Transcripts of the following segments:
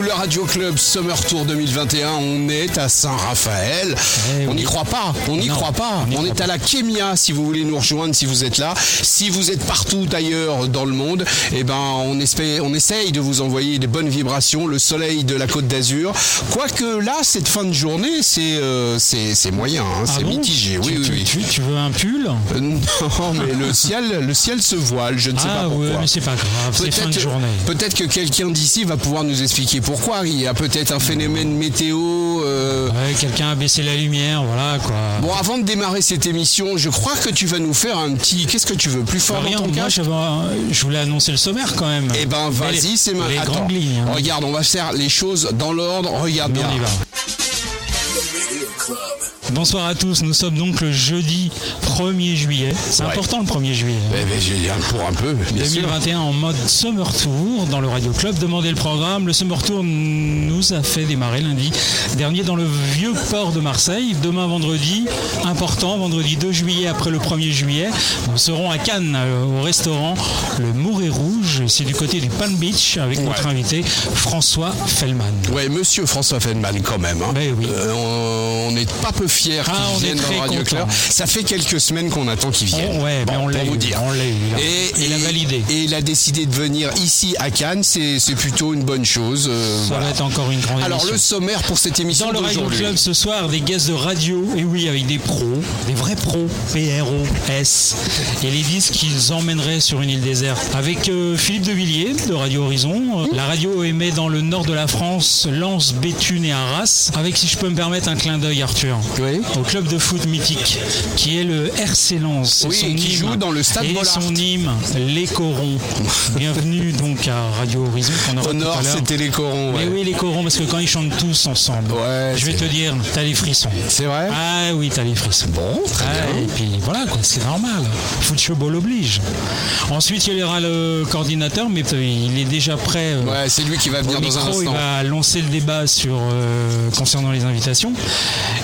Le Radio Club Summer Tour 2021, on est à Saint-Raphaël. Eh on n'y oui. croit pas, on n'y Non, croit pas. on n'y On croit est à la Kémia si vous voulez nous rejoindre, si vous êtes là. Si vous êtes partout ailleurs dans le monde, eh ben on, espère, on essaye de vous envoyer des bonnes vibrations, le soleil de la Côte d'Azur. Quoique là, cette fin de journée, c'est euh, c'est c'est moyen, hein, Ah c'est bon mitigé. Oui, tu, oui, tu- oui. Tu, tu veux un pull Euh, Non, mais le ciel, le ciel se voile. Je ne sais pas Ah pourquoi. ouais, mais c'est pas grave, c'est fin de que- journée. peut-être que quelqu'un d'ici va pouvoir nous expliquer pourquoi. Il y a peut-être un phénomène météo. euh, Ouais, quelqu'un a baissé la lumière, voilà quoi. Bah, Bon, avant de démarrer cette émission, je crois que tu vas nous faire un petit. Qu'est-ce que tu veux Plus fort Bah, rien, dans ton moi casque j'avais un- je voulais annoncer le sommaire quand même. Eh ben, Mais vas-y, les- c'est ma- Les Attends, grandes lignes. hein. Regarde, on va faire les choses dans l'ordre. Regarde Mais bien. on y va. Bonsoir à tous, nous sommes donc le jeudi 1er juillet. C'est Ouais. important le 1er juillet. hein. Eh ben, j'ai dit un- pour un peu, bien sûr. 2021 en mode Summer Tour dans le Radio Club. Demandez le programme. Le Summer Tour nous a fait démarrer lundi dernier dans le vieux port de Marseille. Demain vendredi, important, vendredi 2 juillet après le 1er juillet, nous serons à Cannes euh, au restaurant Le Mouret Rouge. C'est du côté du Palm Beach avec notre invité François Fellman. Ouais, monsieur François Feldman, quand même. hein. Ben oui. Euh, on- on n'est pas peu fiers Ah, on qu'il vienne est dans très le Radio content. Club. Ça fait quelques semaines qu'on attend qu'il vienne. On- ouais, Bon, mais on pour l'a vous eu, dire. on l'a eu, là. Et, Il et- a validé. Et il a décidé de venir ici à Cannes. C'est c'est plutôt une bonne chose. euh, Ça voilà. va être encore une grande Alors, émission. le sommaire pour cette Dans émission le Radio d'aujourd'hui. Club ce soir, des guests de radio, et oui, avec des pros, des vrais pros, P-R-O-S, et les disques qu'ils emmèneraient sur une île déserte. Avec euh, Philippe de Villiers de Radio Horizon, euh, la radio émet dans le nord de la France, Lens, Béthune et Arras, avec, si je peux me permettre, un clin d'œil, Arthur. Oui. Au club de foot mythique, qui est le RC Lens. Oui, son et qui hymne. joue dans le stade Et Bollaert. son hymne, les corons. Bienvenue donc à Radio Horizon, qu'on aura Au tout à nord, l'heure. c'était les corons. Mais ouais. oui, les corons, parce que quand ils chantent tous ensemble, Ouais, je vais c'est- te dire, t'as les frissons. C'est vrai Ah oui, t'as les frissons. Bon, très Ah, bien. et puis voilà, quoi, c'est normal. Football oblige. Ensuite, il y aura le coordinateur, mais euh, il est déjà prêt. euh, Ouais, c'est lui qui va au venir dans un micro, il instant. va lancer le débat sur euh, concernant les invitations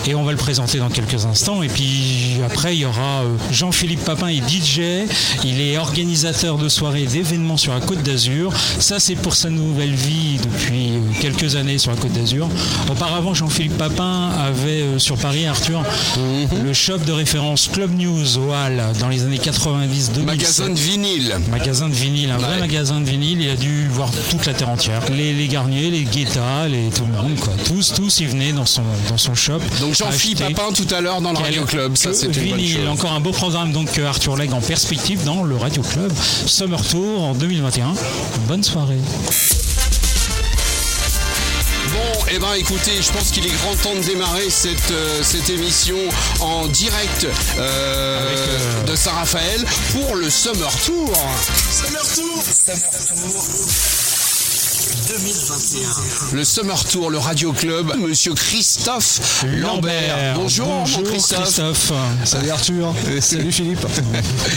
et on va le présenter dans quelques instants. Et puis après, il y aura euh, Jean-Philippe Papin est DJ, il est organisateur de soirées et d'événements sur la Côte d'Azur. Ça, c'est pour sa nouvelle vie depuis euh, quelques années sur la Côte d'Azur. Auparavant, Jean-Philippe Papin avait euh, sur Paris Arthur le shop de référence Club News au Hall dans les années 90 2007 Magasin de vinyle. magasin de vinyle, un vrai Ouais. magasin de vinyle, il a dû voir toute la terre entière. Les, les Garnier, les Guetta, les, tout le monde, quoi. Tous, tous, ils venaient dans son, dans son shop. Donc, Jean-Philippe acheter Papin tout à l'heure dans le Radio quelques Club. Ça, c'était une bonne vinyles. chose. Encore un beau programme, donc que Arthur Legge en perspective dans le Radio Club Summer Tour en 2021. Bonne soirée. Bon, eh ben écoutez, je pense qu'il est grand temps de démarrer cette, euh, cette émission en direct euh, Avec, de Saint-Raphaël pour le Summer Tour. Summer Tour Summer Tour 2021. Le Summer Tour, le Radio Club, monsieur Christophe Lambert. Bonjour, mon Christophe. Salut Arthur, Euh, salut Philippe.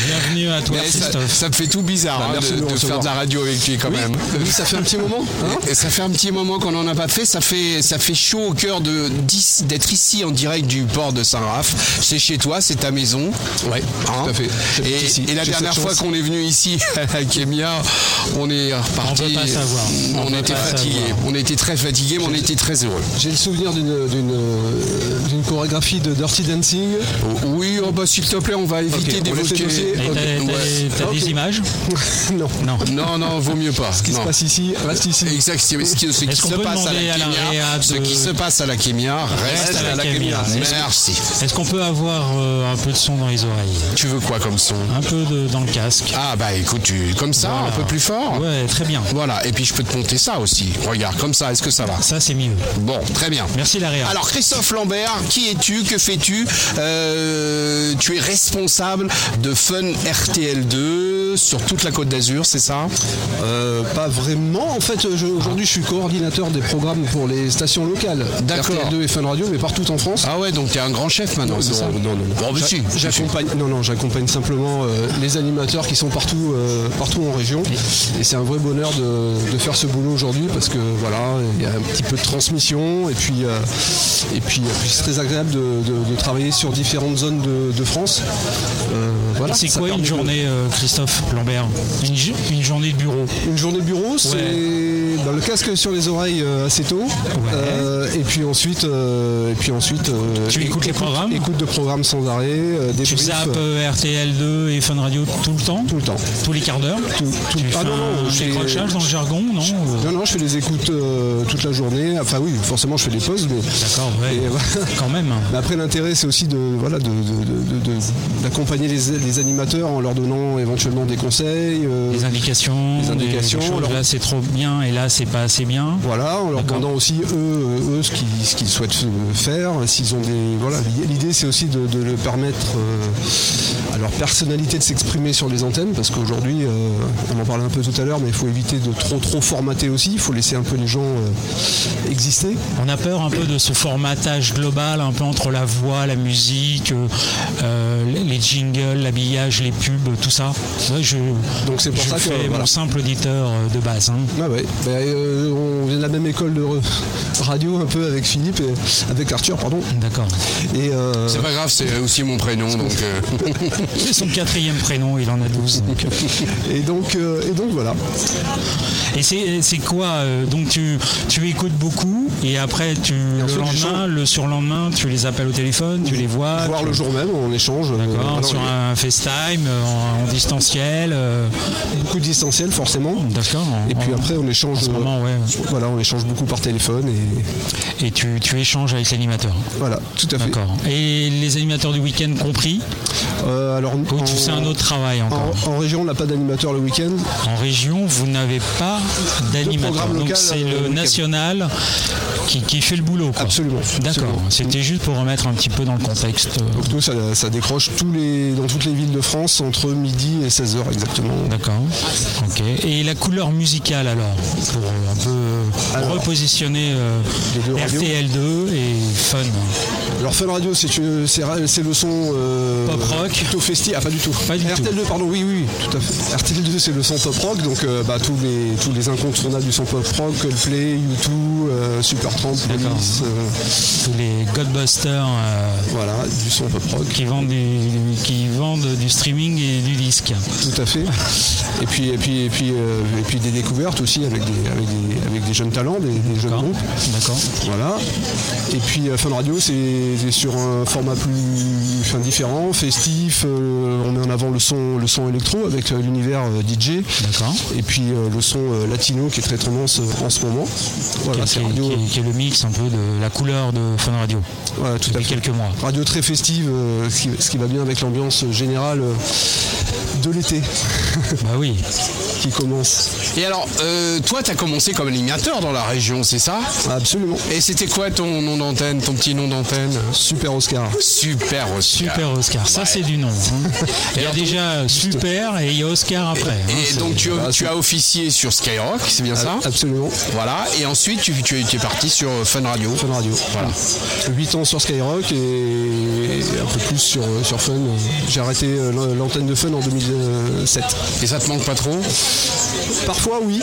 Bienvenue à toi, Eh, ça, Christophe. ça me fait tout bizarre Bah, hein, merci de, de nous de faire recevoir. de la radio avec lui quand même. Oui, ça fait un petit moment. hein Et ça fait un petit moment qu'on n'en a pas fait. Ça fait, ça fait chaud au cœur de- d'ici- d'être ici en direct du port de Saint-Raph. C'est chez toi, c'est ta maison. Ouais, tout à fait. J'habite Et, ici. et la J'ai dernière cette fois chance. qu'on est venu ici à Kémia, on est reparti. On peut pas savoir. On On peut était pas fatigué. savoir. On était très fatigué, mais on était très heureux. J'ai le souvenir d'une- d'une euh, d'une chorégraphie de Dirty Dancing. Oui, oh bah, s'il te plaît, on va éviter on laisse les d'évoquer. dossiers. Et t'as Ok, t'as- ouais. t'as Ok. des images non, Non. Non, non, vaut mieux pas. ce qui se Non. passe ici, reste ici. Exact, ce qui- ce qui, ce qui Est-ce qu'on se peut passe à demander la à la Kémia, réa ce de- qui se passe à la Kémia reste à la Kémia. Kémia. Merci. Est-ce qu'on peut avoir euh, un peu de son dans les oreilles Tu veux quoi comme son Un peu de, dans le casque Ah bah écoute, tu- comme ça, un Voilà. peu plus fort. Ouais, très bien. Voilà, et puis je peux te monter ça aussi. Regarde, comme ça, est-ce que ça va Ça, c'est mieux. Bon, très bien. Merci, Larry. Alors Christophe Lambert, qui es-tu Que fais-tu Euh, Tu es responsable de Fun RTL2 sur toute la Côte d'Azur, c'est ça Euh, pas vraiment. En fait, je- aujourd'hui, je suis coordinateur des programmes pour les stations locales. D'accord. RTL2 et Fun Radio, mais partout en France. Ah ouais, donc t'es un grand chef maintenant, c'est ça non, non. Bon, bah, J'a- si, si, si. J'accompagne, non, non, j'accompagne simplement euh, les animateurs qui sont partout, euh, partout en région. Et c'est un vrai bonheur de, de faire ce boulot boulot aujourd'hui parce que voilà, il y a un petit peu de transmission et puis, euh, et puis, et puis c'est très agréable de, de- de travailler sur différentes zones de, de France. Euh, voilà, C'est ça quoi permet une de- journée, euh, Christophe Lambert une, ju- une journée de bureau Une journée bureau, c'est dans le casque sur les oreilles euh, assez tôt. Euh, et puis ensuite, euh, et puis ensuite euh, Tu écoutes les programmes écoute de programmes sans arrêt, euh, des Tu briefs, zappes euh, euh, RTL2 et Fun Radio tout le temps tout le temps. Tous les quarts d'heure tout- Tu fais ah non, non, un j'ai- décrochage dans le jargon, non Non, non, je fais des écoutes euh, toute la journée. Enfin oui, forcément, je fais des pauses, mais. D'accord, ouais. Et, euh, Quand même. hein. Mais après, l'intérêt, c'est aussi de voilà de- de- de- de- de- d'accompagner les, les animateurs en leur donnant éventuellement des conseils. euh, Les indications, Les indications, des choses, alors- là c'est trop bien et là c'est pas assez bien. voilà, en leur D'accord. demandant aussi eux, euh, eux ce qu'ils ce qu'ils souhaitent euh, faire, s'ils ont des voilà. L'idée c'est aussi de, de le permettre euh, à leur personnalité de s'exprimer sur les antennes, parce qu'aujourd'hui, euh, on en parlait un peu tout à l'heure, mais il faut éviter de trop trop formater aussi. Il faut laisser un peu les gens euh, exister. On a peur un peu de ce formatage global, un peu entre la voix, la musique, euh, euh, les jingles, l'habillage, les pubs, tout ça. Ouais, je, Donc c'est pour je ça que, fais mon voilà. simple auditeur euh, de base. hein. Ah ouais, bah, euh, on vient de la même école de re- radio un peu avec Philippe et avec Arthur pardon D'accord. et euh, C'est pas grave, c'est aussi mon prénom, donc euh, C'est son quatrième prénom, il en a 12. donc. et donc euh, et donc voilà. Et c'est c'est quoi euh, Donc tu, tu écoutes beaucoup et après tu le ensuite, lendemain, le surlendemain, tu les appelles au téléphone, tu les vois. Voir tu- le jour même, on échange. euh, D'accord, alors, sur un FaceTime, euh, en, en distanciel. euh, beaucoup de distanciel forcément. D'accord. en- Et puis en- après on échange. en ce euh, moment, ouais. Voilà, on échange beaucoup par téléphone et Et tu, tu échanges avec l'animateur. voilà, tout à fait. D'accord. Et les animateurs du week-end compris Euh, alors Ou en, tu fais un autre travail Ah, encore en- en région, on n'a pas d'animateur le week-end. En région, vous n'avez pas d'animateur. programme Donc local, c'est euh, le week-end. national qui, qui fait le boulot. quoi. Absolument, D'accord. euh, absolument. C'était juste pour remettre un petit peu dans le contexte. Donc nous, ça, ça décroche tous les, dans toutes les villes de France entre midi et 16h exactement. D'accord. Ok. Et la couleur musicale alors Pour un peu euh, Alors, repositionner euh, les deux radios. Mmh. RTL2 et Fun. Alors Fun Radio, c'est une- c'est ra- c'est le son euh, Pop rock. plutôt festif. Ah pas du tout. Pas du tout. RTL2, pardon. Oui, oui, oui, tout à fait. RTL2, c'est le son pop rock. Donc euh, bah, tous les tous les incontournables du son pop rock, Coldplay, U2, euh, Supertramp, D'accord. Police, euh, Tous les Godbusters. euh, voilà, du son pop rock. qui vendent du, qui vendent du streaming et du disque. Tout à fait. Et puis et puis et puis euh, et puis des découvertes aussi avec des avec des, avec des jeunes talents, des, des jeunes D'accord groupes. D'accord. Voilà. Et puis euh, Fun Radio, c'est c'est sur un format plus enfin, différent, festif. euh, on met en avant le son, le son électro avec euh, l'univers euh, DJ. D'accord. Et puis euh, le son euh, latino qui est très tendance euh, en ce moment. Voilà, qui, c'est est- radio, qui est- qui est le mix un peu de la couleur de Fun Radio voilà, tout à depuis fait. quelques mois. Radio très festive, euh, ce, qui, ce qui va bien avec l'ambiance générale euh, de l'été Bah oui. qui commence. Et alors, euh, toi, t'as commencé comme animateur dans la région, c'est ça Absolument. Et c'était quoi ton nom d'antenne, ton petit nom d'antenne Super Oscar. Super Oscar. Super Oscar, ça c'est du nom. hein. Il y a alors, donc- déjà super et il y a Oscar après. hein. Et donc tu, voilà, tu c'est- Ah, as officié sur Skyrock, c'est bien ça Absolument. Voilà, et ensuite tu, tu es, tu es parti sur euh, Fun Radio. Fun Radio. Voilà. 8 ans sur Skyrock et un peu plus sur, euh, sur Fun. J'ai arrêté euh, l'antenne de Fun en 2007. Et ça te manque pas trop Parfois oui,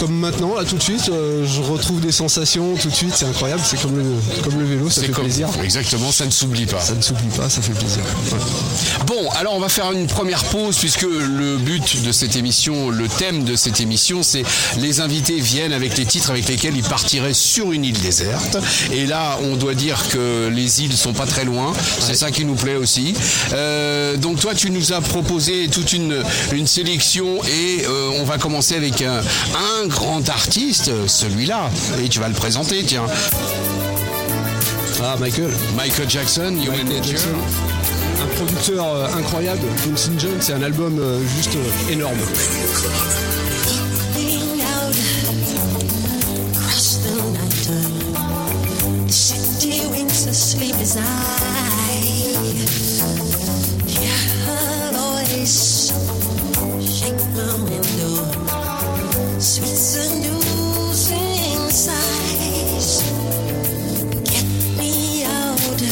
comme maintenant, là tout de suite, euh, je retrouve des sensations tout de suite, c'est incroyable, c'est comme le, comme le vélo, ça fait plaisir. Exactement, ça ne s'oublie pas. Ça ne s'oublie pas, ça fait plaisir. Bon, alors on va faire une première pause puisque le but de cette émission, le thème de cette émission, c'est les invités viennent avec les titres avec lesquels ils partiraient sur une île déserte. Et là, on doit dire que les îles sont pas très loin. C'est ça qui nous plaît aussi. Euh, donc toi, tu nous as proposé toute une, une sélection et euh, on va commencer avec un, un grand artiste, celui-là. Et tu vas le présenter, tiens. Ah Michael, Michael Jackson, Human Michael Nature. euh, Jackson, un producteur euh, incroyable, Quincy Jones, c'est un album euh, juste euh, énorme. Ring out across the night. The city winds asleep as I hear her voice shake my window. Sweet seducing sighs get me out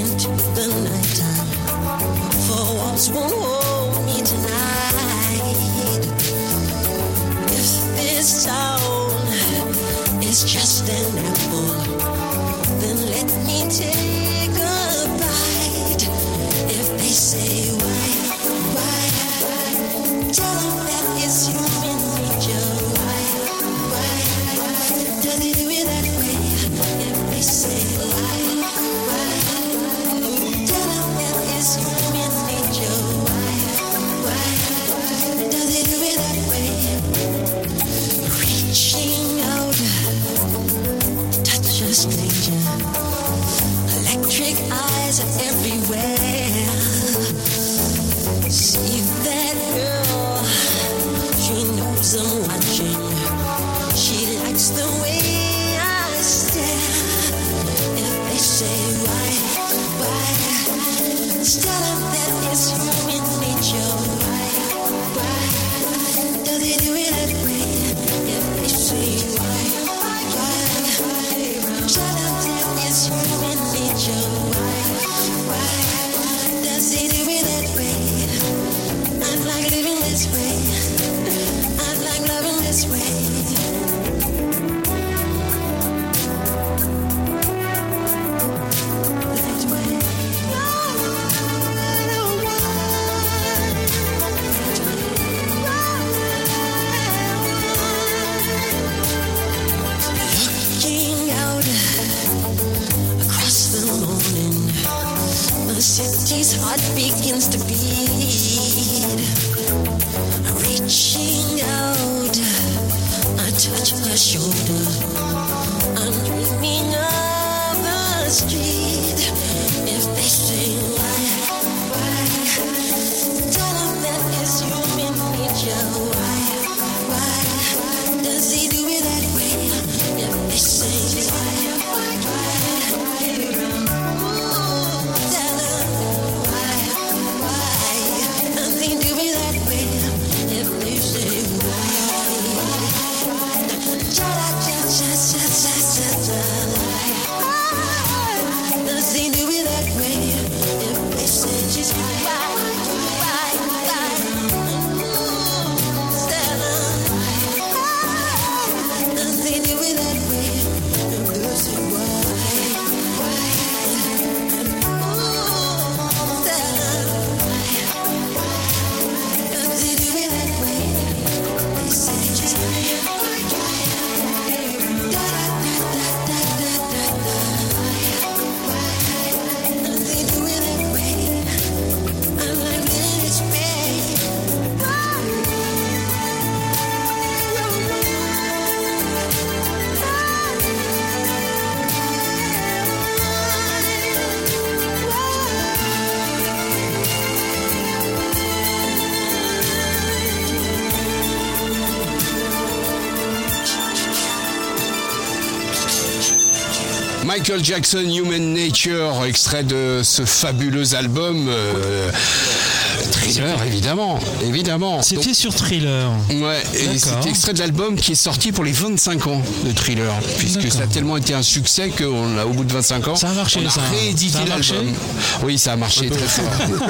into the night For once won't hold me tonight. If this town is just an apple, then let me take a bite. If they say why, why, tell them that it's human nature. Why, why, does it be that way? If they say why, why, tell them that it's human nature. Why, why, does it be that way? Reaching out, touch a stranger. Electric eyes are everywhere. See that girl, she knows I'm watching. She likes the way I stare. If they say why, why, just tell 'em that it's human nature. Why, why, does he do it that way? If they say why, why, tell 'em that it's human nature. Why, why, does he do it that way? I'd like living this way. I'd like loving this way. That way. Looking out across the morning, the city's heart begins to beat. Reaching out, I touch her shoulder. I'm dreaming of the street. If they say why, why, tell 'em that it's human nature. Why, why does he do it that way? If they say why, why, tell 'em why, why does he do it that way? If they say why, does he do it that way? If they say just why, why, why, tell 'em Nothing do it that way. And this is why. Ooh, that I- Nothing do it that way. They say just why. Da, da, da, da, da, da, da. Nothing do it that way. I'm like, "Let it be." Michael Jackson, Human Nature, extrait de ce fabuleux album. euh, Thriller, évidemment, évidemment. Donc, C'était sur Thriller. Ouais, et D'accord. c'est extrait de l'album qui est sorti pour les 25 ans de Thriller, puisque D'accord. ça a tellement été un succès qu'on a, au bout de 25 ans, Ça a marché, on a ça. réédité Ça a marché l'album. Oui, ça a marché très fort.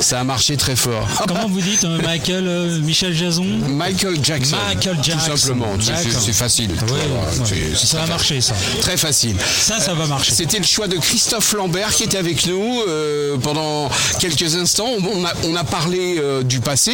ça a marché très fort. Comment vous dites, euh, Michael, euh, Michel Jason Michael Jackson. Michael Jackson. Tout simplement. C'est- C'est D'accord. c'est facile. tu Ouais, vois, ouais. c'est- c'est Ça va très- marcher, ça. Très facile. Ça, ça va marcher. C'était le choix de Christophe Lambert qui était avec nous euh, pendant quelques instants. On a, on a parlé euh, du passé,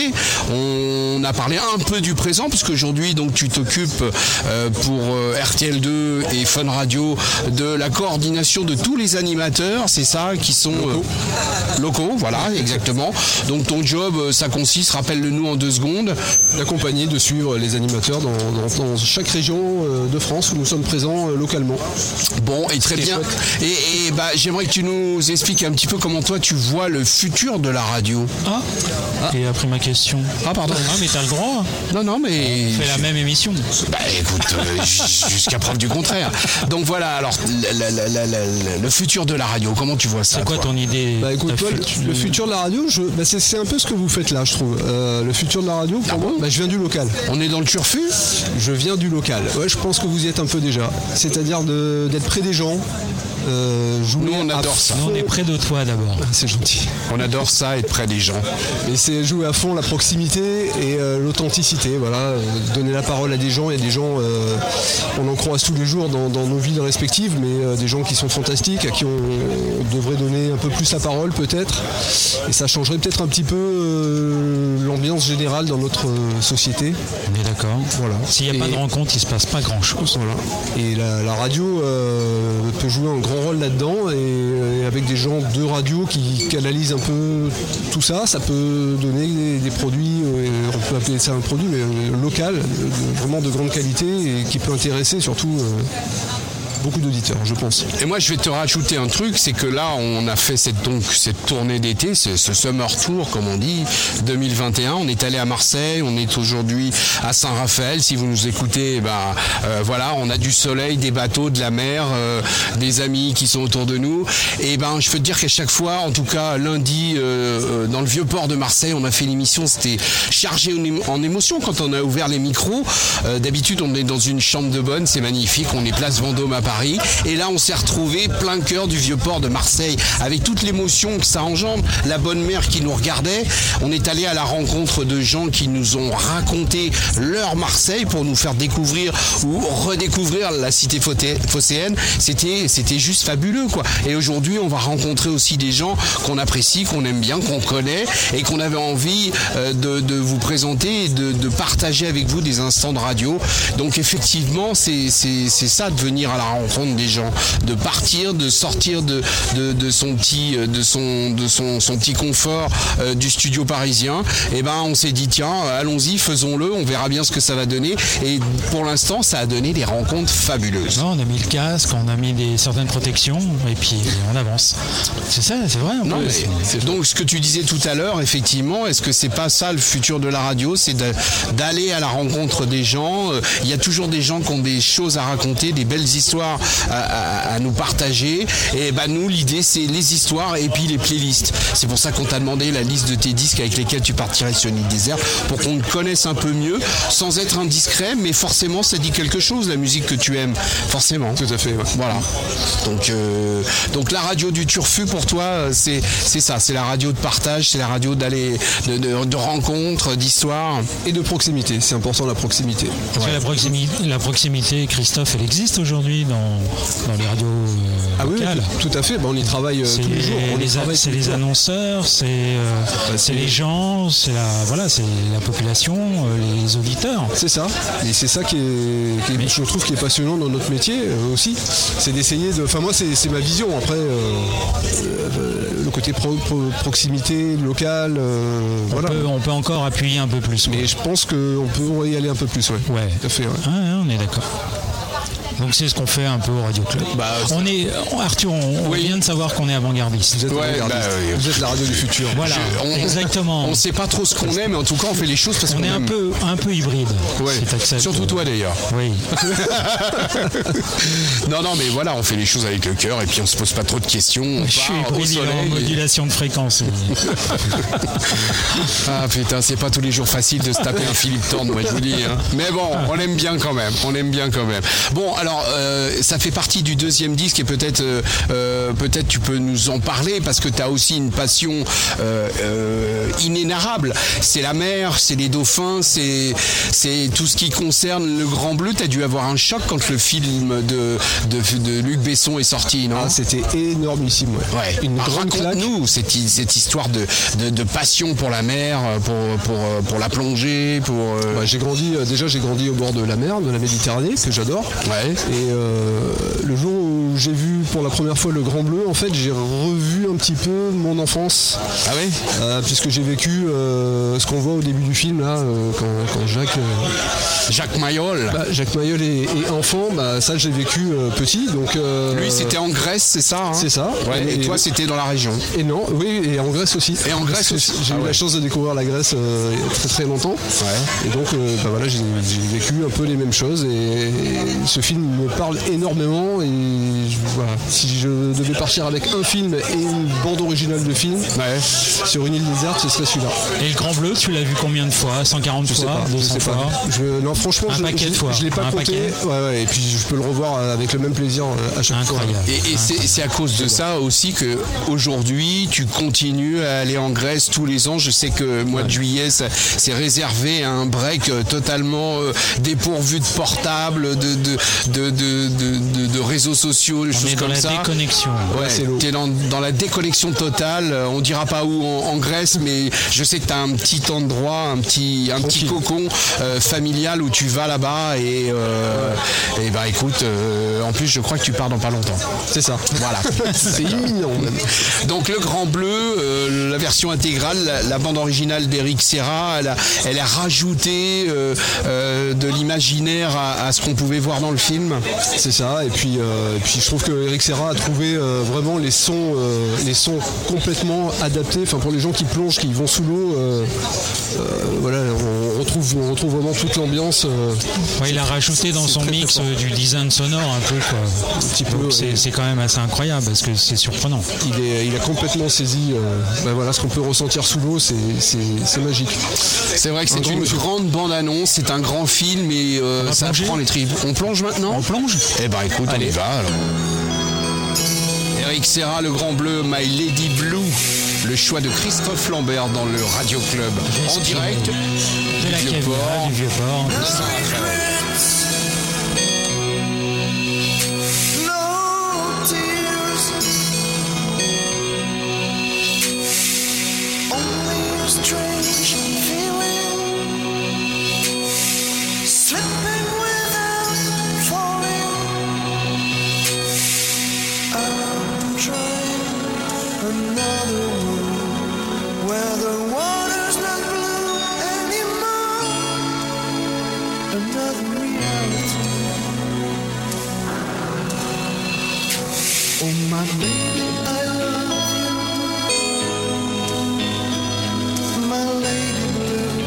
on a parlé un peu du présent, parce qu'aujourd'hui, donc, tu t'occupes euh, pour euh, RTL2 et Fun Radio de la coordination de tous les animateurs, c'est ça, qui sont euh, locaux. voilà, exactement. Donc, ton job, euh, ça consiste, rappelle-le nous en deux secondes. d'accompagner, de suivre les animateurs dans, dans- dans chaque région euh, de France où nous sommes présents euh, localement. Bon, et très bien. Et, et, bah, j'aimerais que tu nous expliques un petit peu comment toi tu vois le futur de la radio. Ah, et après ma question. Ah, pardon. Ah, mais t'as le droit. Non, non, mais. On fait la même émission. Bah écoute, euh, j- jusqu'à preuve du contraire. Donc voilà, alors, la- la- la- la- la- le futur de la radio, comment tu vois ça C'est quoi toi ton idée Bah ta écoute, Paul, future- le futur de la radio, je- bah, c'est c'est un peu ce que vous faites là, je trouve. Euh, le futur de la radio, pour moi, bah, je viens du local. On est dans le turfu Je viens du local. Ouais, je pense que vous y êtes un peu déjà. C'est-à-dire de- d'être près des gens. Euh, jouer Nous, on à Ah, adore ça. Nous, on est près de toi d'abord. C'est gentil. On adore ça, être près des gens. Et c'est jouer à fond la proximité et euh, l'authenticité. Voilà, Euh, donner la parole à des gens. Il y a des gens, euh, on en croise tous les jours dans, dans nos villes respectives, mais euh, des gens qui sont fantastiques, à qui on, on devrait donner un peu plus la parole peut-être. Et ça changerait peut-être un petit peu euh, l'ambiance générale dans notre euh, société. On est d'accord. Voilà. S'il n'y a pas Et- de rencontre, il se passe pas grand chose. voilà. Et la, la radio euh, peut jouer un grand rôle là-dedans. Et, euh, avec des gens de radio qui canalisent un peu tout ça, ça peut donner des, des produits, euh, on peut appeler ça un produit, mais euh, local, euh, de- vraiment de grande qualité et qui peut intéresser surtout euh, beaucoup d'auditeurs, je pense. Et moi, je vais te rajouter un truc, c'est que là, on a fait cette, donc, cette tournée d'été, ce, ce summer tour, comme on dit, 2021. On est allé à Marseille, on est aujourd'hui à Saint-Raphaël. Si vous nous écoutez, bah, euh, voilà, on a du soleil, des bateaux, de la mer, euh, des amis qui sont autour de nous. Et ben, je peux te dire qu'à chaque fois, en tout cas, lundi, euh, euh, dans le vieux port de Marseille, on a fait l'émission, c'était chargé en, émo- en émotion quand on a ouvert les micros. Euh, D'habitude, on est dans une chambre de bonne, c'est magnifique, on est place Vendôme à Paris. Et là, on s'est retrouvé plein cœur du vieux port de Marseille, avec toute l'émotion que ça engendre, la bonne mère qui nous regardait. On est allé à la rencontre de gens qui nous ont raconté leur Marseille pour nous faire découvrir ou redécouvrir la cité fauté- phocéenne. C'était, c'était juste fabuleux, quoi. Et aujourd'hui, on va rencontrer aussi des gens qu'on apprécie, qu'on aime bien, qu'on connaît et qu'on avait envie euh, de, de vous présenter et de, de partager avec vous des instants de radio. Donc, effectivement, c'est, c'est, c'est ça de venir à la rencontre des gens, de partir, de sortir de, de, de son petit, euh, de son, de son, son petit confort euh, du studio parisien. Et ben, on s'est dit tiens, euh, allons-y, faisons-le, on verra bien ce que ça va donner. Et pour l'instant, ça a donné des rencontres fabuleuses. Non, on a mis le casque, on a mis des, certaines protections et puis on avance. C'est ça, c'est vrai. en Non, plus. mais- donc ce que tu disais tout à l'heure, effectivement, est-ce que c'est pas ça le futur de la radio C'est de- d'aller à la rencontre des gens. Euh, Il y a toujours des gens qui ont des choses à raconter, des belles histoires à, à- à nous partager. Et ben nous, l'idée, c'est les histoires et puis les playlists. C'est pour ça qu'on t'a demandé la liste de tes disques avec lesquels tu partirais sur une île déserte pour qu'on te connaisse un peu mieux, sans être indiscret, mais forcément, ça dit quelque chose, la musique que tu aimes. Forcément. Tout à fait. ouais. Voilà. Donc, euh, donc la radio du Turfu pour toi, euh, c'est c'est ça, c'est la radio de partage, c'est la radio d'aller de, de, de rencontres, d'histoires. Et de proximité, c'est important la proximité. Parce que la, proximité, la proximité, Christophe, elle existe aujourd'hui dans, dans les radios euh, Ah oui, locales. tout à fait. Bah, on y travaille euh, C'est tous les jours. On y les, a- travaille c'est tous les les jours. Bah, annonceurs, c'est euh, c'est les gens, c'est la, voilà, c'est la population, euh, les auditeurs. C'est ça, et c'est ça qui est, qui est- je trouve qui est passionnant dans notre métier euh, aussi, c'est d'essayer de. Enfin moi c'est c'est ma vision. Après euh, euh, le côté pro- pro- proximité, local, euh, On, voilà. peut, on peut encore appuyer un peu plus. Mais je pense qu'on peut y aller un peu plus, ouais. Ouais. Tout à fait. ouais. Ouais, ouais, on est d'accord. Donc c'est ce qu'on fait un peu au Radio Club. Bah, on est, Arthur, on, on vient de savoir qu'on est avant-gardiste. Vous êtes Ouais, avant-gardiste. bah, oui. Vous êtes la radio du futur. Voilà, Je- on- exactement. On sait pas trop ce qu'on aime, mais en tout cas, on fait les choses parce On qu'on est un aime. peu, un peu hybride. Ouais. si t'acceptes. Surtout toi d'ailleurs. Oui. non, non, mais voilà, on fait les choses avec le cœur et puis on se pose pas trop de questions. On Je suis part au hybride il est en soleil. modulation de fréquence. Ah putain, c'est pas tous les jours facile de se taper un Philippe Thorne, moi je vous le dis. hein. Mais bon, Ah. on l'aime bien quand même. On l'aime bien quand même. Bon, alors euh, ça fait partie du deuxième disque et peut-être, euh, euh, peut-être tu peux nous en parler parce que t'as aussi une passion euh, euh, inénarrable. C'est la mer, c'est les dauphins, c'est c'est tout ce qui concerne le Grand Bleu. T'as dû avoir un choc quand le film de de, de Luc Besson est sorti, non Ah, c'était énormissime, ouais. Ouais. Une Ah, grande claque. Raconte-nous cette, hi- cette histoire de, de, de passion pour la mer, euh, pour, pour, euh, pour la plongée, pour. euh, Bah, j'ai grandi, euh, déjà j'ai grandi au bord de la mer, de la Méditerranée, que j'adore. Ouais. Et euh, le jour où j'ai vu pour la première fois le Grand Bleu, en fait, j'ai revu un petit peu mon enfance. Ah ouais Euh, puisque j'ai vécu euh, ce qu'on voit au début du film, là, euh, quand, quand Jacques, euh, Jacques Mayol. bah, Jacques Mayol est, est enfant, bah, ça j'ai vécu euh, petit. Donc, euh, Lui, c'était en Grèce, c'est ça hein C'est ça. Ouais, et, Et- toi, c'était dans la région. Et non, oui, et en Grèce aussi. Et en Parce Grèce que aussi. J'ai Ah eu ouais. la chance de découvrir la Grèce euh, il y a très très longtemps. Et donc, euh, bah voilà, j'ai j'ai vécu un peu les mêmes choses. Et, et ce film me parle énormément. Et je- voilà. si je devais partir avec un film et une bande originale de film sur une île déserte, ce serait celui-là. Et le Grand Bleu, tu l'as vu combien de fois 140 Je sais fois pas, je 200 sais fois pas. Je- non, franchement, Un je, paquet de je- fois. je l'ai pas Un compté. paquet. Ouais, ouais, et puis je peux le revoir avec le même plaisir euh, à chaque Incroyable. fois. Et, et c'est c'est à cause de ça aussi que aujourd'hui tu continues à aller en Grèce tous les ans. Je sais que le mois de juillet, ça- c'est réservé à un break euh, totalement euh, dépourvu de portable, de, de, de, de, de- de- de réseaux sociaux, des On choses est dans comme la ça. déconnexion. Ouais, c'est lourd. t'es dans, dans la déconnexion totale. Euh, On dira pas où en, en Grèce, mais je sais que t'as un petit endroit, un petit, un petit cocon euh, familial où tu vas là-bas et, euh, et bah écoute, euh, en plus je crois que tu pars dans pas longtemps. C'est ça. Voilà. C'est imminent même. Donc le Grand Bleu, euh, la version intégrale, la, la bande originale d'Eric Serra, elle a, elle a rajouté euh, euh, de l'imaginaire à, à ce qu'on pouvait voir dans le film. C'est ça, et puis, euh, et puis je trouve que Eric Serra a trouvé euh, vraiment les sons, euh, les sons complètement adaptés. Enfin, pour les gens qui plongent, qui vont sous l'eau, euh, euh, voilà, on retrouve, on retrouve vraiment toute l'ambiance. euh, Ouais, il a rajouté dans c'est son très, très mix fort. euh, du design sonore un peu. Quoi. peu, Donc, ouais. c'est- C'est quand même assez incroyable parce que c'est surprenant. il, est, il a complètement saisi euh, ben voilà, ce qu'on peut ressentir sous l'eau, c'est- c'est c'est magique. C'est vrai que c'est grand une monsieur. grande bande-annonce, c'est un grand film et euh, va ça plonger prend les tripes. On plonge maintenant On plonge Eh ben écoute, on y va alors. Eric Serra, Le Grand Bleu, My Lady Blue, le choix de Christophe Lambert dans le Radio Club en direct. De la Vieux cave port. du vieux port. No tears, only a strange feeling, slipping without falling. I'm trying another world where the water's not blue anymore. Another reality. Oh my baby, I love you, my lady blue.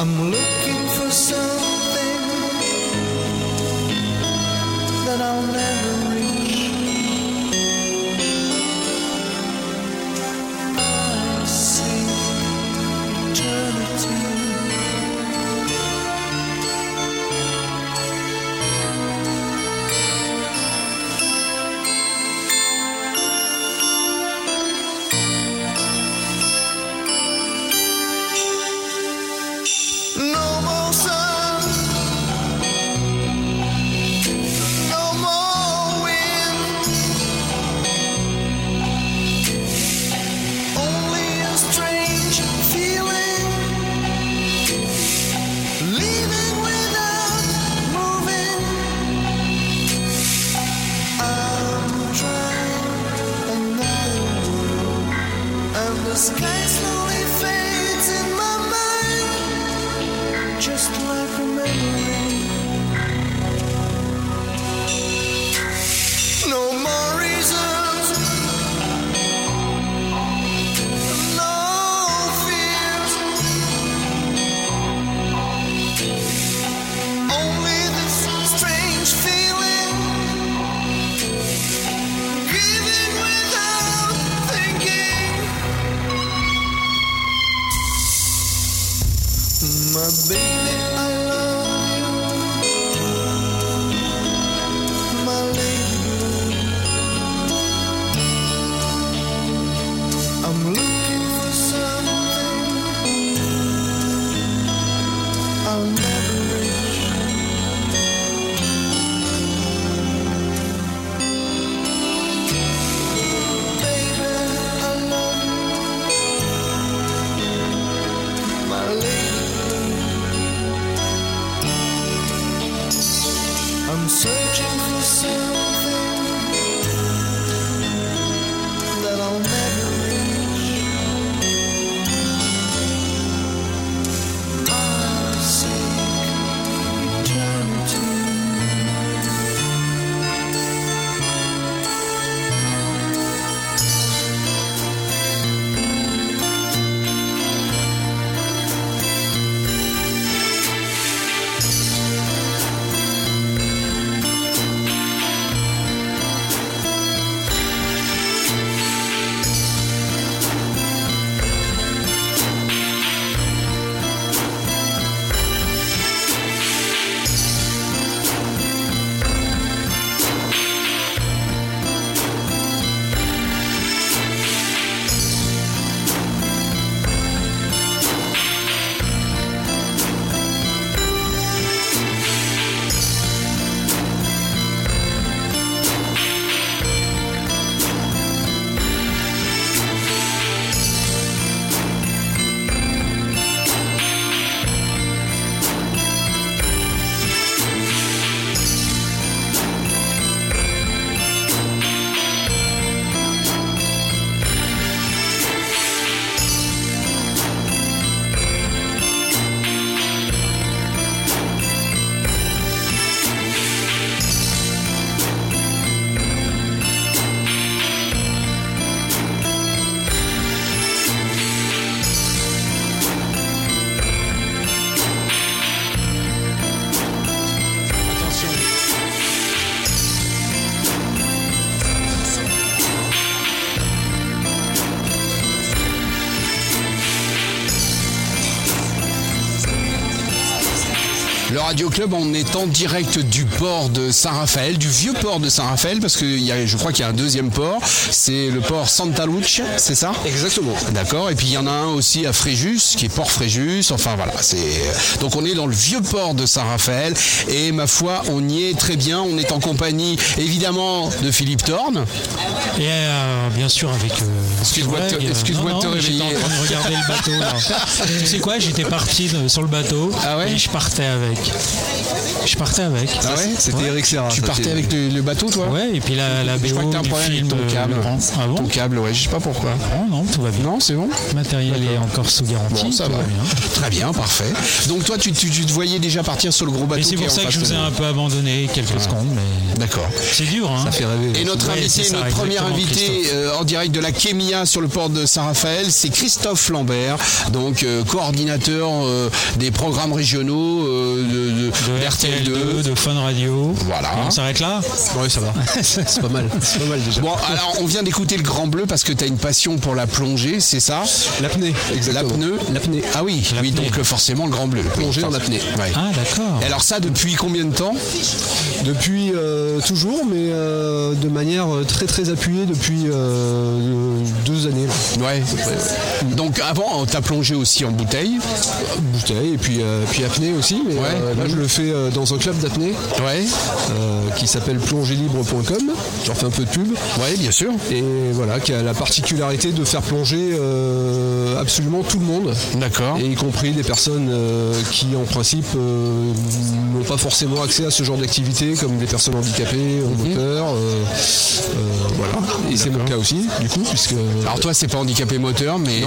I'm looking for something that I'll never reach. I see eternity. No more sun, no more wind. Only a strange feeling, leaving without moving. I'm trying another world, and the sky slowly fades in my mind just like a memory. No more reasons, no fears, only this strange feeling, giving without thinking. My baby, I love you. My lady blue. I'm looking for something I'll never reach. Baby, I love you. My lady blue. Le Radio Club, on est en direct du port de Saint-Raphaël, du vieux port de Saint-Raphaël, parce que il y a- je crois qu'il y a un deuxième port. C'est le port Santa Lucia, c'est ça Exactement. D'accord. Et puis il y en a un aussi à Fréjus, qui est Port Fréjus. Enfin voilà, c'est euh, donc on est dans le vieux port de Saint-Raphaël et ma foi, on y est très bien. On est en compagnie évidemment de Philippe Thorne. Et euh, bien sûr avec. euh, Excuse-moi de te- Swag, euh, excuse-moi non, de te non, mais J'étais en réveiller. train de regarder le bateau. là. tu sais quoi J'étais parti de- sur le bateau. Ah ouais Et je partais avec. Je partais avec. Ah ouais C'était Eric Serra. Tu ça, partais c'est- avec le, le bateau, toi Ouais, et puis la, la Je crois que BO t'as un du problème film. avec ton euh, câble. Le Grand. Ah bon Ton câble, ouais, je sais pas pourquoi. Non, non, tout va bien. Non, c'est bon Le matériel est encore sous garantie. Bon, ça tout va. bien. Très bien, parfait. Donc toi, tu, tu- tu te voyais déjà partir sur le gros bateau. Et c'est qui pour est en ça que face je vous de ai nous. Ah. un peu abandonné quelques secondes, mais D'accord. c'est dur, hein. fait rêver. Et notre Ouais, invité, c'est ça, notre premier exactement, invité Christophe. euh, en direct de la Kémia sur le port de Saint-Raphaël, c'est Christophe Lambert, donc euh, coordinateur euh, des programmes régionaux euh, de, De RTL2. RTL2, de Fun Radio. Voilà. Et on s'arrête là Ouais, ça va. C'est pas mal. C'est pas mal déjà. Bon, alors on vient d'écouter le Grand Bleu parce que tu as une passion pour la plongée, c'est ça L'apnée, exactement. L'apnée L'apnée. Ah oui, oui, L'apnée. donc euh, forcément le Grand Bleu. Plongée en apnée. Ouais. Ah, d'accord. Et alors ça, depuis combien de temps Depuis euh, toujours, mais euh, de manière euh, très très appuyée depuis euh, deux années. là. Ouais. Donc avant, t'as plongé aussi en bouteille. Bouteille et puis, euh, puis apnée aussi. Mais Ouais. euh, là, je le fais euh, dans un club d'apnée Ouais. euh, qui s'appelle plongélibre.com. J'en fais un peu de pub. Ouais, bien sûr. Et voilà, qui a la particularité de faire plonger euh, absolument tout le monde. D'accord. Et y compris des personnes euh, qui, en principe, euh, n'ont pas forcément accès à ce genre d'activité, comme des personnes handicapées, Mhm. en moteur. euh, euh, voilà. Et c'est mon cas aussi, du coup, puisque. euh, Alors toi, c'est pas handicapé moteur, mais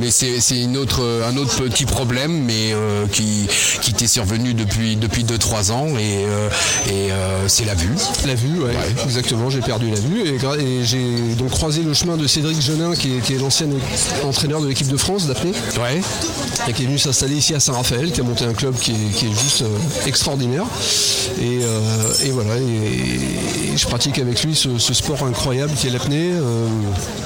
mais c'est c'est une autre un autre petit problème, mais euh, qui qui t'est survenu depuis depuis deux trois ans et euh, et euh, c'est la vue. La vue, ouais, exactement, j'ai perdu la vue et, gra- et j'ai donc croisé le chemin de Cédric Genin qui est, qui est l'ancien entraîneur de l'équipe de France d'apnée Ouais. et qui est venu s'installer ici à Saint-Raphaël, qui a monté un club qui est, qui est juste euh, extraordinaire. Et, euh, et voilà, et, et je pratique avec lui ce, ce sport incroyable qui est l'apnée. euh,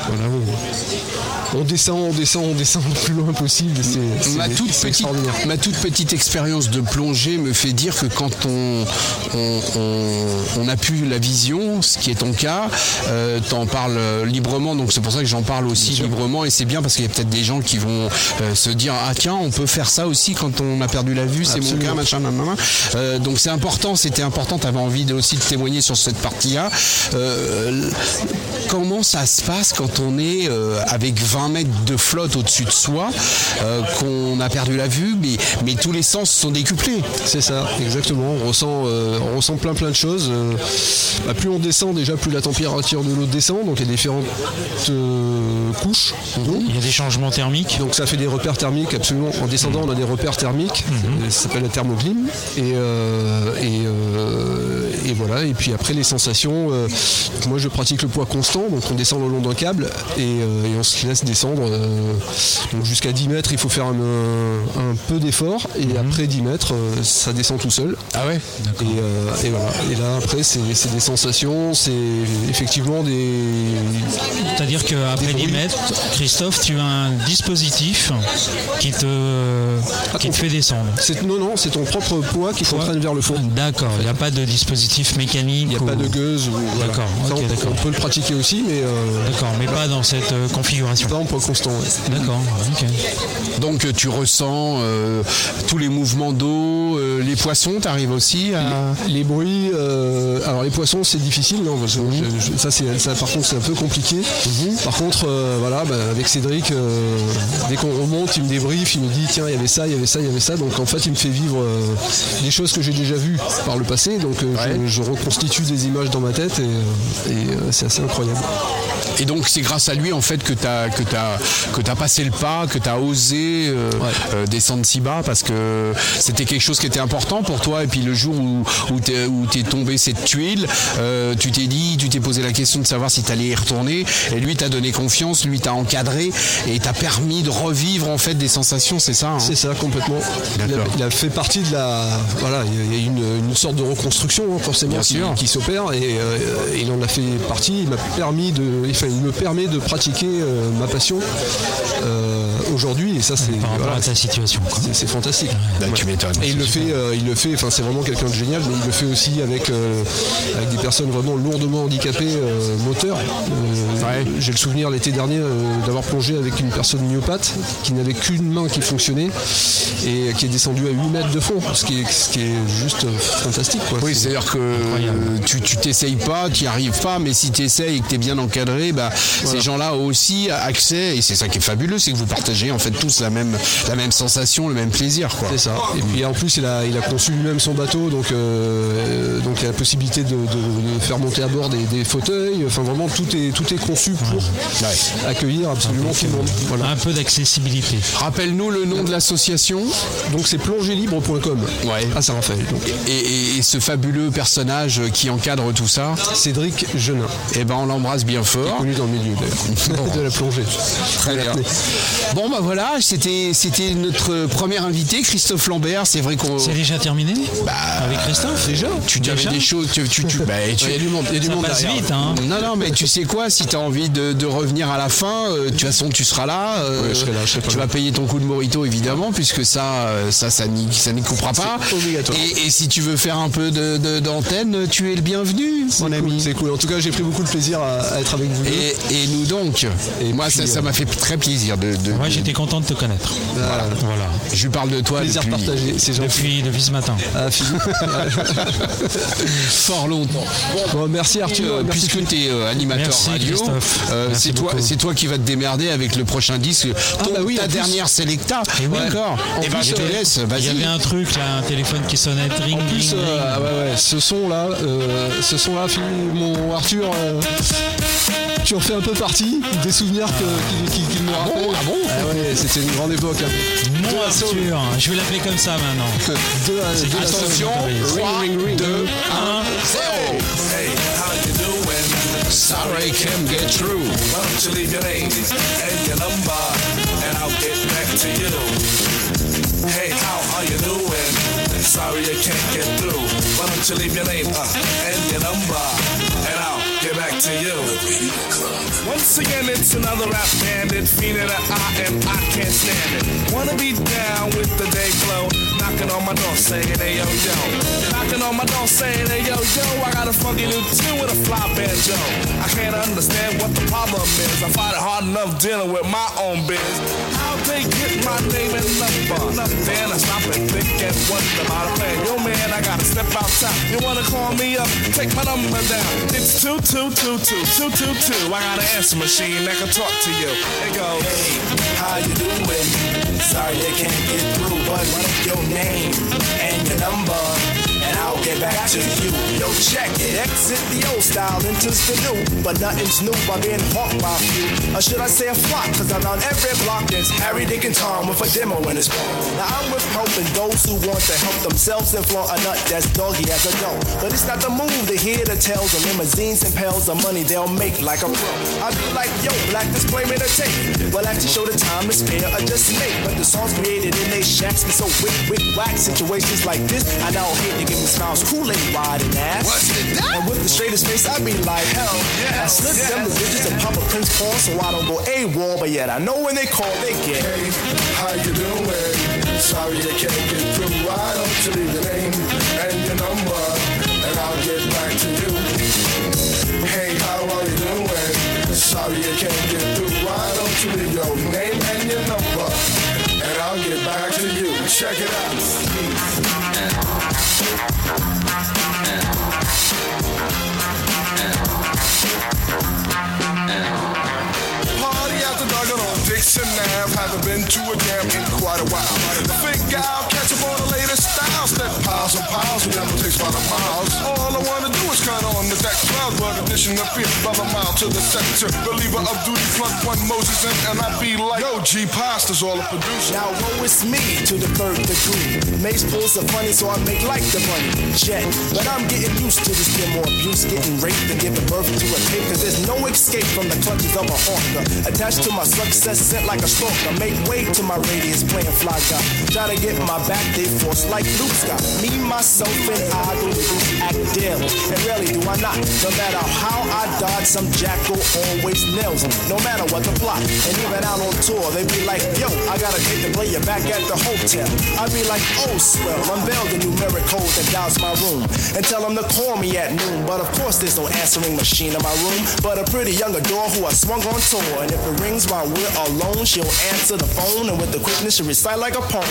voilà, on, on descend, on descend, on descend le plus loin possible. et C'est Ma c'est- toute, c'est petite, extraordinaire. ma toute petite expérience de plongée me fait dire que quand on, on, on- on a plus la vision, ce qui est ton cas, euh, t'en parles euh, librement, donc c'est pour ça que j'en parle aussi librement et c'est bien parce qu'il y a peut-être des gens qui vont euh, se dire ah tiens on peut faire ça aussi quand on a perdu la vue, c'est mon Absolument. cas machin nan, nan, nan. Euh, donc c'est important, c'était important, t'avais envie de, aussi de témoigner sur cette partie-là. Euh, comment ça se passe quand on est euh, avec 20 mètres de flotte au-dessus de soi, euh, qu'on a perdu la vue, mais, mais tous les sens sont décuplés. C'est ça, exactement. On ressent, euh, on ressent plein plein de choses. Euh, bah, plus on descend, déjà plus la température de l'eau descend, donc il y a différentes euh, couches d'eau. Il y a des changements thermiques. Donc ça fait des repères thermiques absolument. En descendant, on a des repères thermiques. Mhm. Euh, Ça s'appelle la thermoglyme. Et, euh, et, euh, et voilà. Et puis après les sensations. euh, donc moi, je pratique le poids constant. Donc on descend le long d'un câble et, euh, et on se laisse descendre. euh, donc jusqu'à 10 mètres, il faut faire un, un- un peu d'effort. Et Mhm. après 10 mètres, euh, ça descend tout seul. Ah ouais Et, euh, et voilà. Et là après, c'est c'est des sensations. C'est effectivement des C'est-à-dire qu'après 10 mètres, Christophe, tu as un dispositif qui te, qui te fait descendre. Ah, C'est- non, non, c'est ton propre poids qui t'entraîne vers le fond. D'accord, il n'y a pas de dispositif mécanique. Il n'y a ou- pas de gueuse. ou- voilà. D'accord, Ça, ok, on- on, d'accord. peut le pratiquer aussi, mais euh, D'accord, mais pas dans cette euh, configuration. pas en poids constant. ouais. D'accord, ok. Donc euh, tu ressens euh, tous les mouvements d'eau, euh, les poissons, t'arrives aussi à... Les bruits, euh, alors les poissons c'est difficile, non, parce que Mhm. je- je- ça, c'est- ça, par contre c'est un peu compliqué. Par contre, euh, voilà, bah, avec Cédric, euh, dès qu'on remonte, il me débriefe, il me dit tiens, il y avait ça, il y avait ça, il y avait ça. Donc en fait, il me fait vivre euh, des choses que j'ai déjà vues par le passé. Donc euh, je- je, reconstitue des images dans ma tête et, euh, et, euh, c'est assez incroyable. Et donc c'est grâce à lui en fait que t'as que t'as que t'as passé le pas, que t'as osé euh, euh, descendre si bas parce que c'était quelque chose qui était important pour toi. Et puis le jour où où t'es où t'es tombé cette tuile, euh, tu t'es dit, tu t'es posé la question de savoir si t'allais y retourner. Et lui t'a donné confiance, lui t'a encadré et t'a permis de revivre en fait des sensations, c'est ça. hein C'est ça, complètement. Il a, D'accord. il a fait partie de la. Voilà, il y a une, une sorte de reconstruction, hein, forcément, Bien qui, sûr. qui s'opère. Et euh, il en a fait partie. Il m'a permis de. enfin, il me permet de pratiquer euh, ma passion euh, aujourd'hui. Et ça, c'est. par rapport voilà, à ta situation. quoi. c'est- c'est fantastique. Bah, tu m'étonnes. Et il le fait, euh, il le fait. Enfin, c'est vraiment quelqu'un de génial, mais il le fait aussi avec euh, avec des personnes vraiment lourdement handicapées euh, moteurs. Euh, Ouais. J'ai le souvenir l'été dernier euh, d'avoir plongé avec une personne myopathe qui n'avait qu'une main qui fonctionnait et qui est descendue à 8 mètres de fond, ce qui est, ce qui est juste euh, fantastique. Quoi. Oui, C'est- c'est-à-dire que euh, tu tu t'essayes pas, tu n'y arrives pas, mais si tu essayes et que tu es bien encadré, bah, ces gens-là ont aussi accès, et c'est ça qui est fabuleux, c'est que vous partagez en fait tous la même, la même sensation, le même plaisir. Quoi. C'est ça. Et puis en plus, il a, il a conçu lui-même son bateau, donc, euh, donc il y a la possibilité de, de- de faire monter à bord des, des fauteuils. Enfin, vraiment, tout est, tout est conçu pour accueillir absolument tout le monde. Voilà. Ah, Un peu d'accessibilité. Rappelle-nous le nom de l'association Donc c'est plongélibre.com Ouais. à Saint-Raphaël. Donc, et, et- et ce fabuleux personnage qui encadre tout ça. Cédric Genin, Eh ben, on l'embrasse bien fort. connu dans le milieu d'ailleurs, de la plongée. Très bien. Bon, bah voilà, c'était c'était notre premier invité, Christophe Lambert. C'est vrai qu'on. C'est déjà terminé Bah, Avec Christophe Déjà Tu dis des choses, tu, tu, tu, bah, tu- Il y a du monde, il y a du Ça monde passe derrière. vite, hein Non, non, mais tu sais quoi, si t'as envie de, de revenir à la fin, euh, de toute façon, tu seras là. euh, Ouais, je serai là, je serai pas tu là. vas payer ton coup de morito, évidemment, puisque ça, euh, ça, ça n'y ça n'y coupera pas. C'est obligatoire. Et, et si tu veux faire un peu d'antenne, de, d'antenne, tu es le bienvenu, mon Cool, ami. C'est cool. En tout cas, j'ai pris beaucoup de plaisir à, à être avec vous. deux. Et, et nous donc. Et moi, ça, puis, euh, ça m'a fait très plaisir de. de- Moi, de- j'étais content de te connaître. Voilà. Voilà. je lui parle de toi Plaisir depuis partagé. C'est gentil. Depuis, depuis ce matin. Ah, Philippe. fort longtemps. Bon, merci Arthur. Euh, Merci, puisque tu es animateur Merci, radio, Christophe. euh, Merci c'est toi, beaucoup. c'est toi qui vas te démerder avec le prochain disque. Ton- bah oui, en ta plus. dernière sélecta. Et Eh oui. D'accord. En Et ben, plus, je te euh, laisse. Il y Vas-y. avait un truc, là, un téléphone qui sonnait. Ring, En plus, ring, euh, ring. ah ouais, ouais, ce son là, euh, ce son là, mon Arthur, euh, tu en fais un peu partie des souvenirs que- qui, qui- qui me rappellent. Ah ouais, c'était une grande époque. hein. Mon Arthur, hein, je vais l'appeler comme ça maintenant. De la- de la- Attention. Ring, ring, ring. 2, 1, 0. Hey, how you doing? Sorry, can't get through. Why don't you leave your name and your number, and I'll get back to you. Hey, how are you doing? Sorry you can't get through. Why don't you leave your name uh, and your number, and I'll get back to you. Once again, it's another rap bandit, feeling that I am, I can't stand it. Wanna be down with the day glow, knocking on my door saying, hey yo yo. Knocking on my door saying, hey yo yo, I got a funky new tune with a fly banjo. I can't understand what the problem is. I find it hard enough dealing with my own biz. How they get my name and number? Then I stop and think and wonder about a plan. Yo man, I gotta step outside. You wanna call me up? Take my number down. It's two two two two two two two. I got an answer machine that can talk to you. It goes. Hey, how you doing? Sorry I can't get through, but what your name and your number? And I'll get back to you. Yo, check it. Exit the old style, enters the new. But nothing's new by being hawked by a few. Or should I say a flock? Cause around every block there's Harry, Dick, and Tom with a demo in his bag. Now I'm with helping those who want to help themselves and flaunt a nut that's doggy as a dough. But it's not the move to hear the tales of limousines and pails of money they'll make like a pro. I be like, yo, black display made a tape. Well, actually show the time is fair or just make. But the songs created in they shacks be so wick, wick, whack. Situations like this, I now hate to give me smiles, Kool-Aid wide and ass. What's it that? And with the straightest face, I be like, hell. Yeah, I slip them the digits and pop a Prince Paul so I don't go AWOL. But yet I know when they call, they get. Hey, how you doing? Sorry I can't get through. Why don't you leave your name and your number and I'll get back to you? Hey, how are you doing? Sorry I can't get through. Why don't you leave your name and your number and I'll get back to you? Check it out. Party out the dog on Dixon Nav. Haven't been to a jam in quite a while. The big guy catch up on the latest styles that piles and piles of them six by the miles. All I wanna do is count on the deck cloud, but addition of fear by the mile to the sector. Believer of duty, plug one Moses in, and I be like, yo, G Pasta's all a producer. Now woe is me to the third degree. Maze pulls are funny, so I make like the money. Jet, but I'm getting used to this get more abuse, getting raped and giving birth to a tape. Cause there's no escape from the clutches of a hawker. Attached to my success, sent like a stalker. Make way to my radius, playing fly guy. Try to get my back, they force like Luke Scott. Me, myself, and I do this act daily. And rarely do I not. No matter how I dodge, some jackal always nails 'em. No matter what the plot. And even out on tour, they be like, yo, I gotta take the player back at the hotel. I be like, oh, swell, unveil the numeric code that dials my room. And tell them to call me at noon. But of course, there's no answering machine in my room. But a pretty young adore who I swung on tour. And if it rings while we're alone, she'll answer the phone. And with the quickness, she recite like a poem.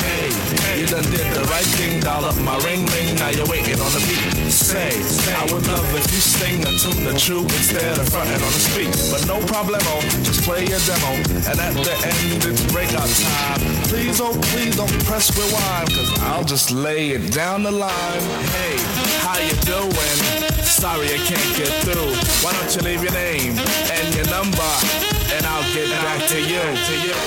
Hey, hey, you done did the right thing, dial up my ring ring, now you're waiting on the beat. Say, I would love if you sing the tune, the true, instead of fronting on the speak. But no problemo, just play your demo, and at the end it's breakout time. Please, oh please, don't press rewind, cause I'll just lay it down the line. Hey, how you doing? Sorry I can't get through. Why don't you leave your name and your number, and I'll get back to you.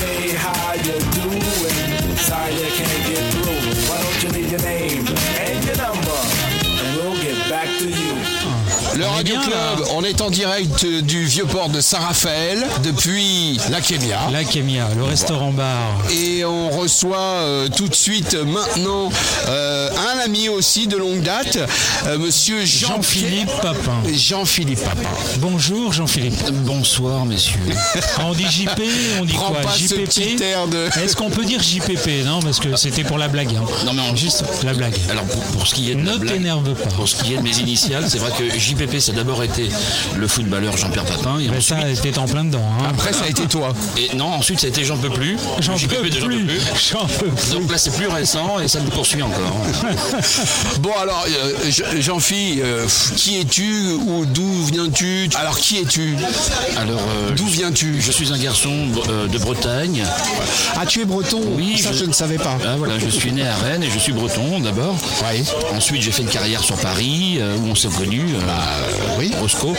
Hey, how you doing? Sorry I can't get through. Why don't you leave your name and your number, and we'll get back to you. On Le est Radio bien, Club, là. on est en direct euh, du vieux port de Saint-Raphaël depuis la Kémia. La Kémia, le restaurant-bar. Et on reçoit euh, tout de suite euh, maintenant euh, un ami aussi de longue date, euh, monsieur Jean-Philippe Papin. Jean-Philippe Papin. Bonjour Jean-Philippe. Bonsoir messieurs. On dit JP, on dit Prends quoi pas ce JPP petit air de. Est-ce qu'on peut dire JPP Non, parce que c'était pour la blague. hein. Non mais en juste. La blague. Alors pour, pour ce qui est de la Ne blague- t'énerve pas. Pour ce qui est de mes initiales, c'est vrai que JPP, ça a d'abord été le footballeur Jean-Pierre Papin. Et, Ben ensuite- ça, t'es en plein dedans. hein. Hein, Après, ça a été toi. et non, ensuite, ça a été J'en peux plus. J'en JPP peux de J'en peux plus. plus. J'en peux plus. Donc là, c'est plus récent et ça nous poursuit encore. Bon, alors, euh, Je- Jean-Philippe, euh, pff, qui es-tu ou d'où viens-tu Alors, qui es-tu Alors, euh, D'où viens-tu je suis un garçon euh, de Bretagne. Ah, tu es breton Oui, Ça, je- je ne savais pas. Ah, voilà, je suis né à Rennes et je suis breton d'abord. Ensuite, j'ai fait une carrière sur Paris euh, où on s'est connus, euh, Roscoe.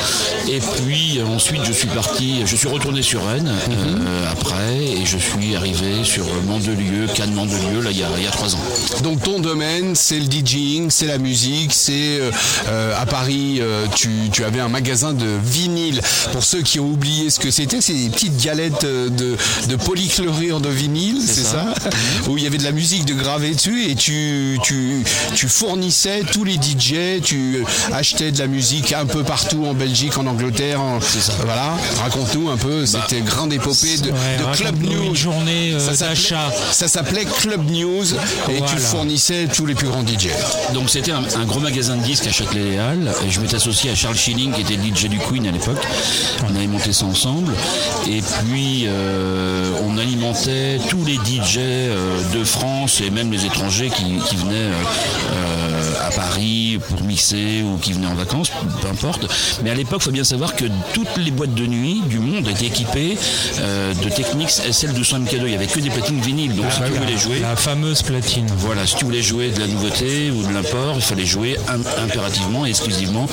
Et puis euh, ensuite, je suis parti, je suis retourné sur Rennes euh, après et je suis arrivé sur Mandelieu, Cannes Mandelieu, là il y, a, il y a trois ans. Donc ton domaine, c'est le DJing, c'est la musique, c'est euh, euh, à Paris, euh, tu, tu avais un magasin de vinyle. Pour ceux qui ont oublié ce que c'était, c'est des petites galettes euh, de, de polychlorure de vinyle, c'est ça, Mhm. Où il y avait de la musique de gravée dessus et tu, tu, tu fournissais tous les DJ, tu achetais de la musique un peu partout en Belgique, en Angleterre. en- Voilà, raconte-nous un peu cette grande épopée de, Bah, Ouais, de Club raconte-nous News. une journée, euh, Ça s'appelait- d'achat. ça s'appelait Club News et tu Voilà. fournissais tous les plus grands DJ. Donc c'était un, un gros magasin de disques à Châtelet-les-Halles. Et Je m'étais associé à Charles Schilling qui était le DJ du Queen à l'époque. On avait monté ça ensemble. Et puis euh, on alimentait tous les DJ euh, de France et même les étrangers qui, qui venaient euh, euh, à Paris pour mixer ou qui venaient en vacances, peu importe. Mais à l'époque, il faut bien savoir que toutes les boîtes de nuit du monde étaient équipées euh, de Technics SL200MK2. Il n'y avait que des platines vinyles. Ah Donc si bah tu voulais jouer... Ah, La fameuse platine. Voilà, si tu voulais jouer de la nouveauté ou de l'import, il fallait jouer im- impérativement et exclusivement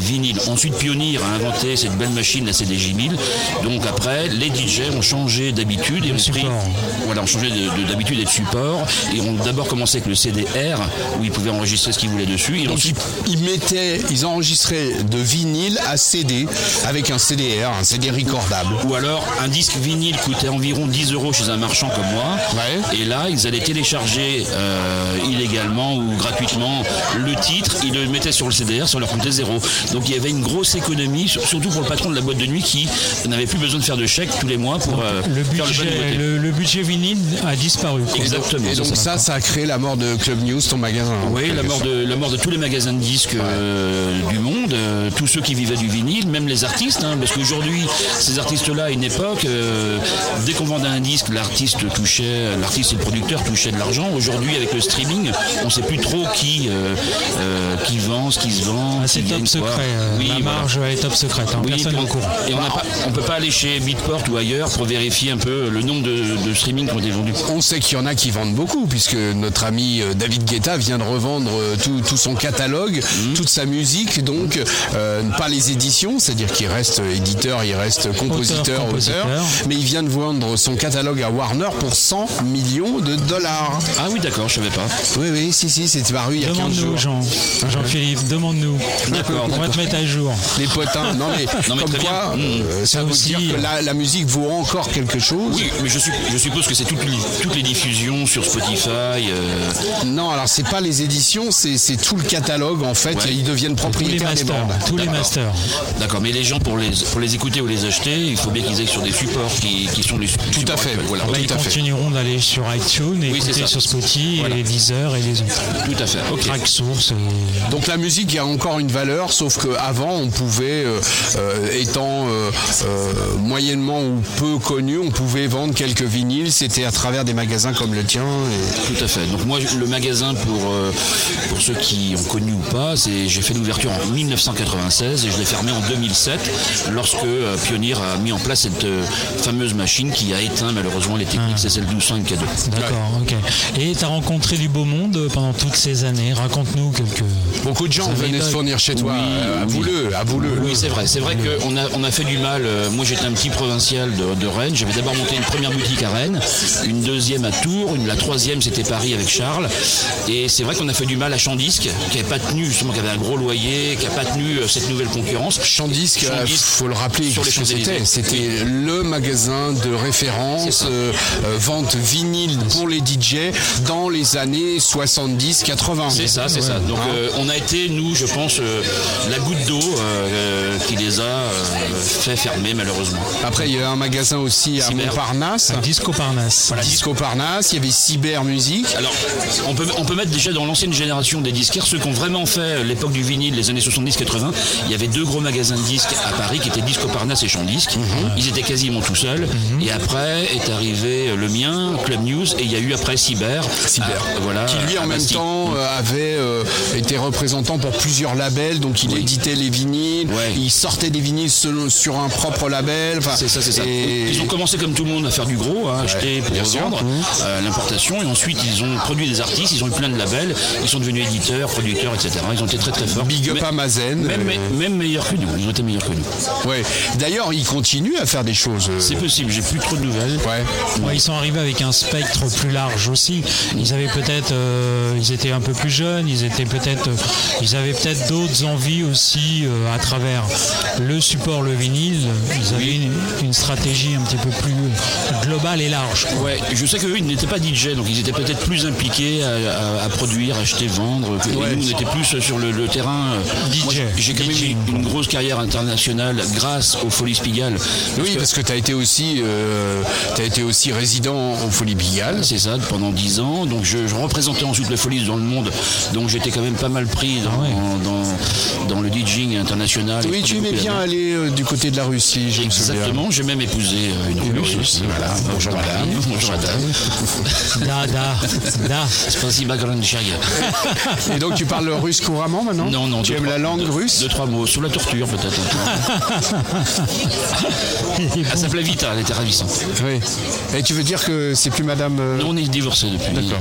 vinyle. Ensuite, Pioneer a inventé cette belle machine, la CDJ 1000. Donc après, les DJ ont changé d'habitude et ont pris, support. voilà, ont changé de- de- d'habitude et de support. Et ont d'abord commencé avec le CDR où ils pouvaient enregistrer ce qu'ils voulaient dessus. Et Donc ils, ensuite, ils mettaient, ils enregistraient de vinyle à CD avec un CDR, un CD recordable. ou alors un disque vinyle coûtait environ 10 euros chez un marchand comme moi. Ouais. Et là, ils allaient télécharger euh, illégalement ou gratuitement le titre. Ils le mettaient sur le CDR, sur leur compte zéro. Donc il y avait une grosse économie, sur- surtout pour le patron de la boîte de nuit qui n'avait plus besoin de faire de chèques tous les mois pour euh, faire Le le budget, nouveauté. le, le budget vinyle a disparu. quoi. Exactement. Et donc ça, ça a créé la mort de Club News, ton magasin. Oui, la mort, de, la mort de tous les magasins de disques euh, du monde. euh, tous ceux qui vivaient du vinyle, même les artistes, hein, parce qu'aujourd'hui, ces artistes-là, à une époque, euh, dès qu'on vendait un disque, l'artiste touchait, l'artiste et le producteur touchaient de l'argent. Aujourd'hui, avec le streaming, on ne sait plus trop qui, euh, euh, qui vend, ce qui se vend. Ah, c'est qui gagne top quoi. secret. euh, Oui, la voilà. marge est top secrète. hein, Oui, personne puis n'est on- au courant. Et Bah, on n'a pas- on peut pas aller chez Beatport ou ailleurs pour vérifier un peu le nombre de, de streaming qui ont été vendus. On sait qu'il y en a qui vendent beaucoup, puisque notre ami euh, David Guetta vient de revendre euh, tout, tout son catalogue, toute sa musique, donc euh, pas les éditions, c'est-à-dire qu'il reste éditeur, il reste compositeur, Auteur, auteur, compositeur. mais il vient de vendre son catalogue à Warner pour 100 millions de dollars. Ah oui, d'accord, je savais pas. Oui, oui, si, si, c'est paru il y a 15 Demande-nous, jours. Jean. Jean-Philippe, demande-nous. D'accord, On va te d'accord. Ah, mettre à jour. Les potins, non mais, Non, mais comme très quoi, bien. euh, ça Ça veut aussi, dire que euh, la, la musique vaut encore quelque chose. Oui, mais je, supp- je suppose que c'est toutes les, toutes les diffusions sur Spotify. euh, Non, alors c'est pas les éditions, c'est c'est tout le catalogue en fait. Ouais. Ils deviennent Tous les propriétaires des masters. bandes. Tous les D'accord. masters. D'accord, mais les gens pour les, pour les écouter ou les acheter, il faut bien qu'ils aillent sur des supports qui, qui sont les Tout à fait, Voilà, Tout Bah, ils à fait. continueront d'aller sur iTunes et Oui, c'est écouter ça. sur Spotify Voilà. et les Deezer et les autres. tout à fait. ok. Crack Source. et- Donc la musique il y a encore une valeur, sauf qu'avant on pouvait, euh, euh, étant euh, euh, moyennement ou peu connu, on pouvait vendre quelques vinyles. C'était à travers des magasins comme le tien. et- Tout à fait. Donc moi, le magasin, pour, euh, pour ceux qui ont connu ou pas, c'est j'ai fait l'ouverture en 1996 et je l'ai fermé en 2007 lorsque euh, Pioneer a mis en place cette euh, fameuse machine qui a éteint malheureusement les techniques CSL 12.5K2. D'accord, ok. Et t'as rencontré du beau monde pendant toutes ces années. Raconte-nous quelques. Beaucoup de gens venaient se fournir chez toi. euh, Avoue-le, avoue-le. Oui, c'est vrai. C'est vrai qu'on a, on a fait du mal. Euh, Moi, j'étais un petit provincial de, de Rennes. J'avais d'abord monté une première boutique à Rennes, une deuxième à Tours, une, la troisième, c'était Paris avec Charles. Et c'est vrai qu'on a fait du mal à Chandisque, qui n'avait pas tenu, justement, qui avait un gros loyer, qui n'a pas tenu euh, cette nouvelle concurrence. Chandisque, euh, Chandisque, faut le rappeler, sur les ce que Champs-Élysées. c'était. C'était le magasin de C'est référence ça. euh, euh, vente vinyle pour les DJ dans les années 70-80. C'est ça, c'est ça. Donc Hein euh, on a été, nous, je pense, euh, la goutte d'eau euh, euh, qui les a euh, fait fermer malheureusement. Après, il y a un magasin aussi à Cyber. Montparnasse. Disco Parnasse. Disco Parnasse, il y avait Cyber Musique. Alors, on peut, on peut mettre déjà dans l'ancienne génération des disquaires, ceux qui ont vraiment fait euh, l'époque du vinyle, les années 70-80, il y avait deux gros magasins de disques à Paris qui étaient Disco Parnasse et Champ Disque. Mhm. Ils étaient quasiment tout seuls. Mhm. Et après est arrivé euh, le mien, Club News, et il y a eu après Cyber. Cyber. voilà. Hein Qui lui à en même Bastille. temps euh, avait euh, été représentant pour plusieurs labels, donc il éditait les vinyles, Ouais. il sortait des vinyles selon- sur un propre label. enfin, C'est ça, c'est ça. et- Ils ont commencé comme tout le monde à faire du gros, à acheter pour bien sûr. Mmh. vendre l'importation, et ensuite ils ont produit des artistes, ils ont eu plein de labels, ils sont devenus éditeurs, producteurs, etc. Ils ont été très très forts. Big up Mais- à Mazen. euh. Même, me- même meilleurs que nous, ils ont été meilleurs que nous. Ouais. D'ailleurs, il continue à faire des choses. euh, C'est possible, j'ai plus trop de nouvelles. Ouais. Ouais, ils sont arrivés avec un spectre plus large aussi. Ils avaient peut-être, euh, ils étaient un peu plus jeunes, ils étaient peut-être, euh, ils avaient peut-être d'autres envies aussi euh, à travers le support, le vinyle. Ils avaient une, une stratégie un petit peu plus euh, globale et large. Ouais, je sais qu'eux, ils n'étaient pas DJ, donc ils étaient peut-être plus impliqués à, à- à produire, acheter, vendre. que- et nous, on était plus sur le, le terrain. euh, DJ. moi, J'ai quand même DJ. eu une grosse carrière internationale grâce aux Folies Pigalle. Oui, parce que tu as été aussi, euh, t'as été aussi résident en Folie Bigale. C'est ça, pendant 10 ans. Donc je, je représentais ensuite les Folies dans le monde. Donc j'étais quand même pas mal pris dans, dans, dans le DJing international. Et Ah Oui, tu aimais bien aller euh, du côté de la Russie, je me souviens. Exactement, j'ai même épousé euh, une russe. aussi. Voilà. Bonjour madame. Bonjour madame. Da, da, da. Spasiba Grandchaya. Et donc, tu parles le russe couramment maintenant Non, non. Tu deux, aimes trois- la langue deux- russe Deux, trois mots. Sous la torture, peut-être. Elle s'appelait Vita, elle était ravissante. Oui. Et tu veux dire que c'est plus madame. euh, Nous, on est divorcés depuis. D'accord.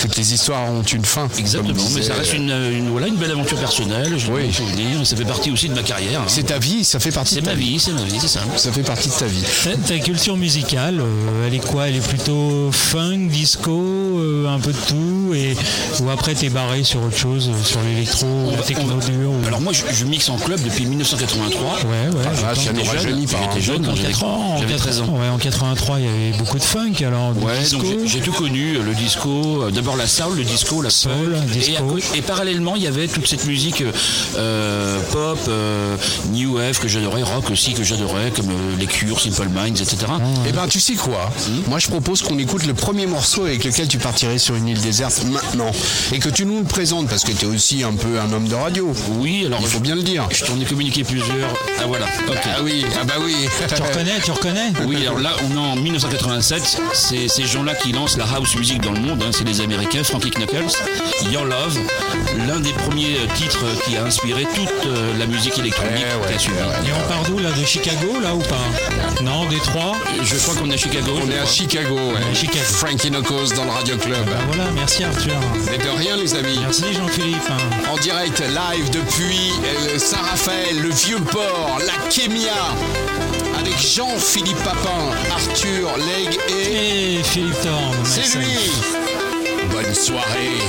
Toutes les histoires ont une fin. Exactement, comme mais ça disait- reste une, euh, une- voilà, une belle aventure personnelle. J'ai Oui. oui. souvenirs. et Ça fait partie aussi de ma carrière. hein. C'est ta vie, ça fait partie C'est de ta ma vie, c'est ma vie, c'est ça. Ça fait partie de ta vie. Ta, ta culture musicale, euh, elle est quoi Elle est plutôt funk, disco, euh, un peu de tout, et ou après t'es barré sur autre chose, euh, sur l'électro, ou la va- techno on va- dure. ou- Alors moi, je, je mixe en club depuis 1983. Ouais, ouais. Ah, Quand ça nous j'étais jeune, rajeunit pas. hein. j'étais jeune, En quand j'avais 80, en j'avais 80, 13 ans. ouais, en 83, il y avait beaucoup de funk, alors du Ouais, disco. donc j'ai- j'ai tout connu, euh, le disco, euh, d'abord la, la soul, le disco, la Soul, punk. disco. Et, à co- et parallèlement, il y avait toute cette musique euh, pop, euh, new wave que j'adorais, rock aussi que j'adorais, comme euh, les Cures, Simple Minds, etc. Ah. Eh ben, tu sais quoi Hmm Moi, je propose qu'on écoute le premier morceau avec lequel tu partirais sur une île déserte maintenant. Et que tu nous le présentes, parce que tu es aussi un peu un homme de radio. Oui, alors Il faut bien le dire. je t'en ai communiqué plusieurs. Ah voilà, ok. Ah oui, ah bah oui. Tu reconnais, tu reconnais Oui, alors là, on est en 1987. C'est ces gens-là qui lancent la house music dans le monde. hein. C'est les Américains, Frankie Knuckles, Your Love, l'un des premiers euh, titres qui a inspiré toute euh, la musique électronique Eh ouais, qui a suivi. Et on part d'où là De Chicago là ou pas Non, Détroit Je crois qu'on est à Chicago. On je est à crois. Chicago, ouais. Chicago. Frankie Knuckles dans le Radio Club. Ben voilà, merci Arthur. Mais de rien, les amis. Merci Jean-Philippe. hein. En direct, live depuis euh, Saint-Raphaël, le Vieux-Port, la Kémia, avec Jean-Philippe Papin, Arthur Leg et. Et Philippe Thorne. C'est Nelson. lui Bonne soirée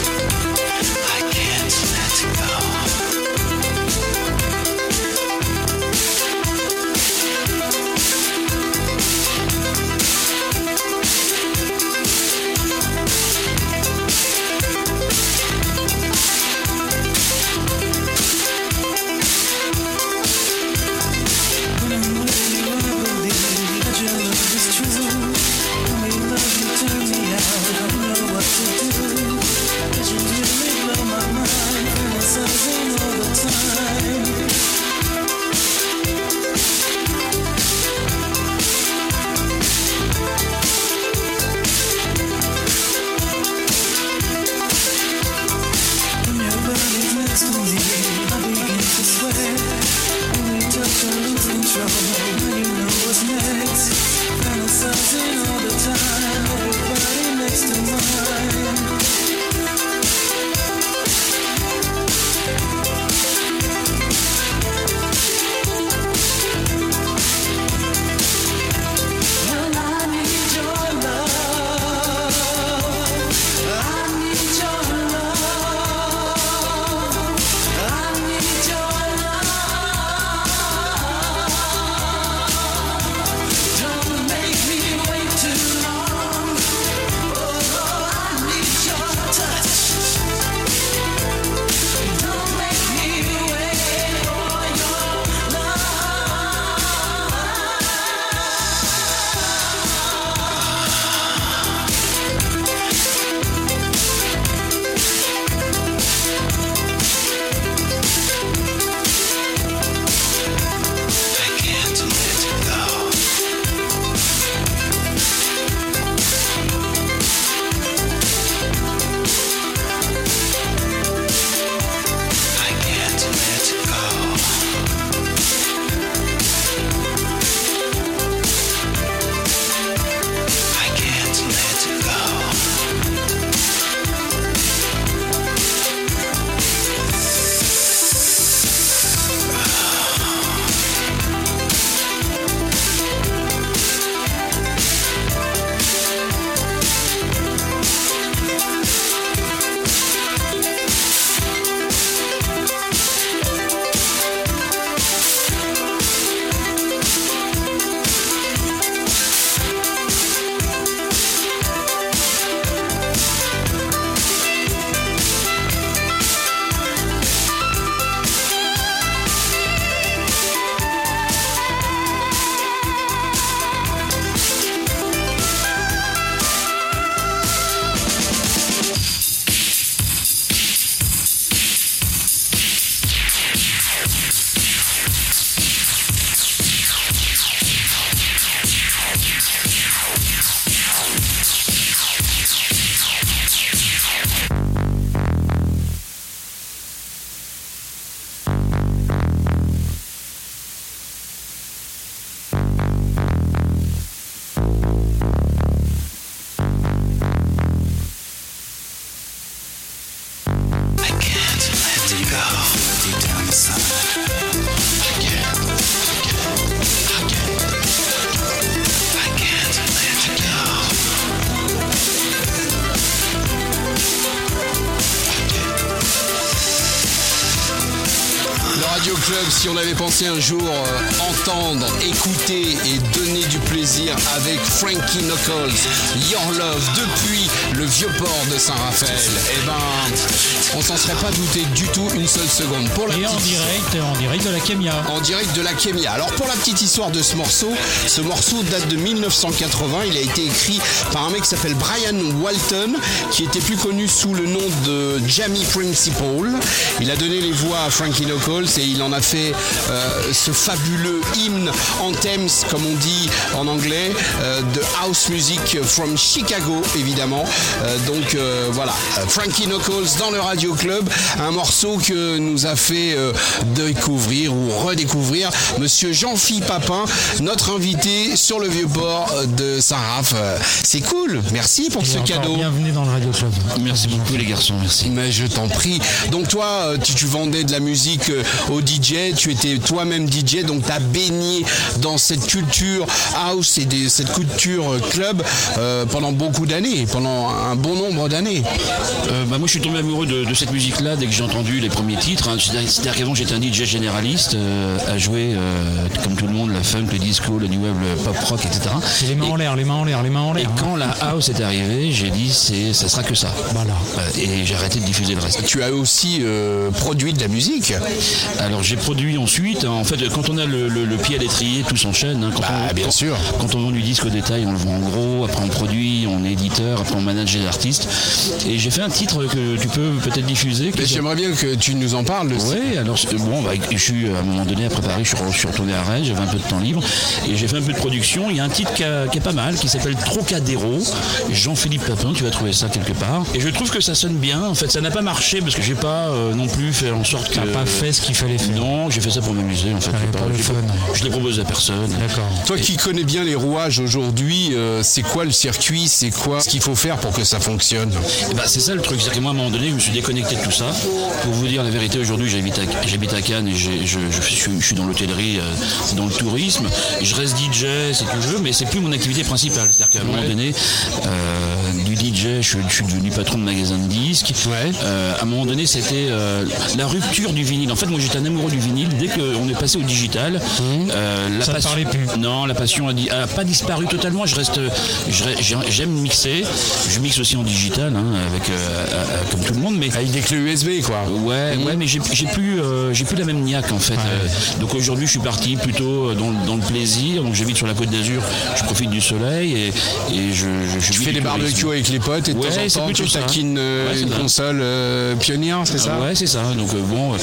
I can't let go. When I'm not in love, I believe that your love is true. When we love, you turn me out. I don't know what to do. But you really blow my mind, fantasizing all the time. When your body's next to me, I begin to sweat. Only touch, I lose control. Now you know what's next. Fantasizing all the time. Everybody next to mine. Well, I need your love. I need your love. I need your love. Don't make me wait too Oh, Club, si on avait pensé un jour euh, entendre, écouter et donner du plaisir avec Frankie Knuckles, Your Love, depuis le vieux port de Saint-Raphaël, eh ben, on s'en serait pas douté du tout une seule seconde. Pour la Et en petite- direct, en direct de la Kemia. en direct de la Kémia. Alors pour la petite histoire de ce morceau, ce morceau date de 1980. Il a été écrit par un mec qui s'appelle Brian Walton, qui était plus connu sous le nom de Jamie Principal. Il a donné les voix à Frankie Knuckles et il en a fait euh, ce fabuleux hymne en Thames, comme on dit en anglais, euh, de house music from Chicago, évidemment. Euh, donc euh, voilà, Frankie Knuckles dans le Radio Club, un morceau que nous a fait euh, découvrir ou redécouvrir Monsieur Jean-Philippe Papin, notre invité sur le vieux port euh, de Saint-Raph. Euh, C'est cool, merci pour Et ce encore cadeau. Bienvenue dans le Radio Club. Merci beaucoup les garçons, merci. Mais je t'en prie. Donc toi, euh, tu, tu vendais de la musique euh, au DJ, tu étais toi-même DJ, donc t'as baigné dans cette culture house et des- cette culture euh, club euh, pendant beaucoup d'années, pendant un bon nombre d'années. Euh, bah, moi je suis tombé amoureux de, de cette musique là dès que j'ai entendu les premiers titres. hein. C'est-à-dire c'est-à-dire qu'avant j'étais un DJ généraliste euh, à jouer euh, comme tout le monde la funk, le disco, le new wave, le pop rock, etc. Et les mains en l'air, les mains en l'air, les mains en Et l'air. quand la house est arrivée, j'ai dit c'est ça sera que ça. Voilà. Euh, Et j'ai arrêté de diffuser le reste. Tu as aussi euh, produit de la musique. Alors j'ai produit ensuite. hein, En fait, quand on a le, le- le pied à l'étrier, tout s'enchaîne. hein. Quand Bah, on, bien quand- sûr. Quand on vend du disque au détail, on le vend en gros. Après, on produit, on est éditeur, après on manage les artistes. Et j'ai fait un titre que tu peux peut-être diffuser. qui Mais est- J'aimerais bien que tu nous en parles. de ça. Oui, alors c'est- bon, bah, je suis à un moment donné à préparer, je suis, re- je suis retourné à Rennes, j'avais un peu de temps libre et j'ai fait un peu de production. Il y a un titre qui, a- qui est pas mal, qui s'appelle Trocadéro, Jean-Philippe Papin, tu vas trouver ça quelque part. Et je trouve que ça sonne bien, en fait, ça n'a pas marché parce que j'ai pas euh, non plus fait en sorte que. T'as pas fait ce qu'il fallait faire. Non, j'ai fait ça pour m'amuser en fait. Ouais, J'ai pour le j'ai fun. je l'ai proposé à personne. D'accord. Toi qui connais bien les rouages aujourd'hui, euh, c'est quoi le circuit C'est quoi ce qu'il faut faire pour que ça fonctionne Et bah, c'est ça le truc, c'est que moi à un moment donné je me suis déconnecté de tout ça. Pour vous dire la vérité, aujourd'hui j'habite à, j'habite à Cannes et j'ai- je, je suis, je suis dans l'hôtellerie, euh, dans le tourisme. Je reste DJ, c'est tout je veux, mais c'est plus mon activité principale. C'est-à-dire qu'à un moment donné, euh, du DJ, je, je suis devenu patron de magasin de disques. Euh, à un moment donné c'était euh, la rupture du vinyle. En fait moi j'étais un amoureux du vinyle. Dès qu'on est passé au digital, euh, la Mmh. Ça te passion- parlait plus. non, la passion a, di- a pas disparu totalement. Je reste, je re- j'ai- j'aime mixer. Je mixe aussi en digital, hein, avec euh, à- à- comme tout le monde, mais. Avec des clés USB, quoi. Mm. Ouais, ouais, mais j'ai j'ai plus, euh, j'ai plus la même niaque en fait. Euh, donc aujourd'hui, je suis parti plutôt euh, dans, le- dans le plaisir. Donc j'habite sur la Côte d'Azur, je profite du soleil et, et je, je, je Tu vis fais du tourisme. des barbecues avec les potes et de Ouais, c'est temps en temps plutôt tu ça, hein. taquines euh, Ouais, c'est une ça. console euh, pionnière, c'est ça Ouais, c'est ça. Donc euh, bon, euh,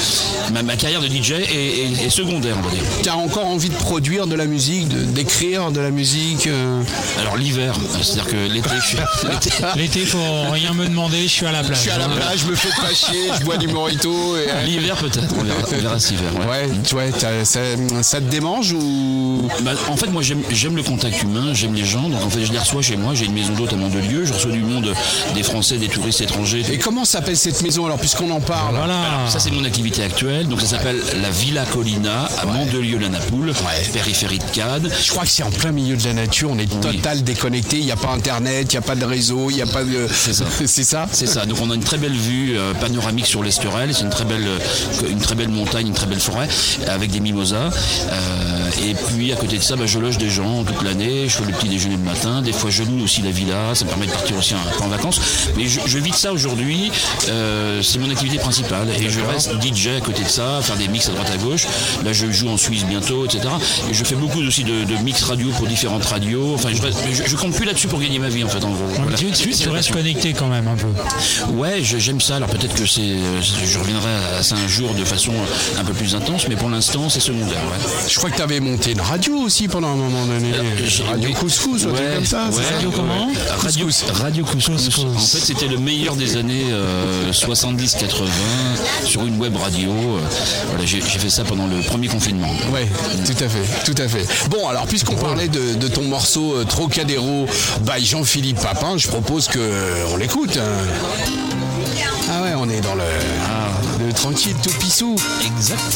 ma, ma carrière de DJ est, est- est secondaire, on va dire. Tu as encore envie de produire de la musique, de- d'écrire de la musique euh, Alors l'hiver, c'est-à-dire que l'été, je suis- l'été- L'été, faut rien me demander, je suis à la plage. Je suis à la Hein. plage, je me fais pas chier, je bois du morito. Et, euh, l'hiver peut-être. On verra, on verra cet hiver. ouais. ouais, tu vois, t'as- ça, Euh, ça te démange ou Bah, en fait, moi, j'aime j'aime le contact humain, j'aime les gens. Donc, en fait, je les reçois chez moi. J'ai une maison d'hôte à Mandelieu. Je reçois du monde, des Français, des touristes étrangers. Et comment s'appelle cette maison alors, puisqu'on en parle Voilà. Alors, ça, c'est mon activité actuelle. Donc, ça s'appelle la Villa Colina à Mandelieu-la-Napoule, périphérie de Cannes. Je crois que c'est en plein milieu de la nature, on est total déconnecté, il n'y a pas internet, il n'y a pas de réseau, il n'y a pas de. C'est ça. c'est ça C'est ça. Donc on a une très belle vue euh, panoramique sur l'Estorel. C'est une très belle, euh, une très belle montagne, une très belle forêt avec des mimosas. Euh, et puis à côté de ça, bah, je loge des gens toute l'année. Je fais le petit déjeuner le matin. Des fois, je loue aussi la villa. Ça me permet de partir aussi un peu en vacances. Mais je, je vis de ça aujourd'hui. Euh, c'est mon activité principale. Et je reste DJ à côté de ça, faire des mix à droite à gauche. Là, je joue en Suisse bientôt, etc. Et je fais beaucoup aussi de, de mix radio pour différentes radios. Enfin, je, reste- je, je compte plus là-dessus pour gagner ma vie en fait, en gros. Donc, Voilà. tu, tu- C'est tu la restes passion. connecté quand même un peu. Ouais, je- j'aime ça. Alors peut-être que c'est, euh, je reviendrai à ça un jour de façon un peu plus intense, mais pour l'instant c'est secondaire. Ouais. Je crois que tu avais monté une radio aussi pendant un moment donné. j'ai- radio oui. couscous, ou un truc Ouais, comme ça. c'est ouais, ça ouais. comment Radio Radio Couscous. En fait, c'était le meilleur des années euh, 70-80 sur une web radio. Euh, Voilà, j'ai j'ai fait ça pendant le premier confinement. Ouais, tout à fait, tout à fait. Bon, alors puisqu'on parlait de, de ton morceau euh, Trocadéro by Jean-Philippe Papin, je propose que euh, on l'écoute. hein. Ah ouais, on est dans le, le tranquille tout pissou. Ah. Exact.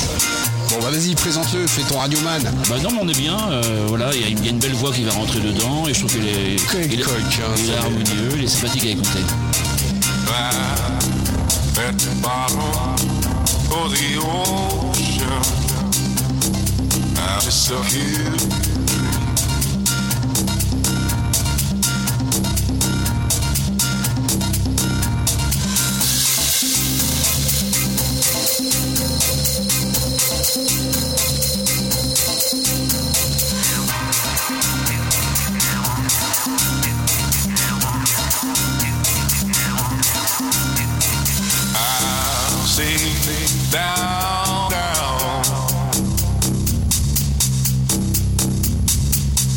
Bon bah vas-y, présente-le, fais ton radioman. Bah non, mais on est bien. euh, voilà, il y a- il y a une belle voix qui va rentrer dedans et je trouve qu'il est, Quel il est- coq, hein, il est c'est- harmonieux, il est sympathique à écouter. back at the bottom of the ocean. I'll be stuck here. I'll see down, down.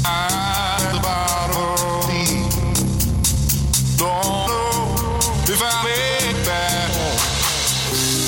At the bottom of the sea. Don't know if I make that home.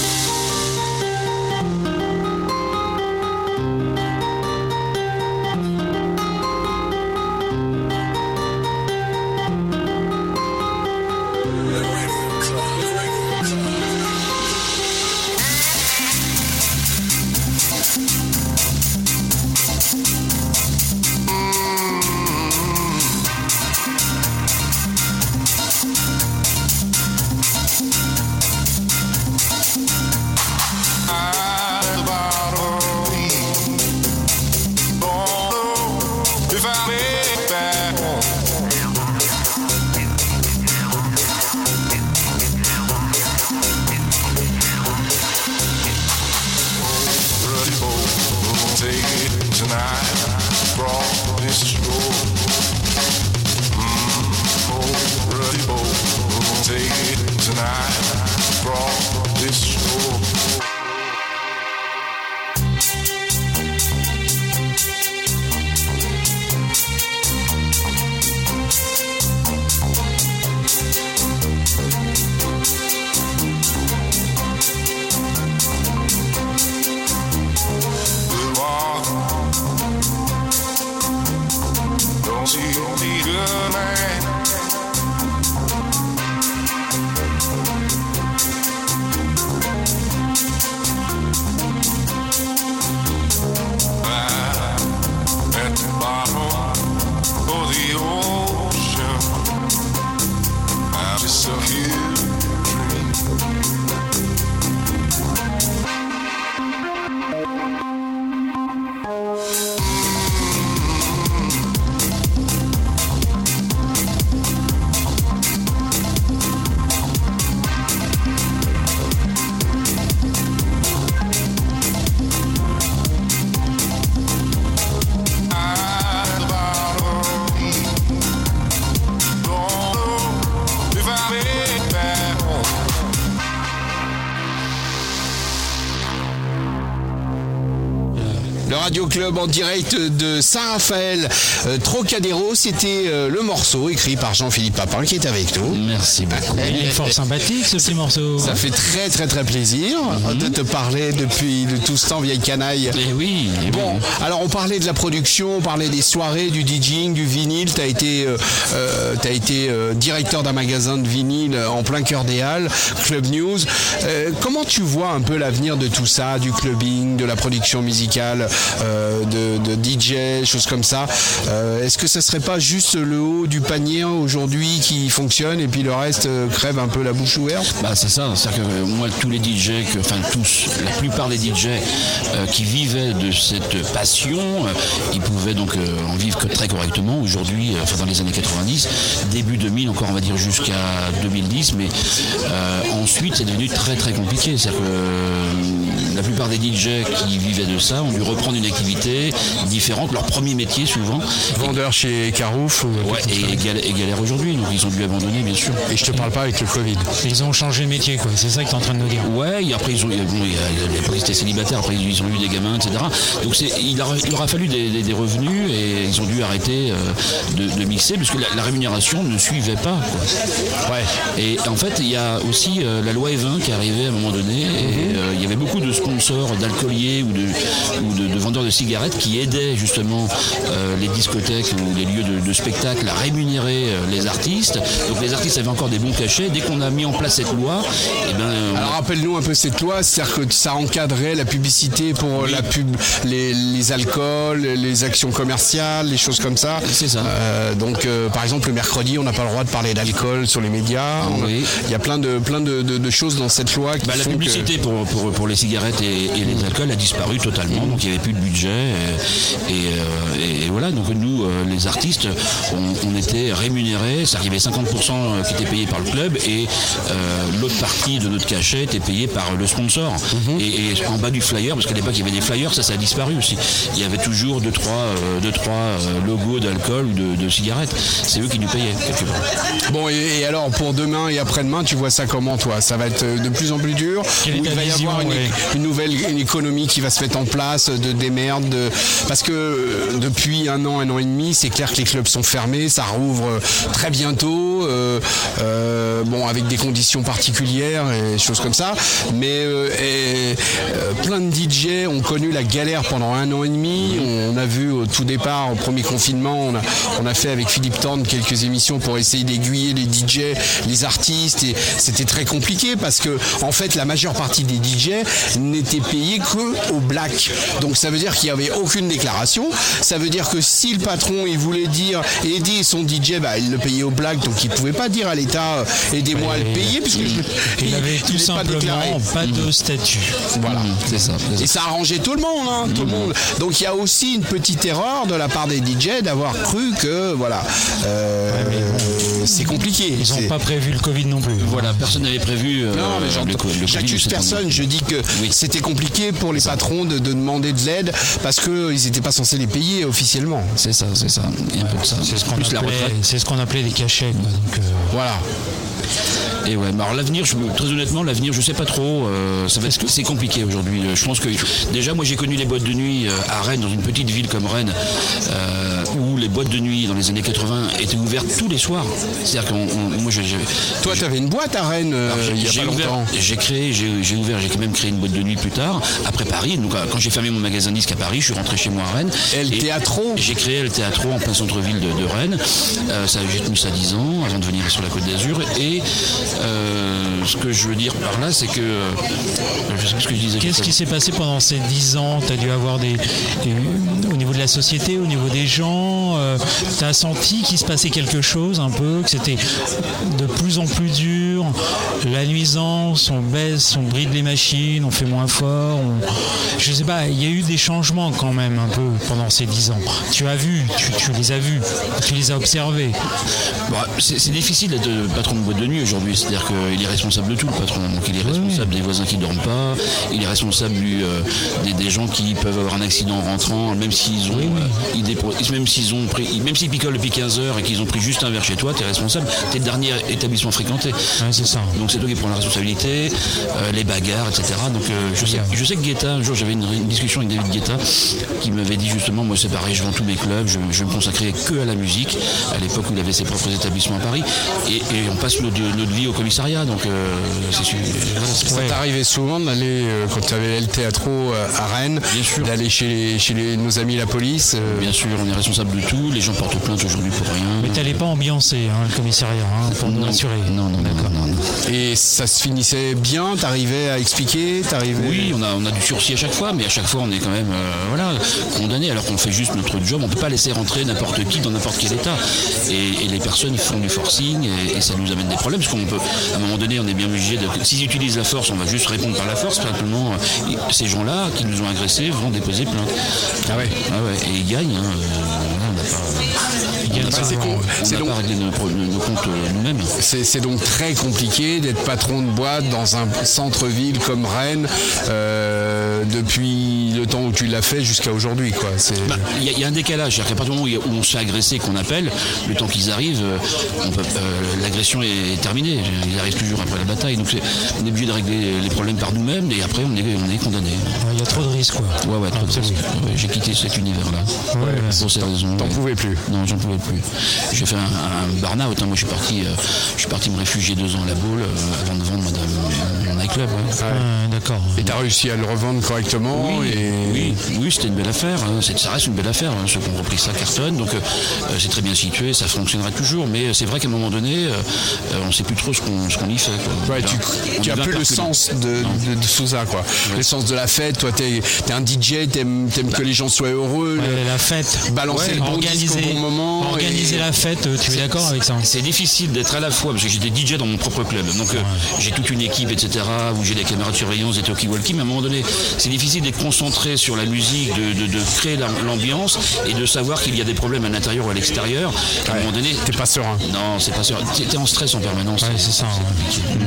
Tonight, brought this show. Don't see the good man. Ah, At the bottom of the ocean, I'm just a human. Le Radio Club en direct de Saint-Raphaël, euh, Trocadéro, c'était euh, le morceau écrit par Jean-Philippe Papin qui est avec nous. Ah, Merci beaucoup. Il est fort sympathique ce petit morceau. Ça fait très très très plaisir de te parler depuis de tout ce temps, vieille canaille. Et oui, eh Bon, oui. alors on parlait de la production, on parlait des soirées, du DJing, du vinyle. T'as été, euh, euh, t'as été euh, directeur d'un magasin de vinyle en plein cœur des Halles, Club News. Euh, comment tu vois un peu l'avenir de tout ça, du clubbing, de la production musicale, euh, de, de DJ, choses comme ça Euh, Est-ce que ça serait pas juste le haut du panier aujourd'hui qui fonctionne et puis le reste euh, crève un peu la bouche ouverte Bah c'est ça, c'est-à-dire que euh, moi tous les DJ, que, enfin tous, la plupart des DJ euh, qui vivaient de cette passion, euh, ils pouvaient donc euh, en vivre que très correctement. Aujourd'hui, euh, enfin dans les années 90, début 2000 encore on va dire jusqu'à 2010, mais euh, ensuite c'est devenu très très compliqué. C'est-à-dire que euh, la plupart des DJ qui vivaient de ça ont dû reprendre une activité différente, leur premier métier souvent, Vendeur chez Carouf ouais, et, et gal- et galère aujourd'hui, donc ils ont dû abandonner bien sûr. Et je te parle pas avec le Covid. Ils ont changé de métier, quoi. C'est ça que tu es en train de nous dire. Ouais, et après ils ont, bon, il y a- il y a- ils étaient célibataires, après ils ont eu des gamins, etc. Donc c'est, il, a- il leur a fallu des, des- des revenus et ils ont dû arrêter euh, de, de mixer parce que la, la rémunération ne suivait pas. Quoi. Et en fait, il y a aussi euh, la loi E20 qui est arrivée à un moment donné. Et, euh, il y avait beaucoup de sponsors d'alcooliers ou, de, ou de, de vendeurs de cigarettes qui aidaient justement euh, les discothèques ou les lieux de, de spectacle à rémunérer euh, les artistes. Donc les artistes avaient encore des bons cachets. Dès qu'on a mis en place cette loi, eh ben, on a Alors rappelle-nous un peu cette loi, c'est-à-dire que ça encadrait la publicité pour la pub, les, les alcools, les actions commerciales, les choses comme ça. C'est ça. Euh, donc euh, par exemple le mercredi, on n'a pas le droit de parler d'alcool sur les médias. On- Oui. Il y a plein de plein de, de- de choses dans cette loi qui Bah, la font que- publicité pour, pour, pour les cigarettes et, et les alcools a disparu totalement, donc il n'y avait plus de budget. Et, et, euh, et voilà, donc nous, euh, les artistes, on, on était rémunérés, c'est-à-dire qu'il y avait 50% euh, qui étaient payés par le club et euh, l'autre partie de notre cachet était payée par le sponsor. et, et en bas du flyer, parce qu'à l'époque il y avait des flyers, ça, ça a disparu aussi. Il y avait toujours deux, trois, euh, deux, trois euh, logos d'alcool ou de, de cigarettes. C'est eux qui nous payaient, quelque part. Bon, et, et alors pour demain et après-demain, tu vois ça comment toi Ça va être euh, de plus en plus dur Quelle est ou il ta va y vision, avoir une, ouais. une nouvelle une économie qui va se mettre en place, de des merdes de- Parce que euh, depuis un an, un an et demi, c'est clair que les clubs sont fermés, ça rouvre euh, très bientôt, euh, euh, bon, avec des conditions particulières et des choses comme ça. Mais euh, et, euh, plein de DJ ont connu la galère pendant un an et demi. On a vu au tout départ, au premier confinement, on a, on a fait avec Philippe Thorne quelques émissions pour essayer d'aiguiller les DJ, les artistes. Et c'était très compliqué parce que, en fait, la majeure partie des DJ n'étaient payés que au black. Donc ça veut dire qu'il n'y avait aucune déclaration. Ça veut dire que si le patron, il voulait dire aider son DJ, bah, il le payait au black. Donc il ne pouvait pas dire à l'État euh, aidez-moi à le payer puisque je- Il avait il tout est pas déclaré. simplement pas, de statut. Voilà. C'est ça. c'est ça. Et ça arrangeait tout le monde, hein, tout le monde. Donc il y a aussi une petite erreur de la part des DJ d'avoir cru que voilà, euh, euh, c'est compliqué. Ils C'est- n'ont pas prévu le Covid non plus. Voilà, personne n'avait prévu. euh, Non, mais j'entends- le co- le Covid, j'accuse c'est tombé. personne. Je dis que Oui. c'était compliqué pour les patrons de, de demander de l'aide parce qu'ils n'étaient pas censés les payer officiellement. C'est ça, c'est ça. Il y a un peu de ça. C'est ce qu'on Plus la retraite. appelait, c'est ce qu'on appelait des cachets. quoi. Donc, euh, Voilà. Et ouais, mais alors l'avenir, je- très honnêtement, l'avenir, je sais pas trop. euh, ça va être- c'est compliqué aujourd'hui. Euh, Je pense que déjà, moi, j'ai connu les boîtes de nuit euh, à Rennes, dans une petite ville comme Rennes, euh, où les boîtes de nuit dans les années 80 étaient ouvertes tous les soirs. C'est-à-dire que moi, j'ai- j'ai- Toi, tu avais une boîte à Rennes euh, j'ai- il n'y a j'ai pas ouvert- longtemps. J'ai créé, j'ai j'ai ouvert, j'ai quand même créé une boîte de nuit plus tard, après Paris. Donc, euh, quand j'ai fermé mon magasin disque à Paris, je suis rentré chez moi à Rennes. El Et- Teatro. j'ai créé le Théâtre en plein centre-ville de, de Rennes. Euh, ça, j'ai tenu ça 10 ans avant de venir sur la Côte d'Azur. Et euh, ce que je veux dire par là, c'est que. euh, je sais plus ce que je disais. Qu'est-ce qui s'est passé pendant ces dix ans Tu as dû avoir des, des- Au niveau de la société, au niveau des gens, tu as senti qu'il se passait quelque chose un peu, que c'était de plus en plus dur. La nuisance, on baisse, on bride les machines, on fait moins fort. on- Je sais pas, il y a eu des changements quand même un peu pendant ces dix ans. Tu as vu, tu, tu les as vus, tu les as observés. Bon, c'est c'est difficile d'être euh, patron de boîte de nuit aujourd'hui, c'est-à-dire qu'il est responsable de tout, le patron. Donc il est responsable des voisins qui dorment pas, il est responsable du, euh, des, des gens qui peuvent avoir un accident en rentrant, même s'ils ont, euh, ils dépo- même s'ils ont pris, même s'ils picolent depuis 15 heures et qu'ils ont pris juste un verre chez toi, tu es responsable. T'es le dernier établissement fréquenté. Ouais, c'est ça. Donc c'est toi qui prends la responsabilité, euh, les bagarres, etc. Donc euh, je, sais, je sais que Guetta, un jour j'avais une, une discussion avec David Guetta qui m'avait dit justement, moi c'est pareil, je vends tous mes clubs, je, je me consacrais que à la musique, à l'époque où il avait ses propres établissements à Paris, et, et on passe notre, notre vie au commissariat, donc euh, c'est sûr. voilà, c'est- Ça t'arrivait souvent d'aller, euh, quand tu avais le théâtre euh, à Rennes, Bien sûr. d'aller chez, les- chez les- nos amis la police euh, Bien sûr, on est responsable de tout, les gens portent plainte aujourd'hui pour Mais rien. t'allais pas ambiancer hein, le commissariat hein, pour nous Non, rassurer. non, non, d'accord. Non, non. et ça se finissait bien, t'arrivais à expliquer, t'arrivais... Oui, on a, on a du sursis à chaque fois, mais à chaque fois on est quand même euh, voilà, condamné alors qu'on fait juste notre job. On ne peut pas laisser rentrer n'importe qui dans n'importe quel état. Et, et les personnes font du forcing et, et ça nous amène des problèmes parce qu'on peut, à un moment donné, on est bien obligé de. S'ils utilisent la force, on va juste répondre par la force. Simplement, euh, ils- ces gens-là qui nous ont agressés vont déposer plainte. Ah ouais, Et ils gagnent. hein, euh, on n'a pas- Il y a on n'a pas- ça, Bah, c'est con- on c'est n'a long. pas réglé nos, pro- nos comptes euh, nous-mêmes. C'est c'est donc très compliqué d'être patron de boîte dans un centre-ville comme Rennes euh, depuis le temps où tu l'as fait jusqu'à aujourd'hui. quoi. C'est- Bah, Il y, a- il y a un décalage, c'est-à-dire qu'à partir du moment où il y a- où on se fait agresser, qu'on appelle, le temps qu'ils arrivent, euh, on peut- euh, l'agression est terminée. Ils arrivent toujours après la bataille, donc c'est- on est obligé de régler les problèmes par nous-mêmes et après on est, on est condamné. Ouais, Il y a trop de risques quoi. Ouais, ouais, trop de Absolument. risques. Ouais, J'ai quitté cet univers-là. Ouais, ouais. Pour ces raisons. T'en ouais. pouvais plus. Non, j'en pouvais plus. J'ai fait un, un burn-out. hein. Moi, je suis parti, euh, je suis parti me réfugier deux ans à la boule euh, avant de vendre euh, mon, mon nightclub. ouais. Ouais, D'accord. Et t'as réussi à le revendre correctement Oui, et oui, oui, c'était une belle affaire. hein. C'est- Ça reste une belle affaire. hein. Ceux qui ont repris ça cartonne, donc euh, euh, c'est très bien situé, ça fonctionnera toujours. Mais c'est vrai qu'à un moment donné, euh, euh, on ne sait plus trop ce qu'on ce qu'on y fait. quoi. Ouais, tu, On tu as devient plus le perculant. sens de, de, de tout ça, quoi. Le sens Bah. de la fête, toi, t'es es un DJ, t'aimes t'aimes que les gens soient heureux, le- Ouais, la fête. balancer Ouais, le bon bon disque organiser, au bon moment. et- organiser la fête, euh, tu es d'accord avec ça C'est difficile d'être à la fois, parce que j'étais DJ dans mon propre club, donc euh, j'ai toute une équipe, etc., où j'ai des caméras de surveillance, des talkie-walkie, mais à un moment donné, c'est difficile d'être concentré sur la musique, de, de- de créer la- l'ambiance et de savoir qu'il y a des problèmes à l'intérieur ou à l'extérieur. À un moment donné, T'es pas serein. non, c'est pas sûr. T'es t'es en stress en permanence. Ouais, c'est ça. ouais.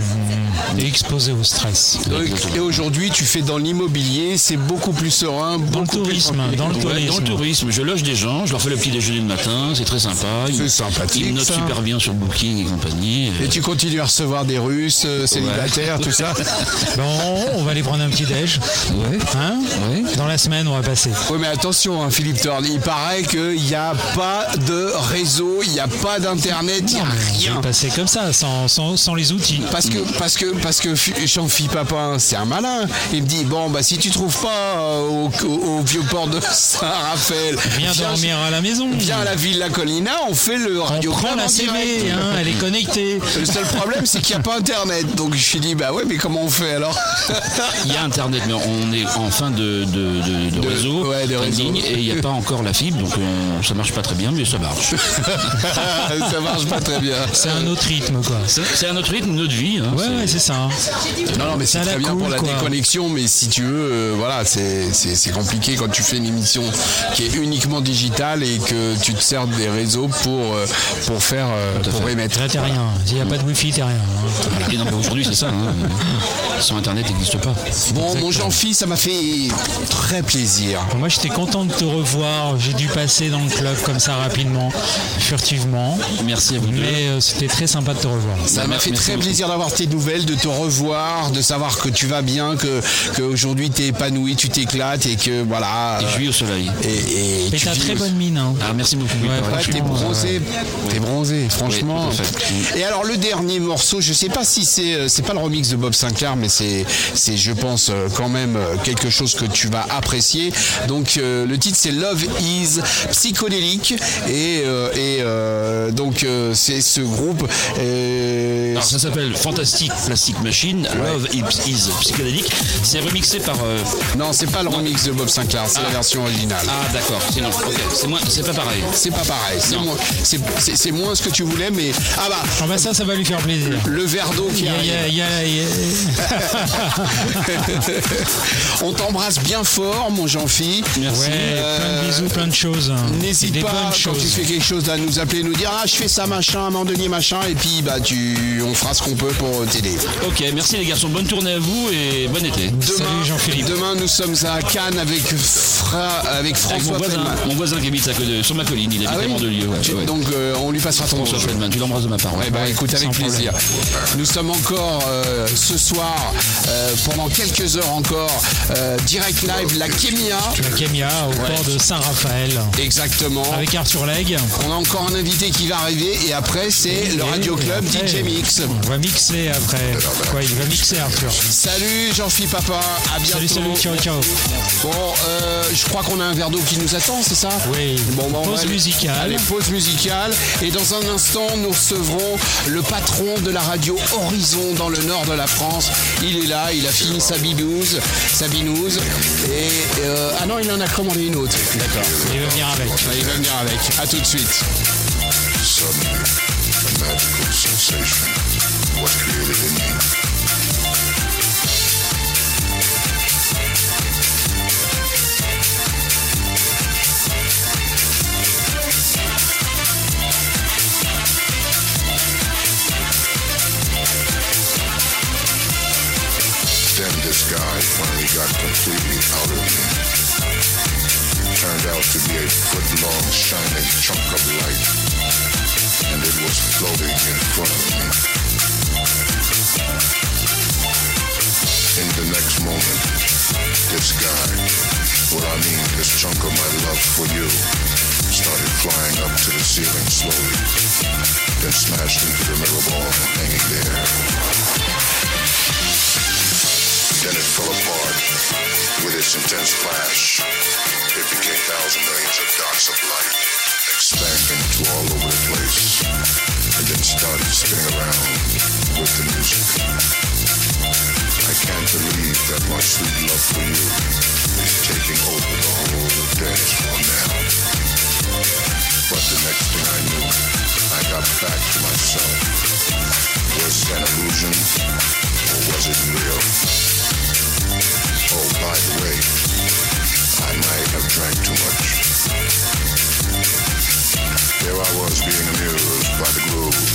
Et exposé au stress. Donc, et aujourd'hui, tu fais dans l'immobilier, c'est beaucoup plus Dans serein, le beaucoup plus tourisme, tranquille. dans le Ouais, dans tourisme. le tourisme, je loge des gens, je leur fais le petit déjeuner le matin, c'est très sympa. Ils- C'est sympathique, Ils me notent ça. super bien sur Booking et compagnie. euh, Et tu continues à recevoir des Russes, euh, célibataires, tout ça. Bon, on va aller prendre un petit déj. Ouais. Hein Ouais. Dans la semaine, on va passer. Oui, mais attention, hein, Philippe Thorne, il paraît qu'il n'y a pas de réseau, il n'y a pas d'internet, il n'y a On rien. va passer comme ça, sans, sans, sans les outils. Parce que, parce que, parce que F- Jean-Philippe Papin, c'est un malin. Il me dit bon, bah si tu trouves pas euh, au, au- au vieux port de Saint-Raphaël, Viens dormir à la maison. viens à la Villa Colina, on fait le On radio prend club la en direct. CB, hein, elle est connectée. Le seul problème, c'est qu'il n'y a pas internet. Donc je lui dis bah ouais, mais comment on fait alors Il y a Internet, mais on est en fin de, de- de- de De- réseau, ouais, de en réseau. ligne, et il n'y a pas encore la fibre, donc on- ça marche pas très bien, mais ça marche. Ça marche pas très bien. C'est un autre rythme, quoi. C'est c'est un autre rythme, notre vie. hein. Ouais, C'est- ouais, c'est ça. Non, non, mais Ça la c'est très bien coule, pour la quoi. déconnexion, mais si tu veux, euh, voilà, c'est- c'est c'est compliqué quand tu fais une émission qui est uniquement digitale et que tu te sers des réseaux pour, euh, pour faire, euh, pour émettre. Là, t'es rien. S'il n'y a pas de wifi, t'es rien. hein. Et non, mais aujourd'hui, c'est ça. hein. Sans Internet, il n'existe pas. Bon, mon Jean-Philippe, ça m'a fait hein. très plaisir. Bon, Moi, j'étais content de te revoir. J'ai dû passer dans le club comme ça rapidement, furtivement. Merci à vous deux. Mais euh, c'était très sympa de te revoir. Ça m'a fait merci très beaucoup. plaisir d'avoir tes nouvelles, de te revoir, de savoir que tu vas bien, que, que aujourd'hui t'es épanoui, tu t'éclates et que voilà. Et euh, je vis au soleil. Et, et Et tu t'as vis très aussi. bonne mine. hein. Ah, merci beaucoup. Ouais, Paul. Ouais, franchement, t'es bronzé, t'es bronzé, franchement. Oui, tout à fait. Et alors le dernier morceau, je sais pas si c'est euh, c'est pas le remix de Bob Sinclair, mais c'est c'est je pense euh, quand même euh, quelque chose que tu vas apprécier. Donc euh, le titre c'est Love Is psychodélique et euh, et euh, donc euh, c'est ce groupe. euh, Alors ça s'appelle Fantastic Plastic Machine, Love Is- Is Psychedelic. C'est remixé par. euh, non, c'est pas le remix de Bob Sinclair, c'est la version originale. Ah d'accord, c'est non. ok, C'est moins- c'est pas pareil. C'est pas pareil, c'est Non. moins, c'est- c'est- c'est moins ce que tu voulais, mais ah bah Ah bah ça, ça va lui faire plaisir. le verre d'eau qui Il y a- arrive. il y a- il y a- il y a- On t'embrasse bien fort, mon Jean-Phi. Euh, Ouais, plein de bisous, plein de choses. hein. Des N'hésite bonnes pas quand tu choses. fais quelque chose à nous appeler, nous dire ah je fais ça machin, mandelier machin, et puis bah tu on fera ce qu'on peut pour t'aider. Ok, merci les garçons. Bonne tournée à vous et bon été. Demain, Salut Jean-Philippe. demain nous sommes à Cannes avec Fra- avec Avec mon François voisin, Feldman. mon voisin qui habite à côté- sur ma colline, il habite Ah à oui Mandelieu. ouais, Tu- ouais. Donc euh, on lui passera ton François bonjour. Feldman, tu l'embrasses de ma part. ouais. Eh ben, écoute, avec Sans plaisir. Nous sommes encore euh, ce soir, euh, pendant quelques heures encore, euh, direct live, la Kémia. La Camia au port de Saint-Raphaël. Exactement. Avec Arthur Leg. On a encore un invité qui va arriver et après c'est le Et- Radio et Club après, DJ Mix. On va mixer après. Ouais, il va mixer Arthur. Salut Jean-Philippe Papa, à bientôt. Salut, salut, ciao, ciao. Bon, euh, je crois qu'on a un verre d'eau qui nous attend, c'est ça Oui. Bon, bah, on va Pause aller- musicale. Allez, pause musicale. Et dans un instant, nous recevrons le patron de la radio Horizon dans le nord de la France. Il est là, il a fini sa bibouze, sa binouze. Et euh, ah non, il en a commandé une autre. D'accord. Il va venir avec. Il va venir avec. À tout de suite. suddenly a magical sensation was created in you. Then this guy finally got completely out of me. Turned out to be a foot-long shining chunk of light and it was floating in front of me. In the next moment, this guy, what I mean, this chunk of my love for you, started flying up to the ceiling slowly, then smashed into the mirror ball hanging there. Then it fell apart with its intense flash. It became thousand millions of dots of light, expanding to all over the place, and then started spinning around with the music. I can't believe that my sweet love for you is taking over the whole dance floor now. But the next thing I knew, I got back to myself. Was that illusion or was it real? Oh, by the way, I might have drank too much. There I was being amused by the grooves,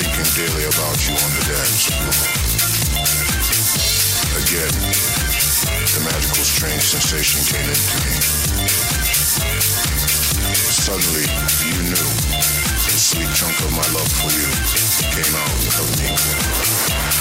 thinking daily about you on the dance floor. Again, the magical strange sensation came into me. Suddenly, you knew the sweet chunk of my love for you came out of me.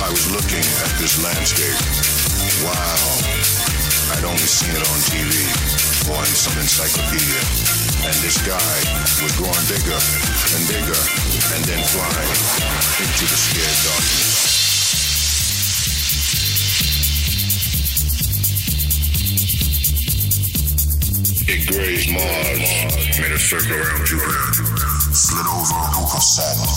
I was looking at this landscape. Wow. I'd only seen it on TV or in some encyclopedia. And this guy was growing bigger and bigger and then flying into the scared darkness. It grazed Mars, made a circle around Jupiter, slid over a hoop of Saturn.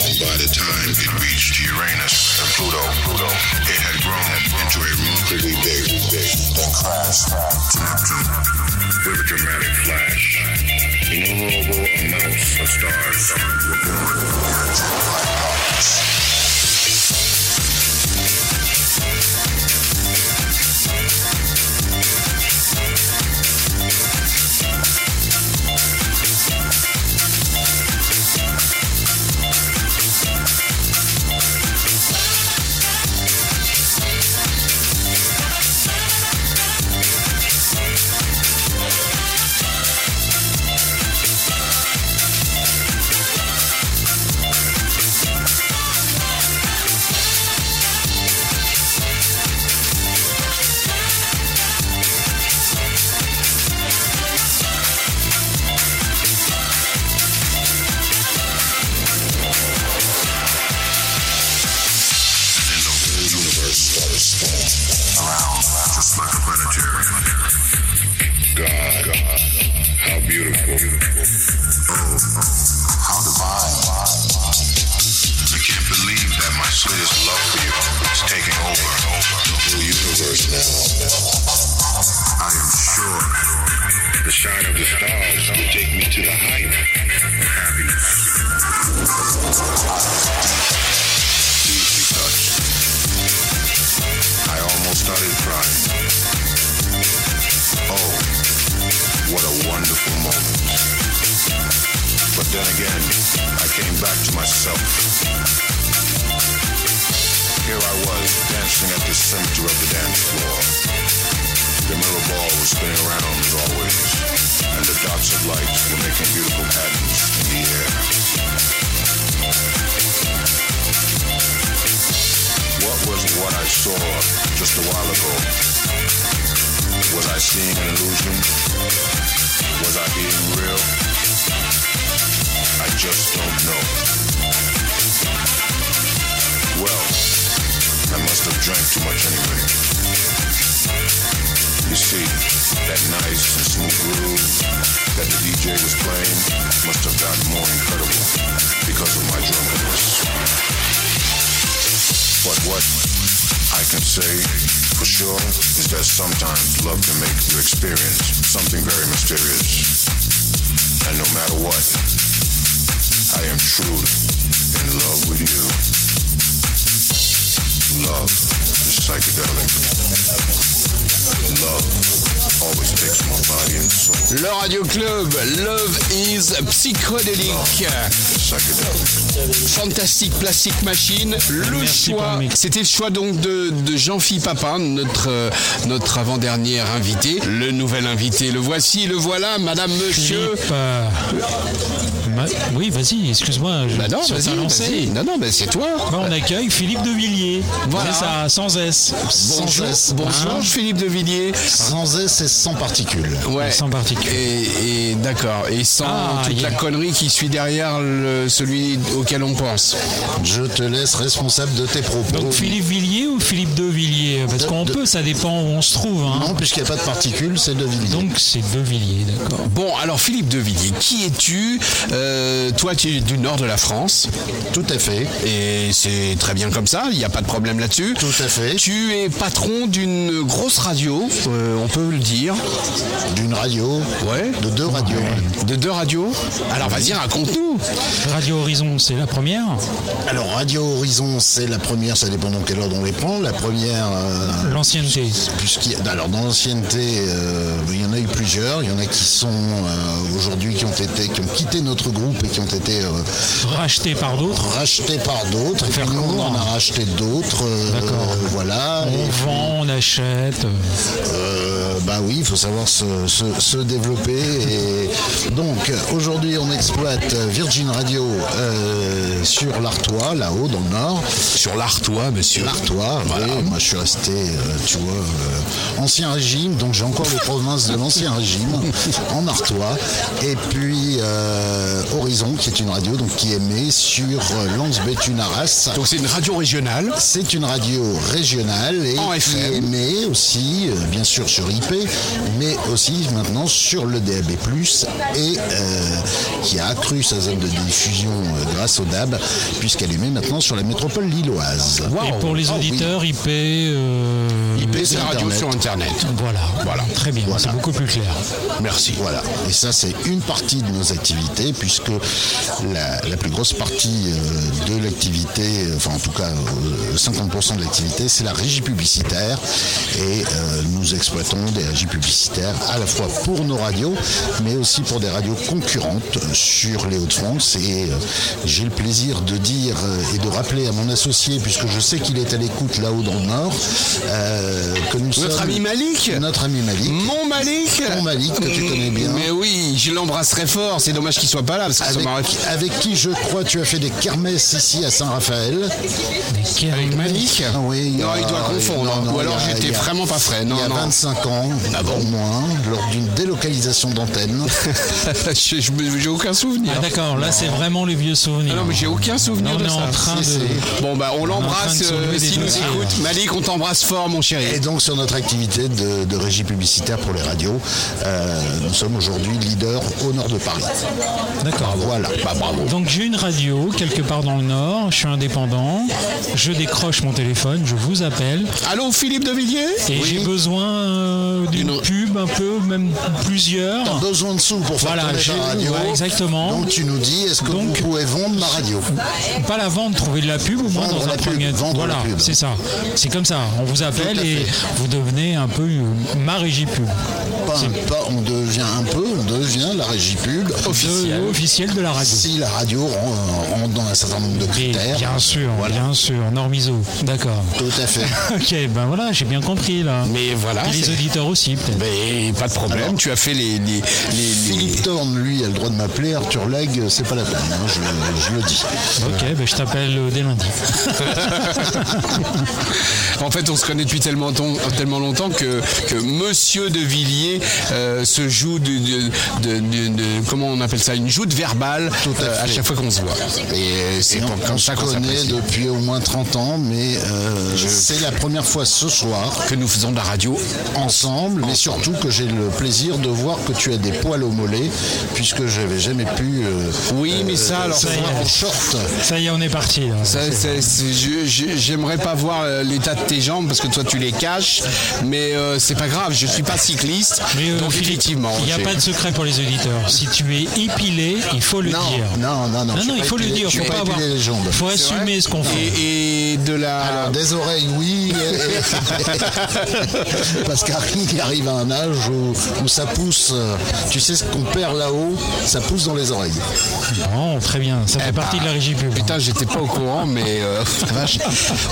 And by the time it reached Uranus and Pluto, Pluto, it had grown into a remarkably big, big, then crashed to Neptune with a dramatic flash. Innumerable amounts of stars were born and jet black powers. and the whole universe started spinning around just like a planetarium. God, how beautiful. Oh, how divine. I can't believe that my sweetest love for you is taking over the whole universe now. I am sure the shine of the stars will take me to the height of happiness. Deeply touched. I almost started crying. Oh, what a wonderful moment. But then again, I came back to myself. Here I was, dancing at the center of the dance floor. The mirror ball was spinning around as always, and the dots of light were making beautiful patterns in the air. What was what I saw just a while ago? Was I seeing an illusion? Was I being real? I just don't know. Well, I must have drank too much anyway. You see, that nice and smooth groove that the DJ was playing must have gotten more incredible because of my drunkenness. But what I can say for sure is that sometimes love can make you experience something very mysterious. And no matter what, I am truly in love with you. Love is psychedelic. Love always takes my body and soul. Le Radio Club, Love is Psychodélique. Psychedelic. Fantastique Plastic Machine, le Merci pour choix. le mix. C'était le choix donc de, de Jean-Philippe Papin, notre, euh, notre avant-dernier invité. Le nouvel invité, le voici, le voilà, madame, monsieur. Philippe, euh, ma- oui, vas-y, excuse-moi. je- Bah non, sur ta vas-y, lancée. vas-y. Non, non, mais c'est toi. Bah, on accueille Philippe de Villiers. Voilà. C'est ça, sans S. Sans Bonjour, S. bonjour Hein Philippe de Villiers. oublié. Sans S, c'est sans particules. Ouais. Sans particules. Et, et d'accord. Et sans Ah, toute il y la a- connerie qui suit derrière le- celui auquel on pense. Je te laisse responsable de tes propos. Donc Philippe Villiers ou Philippe de Villiers Parce De- qu'on de- peut, ça dépend où on se trouve. hein. Non, puisqu'il n'y a pas de particules, c'est de Villiers. Donc c'est de Villiers, d'accord. Bon, alors Philippe de Villiers, qui es-tu Euh, Toi, tu es du nord de la France, Tout à fait. et c'est très bien comme ça, il n'y a pas de problème là-dessus. Tout à fait. Tu es patron d'une grosse radio, euh, on peut le dire, D'une radio. Ouais. De deux radios. de deux radios. Alors vas-y, raconte-nous. Radio Horizon, c'est la première. Alors, Radio Horizon, c'est la première, ça dépend dans quel ordre on les prend. La première. euh, L'ancienneté. puisqu'il y a- alors dans l'ancienneté, euh, il y en a eu plusieurs. Il y en a qui sont euh, aujourd'hui qui ont été, qui ont quitté notre groupe et qui ont été euh, Rachetée par d'autres. rachetés par d'autres. Et Faire puis nous, on court. en a racheté d'autres. euh, D'accord. voilà. On Et vend, on achète. euh, Euh, bah oui, il faut savoir se, se- se développer. Et donc aujourd'hui, on exploite Virgin Radio euh, sur l'Artois, là-haut, dans le Nord. Sur l'Artois, monsieur. L'Artois, oui, moi je suis resté, euh, tu vois, euh, ancien régime, donc j'ai encore les provinces de l'ancien régime en Artois. Et puis euh, Horizon, qui est une radio donc, qui émet sur euh, Lens-Béthune-Arras. Donc c'est une radio régionale. C'est une radio régionale et En qui FM. émet aussi, euh, bien sûr sur IP, mais aussi maintenant sur le DAB+, et euh, qui a accru sa zone de diffusion euh, grâce au DAB, puisqu'elle émet maintenant sur la métropole lilloise. Et pour les Ah oui. auditeurs, IP. euh, IP, Et c'est c'est radio Internet. sur Internet. Voilà. Voilà. Très bien, Voilà. c'est beaucoup plus clair. Merci. Voilà. Et ça, c'est une partie de nos activités, puisque la, la plus grosse partie euh, de l'activité, euh, enfin en tout cas euh, 50% de l'activité, c'est la régie publicitaire. Et euh, nous exploitons des régies publicitaires à la fois pour nos radios, mais aussi pour des radios concurrentes euh, sur les Hauts-de-France. Et euh, j'ai le plaisir de dire euh, et de rappeler à mon associé, puisque je sais qu'il est à l'écoute là-haut dans le Nord, euh, que nous Notre sommes- ami Malik Notre ami Malik. Mon Malik Mon Malik, que tu connais bien. Mais oui, je l'embrasserai fort. C'est dommage qu'il soit pas là parce que ça Avec, m'aurait- avec qui je crois tu as fait des kermesses ici à Saint-Raphaël. Avec Malik Ah oui, y Non, a- il doit confondre. hein. non, non, Ou alors il y a- j'étais il y a- vraiment pas frais. Non, il y a non. Ah 25 ans, au moins, lors d'une délocalisation d'antenne. Je- je me- j'ai aucun souvenir. Ah d'accord, là c'est vraiment les vieux souvenirs. Ah non, mais j'ai aucun souvenir Là, on de est ça. en train Si, de. si. Bon bah on train l'embrasse de soulever euh, des s'il nous dossiers, écoute. Malik, on t'embrasse fort mon Et chéri. donc sur notre activité de, de régie publicitaire pour les radios, euh, nous sommes aujourd'hui leader au nord de Paris. D'accord. Voilà, bah bravo. Donc j'ai une radio quelque part dans le nord, je suis indépendant, je décroche mon téléphone, je vous appelle Allô Philippe de Villiers et j'ai besoin euh, d'une D'une- pub un peu, même plusieurs. Besoin de sous pour faire Voilà, connaître j'ai- la radio. ouais, exactement. Donc tu nous dis, est-ce que Donc- vous pouvez vendre ma radio Pas la vente, trouver de la pub au moins Vendre dans la un pub, premier vendre Voilà, la pub. c'est ça. C'est comme ça. On vous appelle Tout à et fait. vous devenez un peu euh, ma régie pub. Pas un pas, on devient un peu, on devient la régie pub Officielle. Officielle de la radio. Si la radio ren- rentre dans un certain nombre de Et critères. bien sûr, bien sûr, Normiso. D'accord. Tout à fait. Ok, ben voilà, j'ai bien compris là. Mais voilà. Et les c'est- auditeurs aussi, Ben, peut-être. Mais pas de problème, tu as fait les. les, les- Philippe Thorne, lui, a le droit de m'appeler. Arthur Legge, c'est pas la peine, hein, je, je le dis. Ok, ben je t'appelle euh, dès lundi. les- En fait, on se connaît depuis tellement, ton- tellement longtemps que, que Monsieur de Villiers euh, se joue de, de- de- de- de- Comment on appelle ça Une joute verbale à euh, à, fait. chaque fois qu'on se voit. Et c'est pour- on, comme on ça se qu'on connaît s'apprécie. depuis au moins 30 ans, mais euh, c'est la première fois ce soir Que nous faisons de la radio ensemble, mais surtout que j'ai le plaisir de voir que tu as des poils au mollet, puisque j'avais jamais pu. euh, Oui, mais ça, alors, savoir ça y est. en short. Ça y est, on est parti. là. Ça, c'est- c'est- je- je- J'aimerais pas voir euh, l'état de tes jambes parce que toi tu les caches, mais euh, c'est pas grave, je suis pas cycliste, Mais, euh, donc Philippe, effectivement. Il n'y a j'ai- pas de secret pour les auditeurs. Si tu es épilé, il faut le Non, dire. non, non, non, je Non, suis il pas faut le épilé, dire. je Faut suis pas pas avoir. épilé les jambes. Ah, Faut C'est vrai assumer ce qu'on fait. Et, et de la. Alors, des oreilles, oui. et- et- Parce qu'Harry arrive à un âge où, où ça pousse. euh, Tu sais ce qu'on perd là-haut Ça pousse dans les oreilles. Bon, très bien. Ça fait partie de la régie pub. Eh bah, Putain, j'étais pas au courant, mais euh, vache.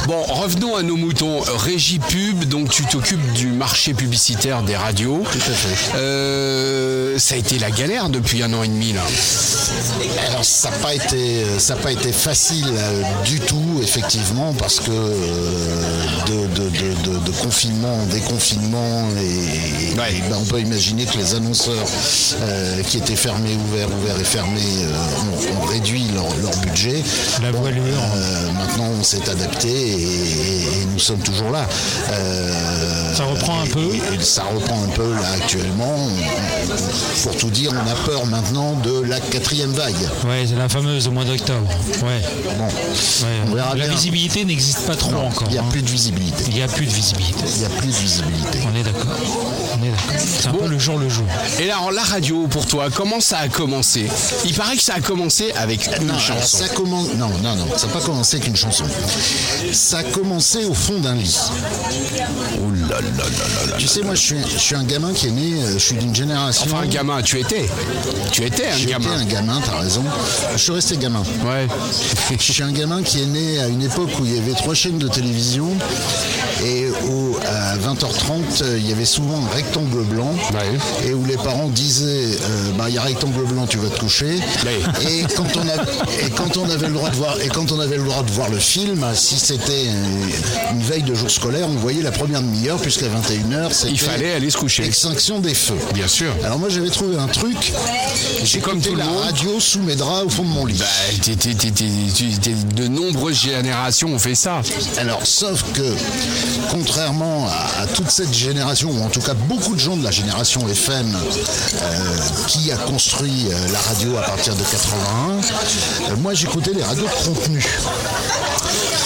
Bon, revenons à nos moutons. Régie pub, donc tu t'occupes du marché publicitaire des radios. Tout à fait. Euh, ça a été la galère depuis un an et demi là. Alors ça n'a pas été euh, ça a pas été facile euh, du tout effectivement parce que euh, de, de- de- de- de confinement déconfinement et, et- et ben, on peut imaginer que les annonceurs euh, qui étaient fermés ouverts ouverts et fermés euh, ont, ont réduit leur, leur budget. La voilure. Euh, maintenant on s'est adapté et, et- et nous sommes toujours là. Euh, Ça reprend un et- peu. et- et ça reprend un peu là actuellement. On- on- pour tout dire, on a peur maintenant de la quatrième vague. Ouais, c'est la fameuse au mois d'octobre. Ouais. Bon, Ouais. on verra La bien. visibilité n'existe pas trop encore. Il n'y a hein. plus de visibilité. Il n'y a plus de visibilité. Il n'y a plus de visibilité. On est d'accord. On est d'accord. C'est un peu le jour le jour. Et là, la radio pour toi, comment ça a commencé Il paraît que ça a commencé avec une Non, alors, chanson. ça commence. Non, non, non. Ça n'a pas commencé qu'une chanson. Ça a commencé au fond d'un lit. Oh là là là là là. Tu sais, moi, je suis, je suis un gamin qui est né. euh, Je suis d'une génération. Enfin, un gamin, tu étais. Tu étais un J'étais gamin. un gamin, t'as raison. Je suis resté gamin. Ouais. Je suis un gamin qui est né à une époque où il y avait trois chaînes de télévision et où à 20h30 euh, il y avait souvent un rectangle blanc et où les parents disaient euh, bah il y a rectangle blanc tu vas te coucher Ouais. et quand on a- et quand on avait le droit de voir et quand on avait le droit de voir le film si c'était euh, une veille de jour scolaire on voyait la première demi-heure puisqu'à 21h c'était Il fallait aller se coucher. extinction des feux Bien sûr. alors moi j'avais trouvé un truc j'ai comme tout le la monde. radio sous mes draps au fond de mon lit Bah, t'es- t'es- t'es- t'es- t'es- t'es- de nombreuses générations ont fait ça. Alors, sauf que, contrairement à, à toute cette génération, ou en tout cas beaucoup de gens de la génération FM euh, qui a construit euh, la radio à partir de 81, euh, moi j'écoutais les radios de contenu.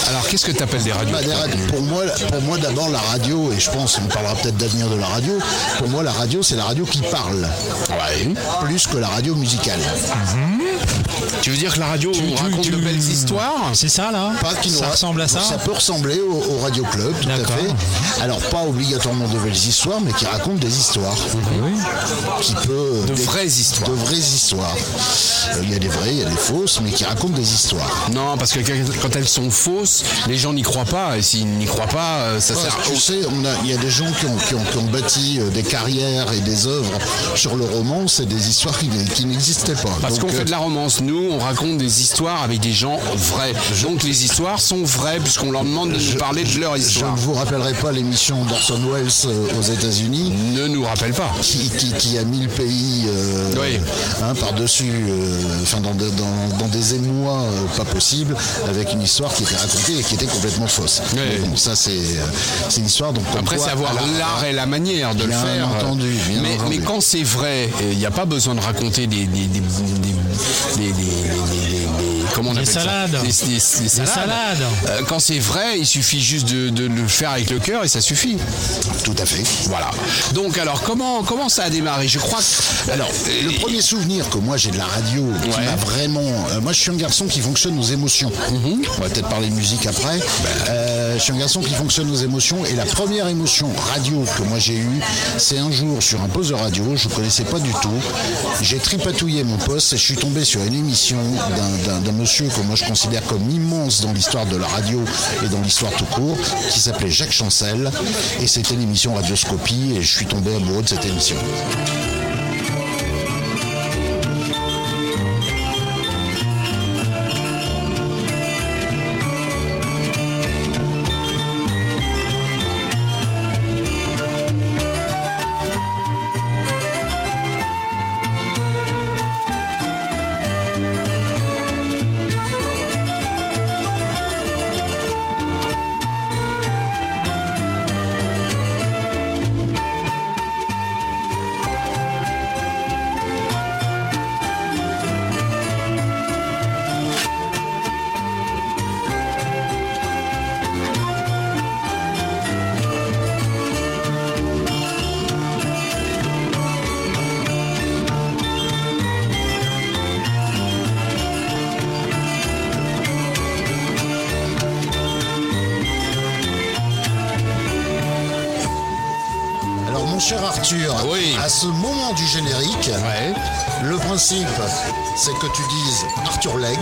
Alors, qu'est-ce que t'appelles des radios Bah, des radios- pour moi, pour moi d'abord, la radio, et je pense qu'on parlera peut-être d'avenir de la radio, pour moi, la radio, c'est la radio qui parle. Plus que la radio musicale. Mm-hmm. Tu veux dire que la radio on raconte de belles histoires C'est ça là Pas qui nous Ça ra- ressemble à ça Ça peut ressembler au, au Radio Club, tout à D'accord. fait. Alors, pas obligatoirement de belles histoires, mais qui racontent des histoires. Mm-hmm. Qui peut. De des- vraies histoires. De vraies histoires. Euh, Il y a des vraies, il y a des fausses, mais qui racontent des histoires. Non, parce que quand elles sont fausses, les gens n'y croient pas. Et s'ils n'y croient pas, euh, ça sert. tu sais, on a- il y a des gens qui ont, qui ont- qui ont bâti euh, des carrières et des œuvres sur le roman, c'est des histoires qui, n- qui n'existaient pas. Parce Donc, euh, qu'on fait de la romance. Nous, on raconte des histoires avec des gens vrais. Donc les histoires sont vraies, puisqu'on leur demande de nous parler de leur Je ne histoire. vous rappellerai pas l'émission d'Orson Welles euh, aux États-Unis. Ne nous rappelle pas. qui, qui- qui a mis le pays euh, Oui. hein, par-dessus, euh, enfin dans, de- dans- dans des émois euh, pas possibles, avec une histoire qui était racontée et qui était complètement fausse. Oui. Mais bon, ça c'est euh, c'est une histoire. Donc comme Après, quoi, c'est avoir à la- l'art et la manière de Bien le faire. entendu, bien mais, entendu. mais quand c'est vrai, il n'y a pas besoin de raconter des. des, des, des, des- des- des- des- des- comment on Des appelle ça salades. Des, des- des salades. salades. Euh, quand c'est vrai, il suffit juste de, de le faire avec le cœur et ça suffit. Tout à fait. Voilà. Donc, alors, comment, comment ça a démarré Je crois que. Alors, Le premier souvenir que moi j'ai de la radio, qui Ouais. m'a vraiment. euh, moi je suis un garçon qui fonctionne aux émotions. Mhm. On va peut-être parler de musique après. Ben. Euh, je suis un garçon qui fonctionne aux émotions et la première émotion radio que moi j'ai eue, c'est un jour sur un poste de radio, je ne connaissais pas du tout. J'ai tripatouillé mon poste et je suis tombé sur une émission d'un- d'un- d'un monsieur que moi je considère comme immense dans l'histoire de la radio et dans l'histoire tout court, qui s'appelait Jacques Chancel. Et c'était l'émission Radioscopie et je suis tombé amoureux de cette émission. Alors mon cher Arthur, Oui. à ce moment du générique, Ouais. le principe c'est que tu dises Arthur Legge.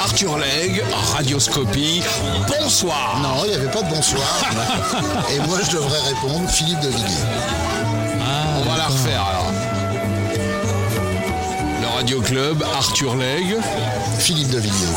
Arthur Legge, Radioscopie, bonsoir Non, il n'y avait pas de bonsoir. Et moi je devrais répondre Philippe de Villiers. Ah, On va la refaire alors. Le Radio Club, Arthur Legge, Philippe de Villiers.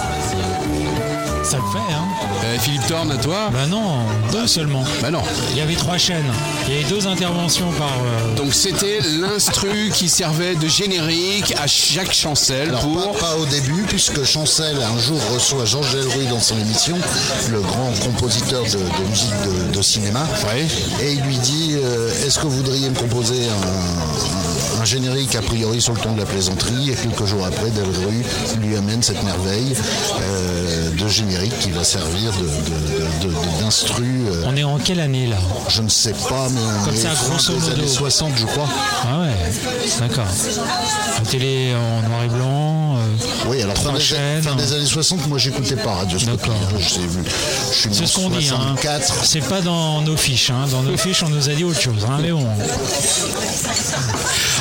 Ça le fait, hein euh, Philippe Thorne à toi. Bah non, deux seulement. Bah non. Il y avait trois chaînes. Il y avait deux interventions par. euh, Donc c'était l'instru qui servait de générique à Jacques Chancel Alors, pour pas, pas au début, puisque Chancel un jour reçoit Georges Delruy dans son émission, le grand compositeur de, de musique de, de cinéma, et il lui dit euh, Est-ce que vous voudriez me composer un, un- un générique a priori sur le ton de la plaisanterie Et quelques jours après, Delruy lui amène cette merveille euh, de générique qui va servir de- de- de- de- d'instru. euh, On est en quelle année là je ne sais pas, mais on Comme est ça, Euh, fin grosso des modo. années 60, je crois. Ah ouais, d'accord. La télé en noir et blanc. euh, Oui, alors fin trois des, chaînes. hein. fin des années 60, moi j'écoutais pas Radio D'accord. Je, sais- je suis né C'est en ce qu'on dit, hein. 64. C'est pas dans nos fiches, hein. Dans nos fiches, on nous a dit autre chose, hein. Mais bon, Oh,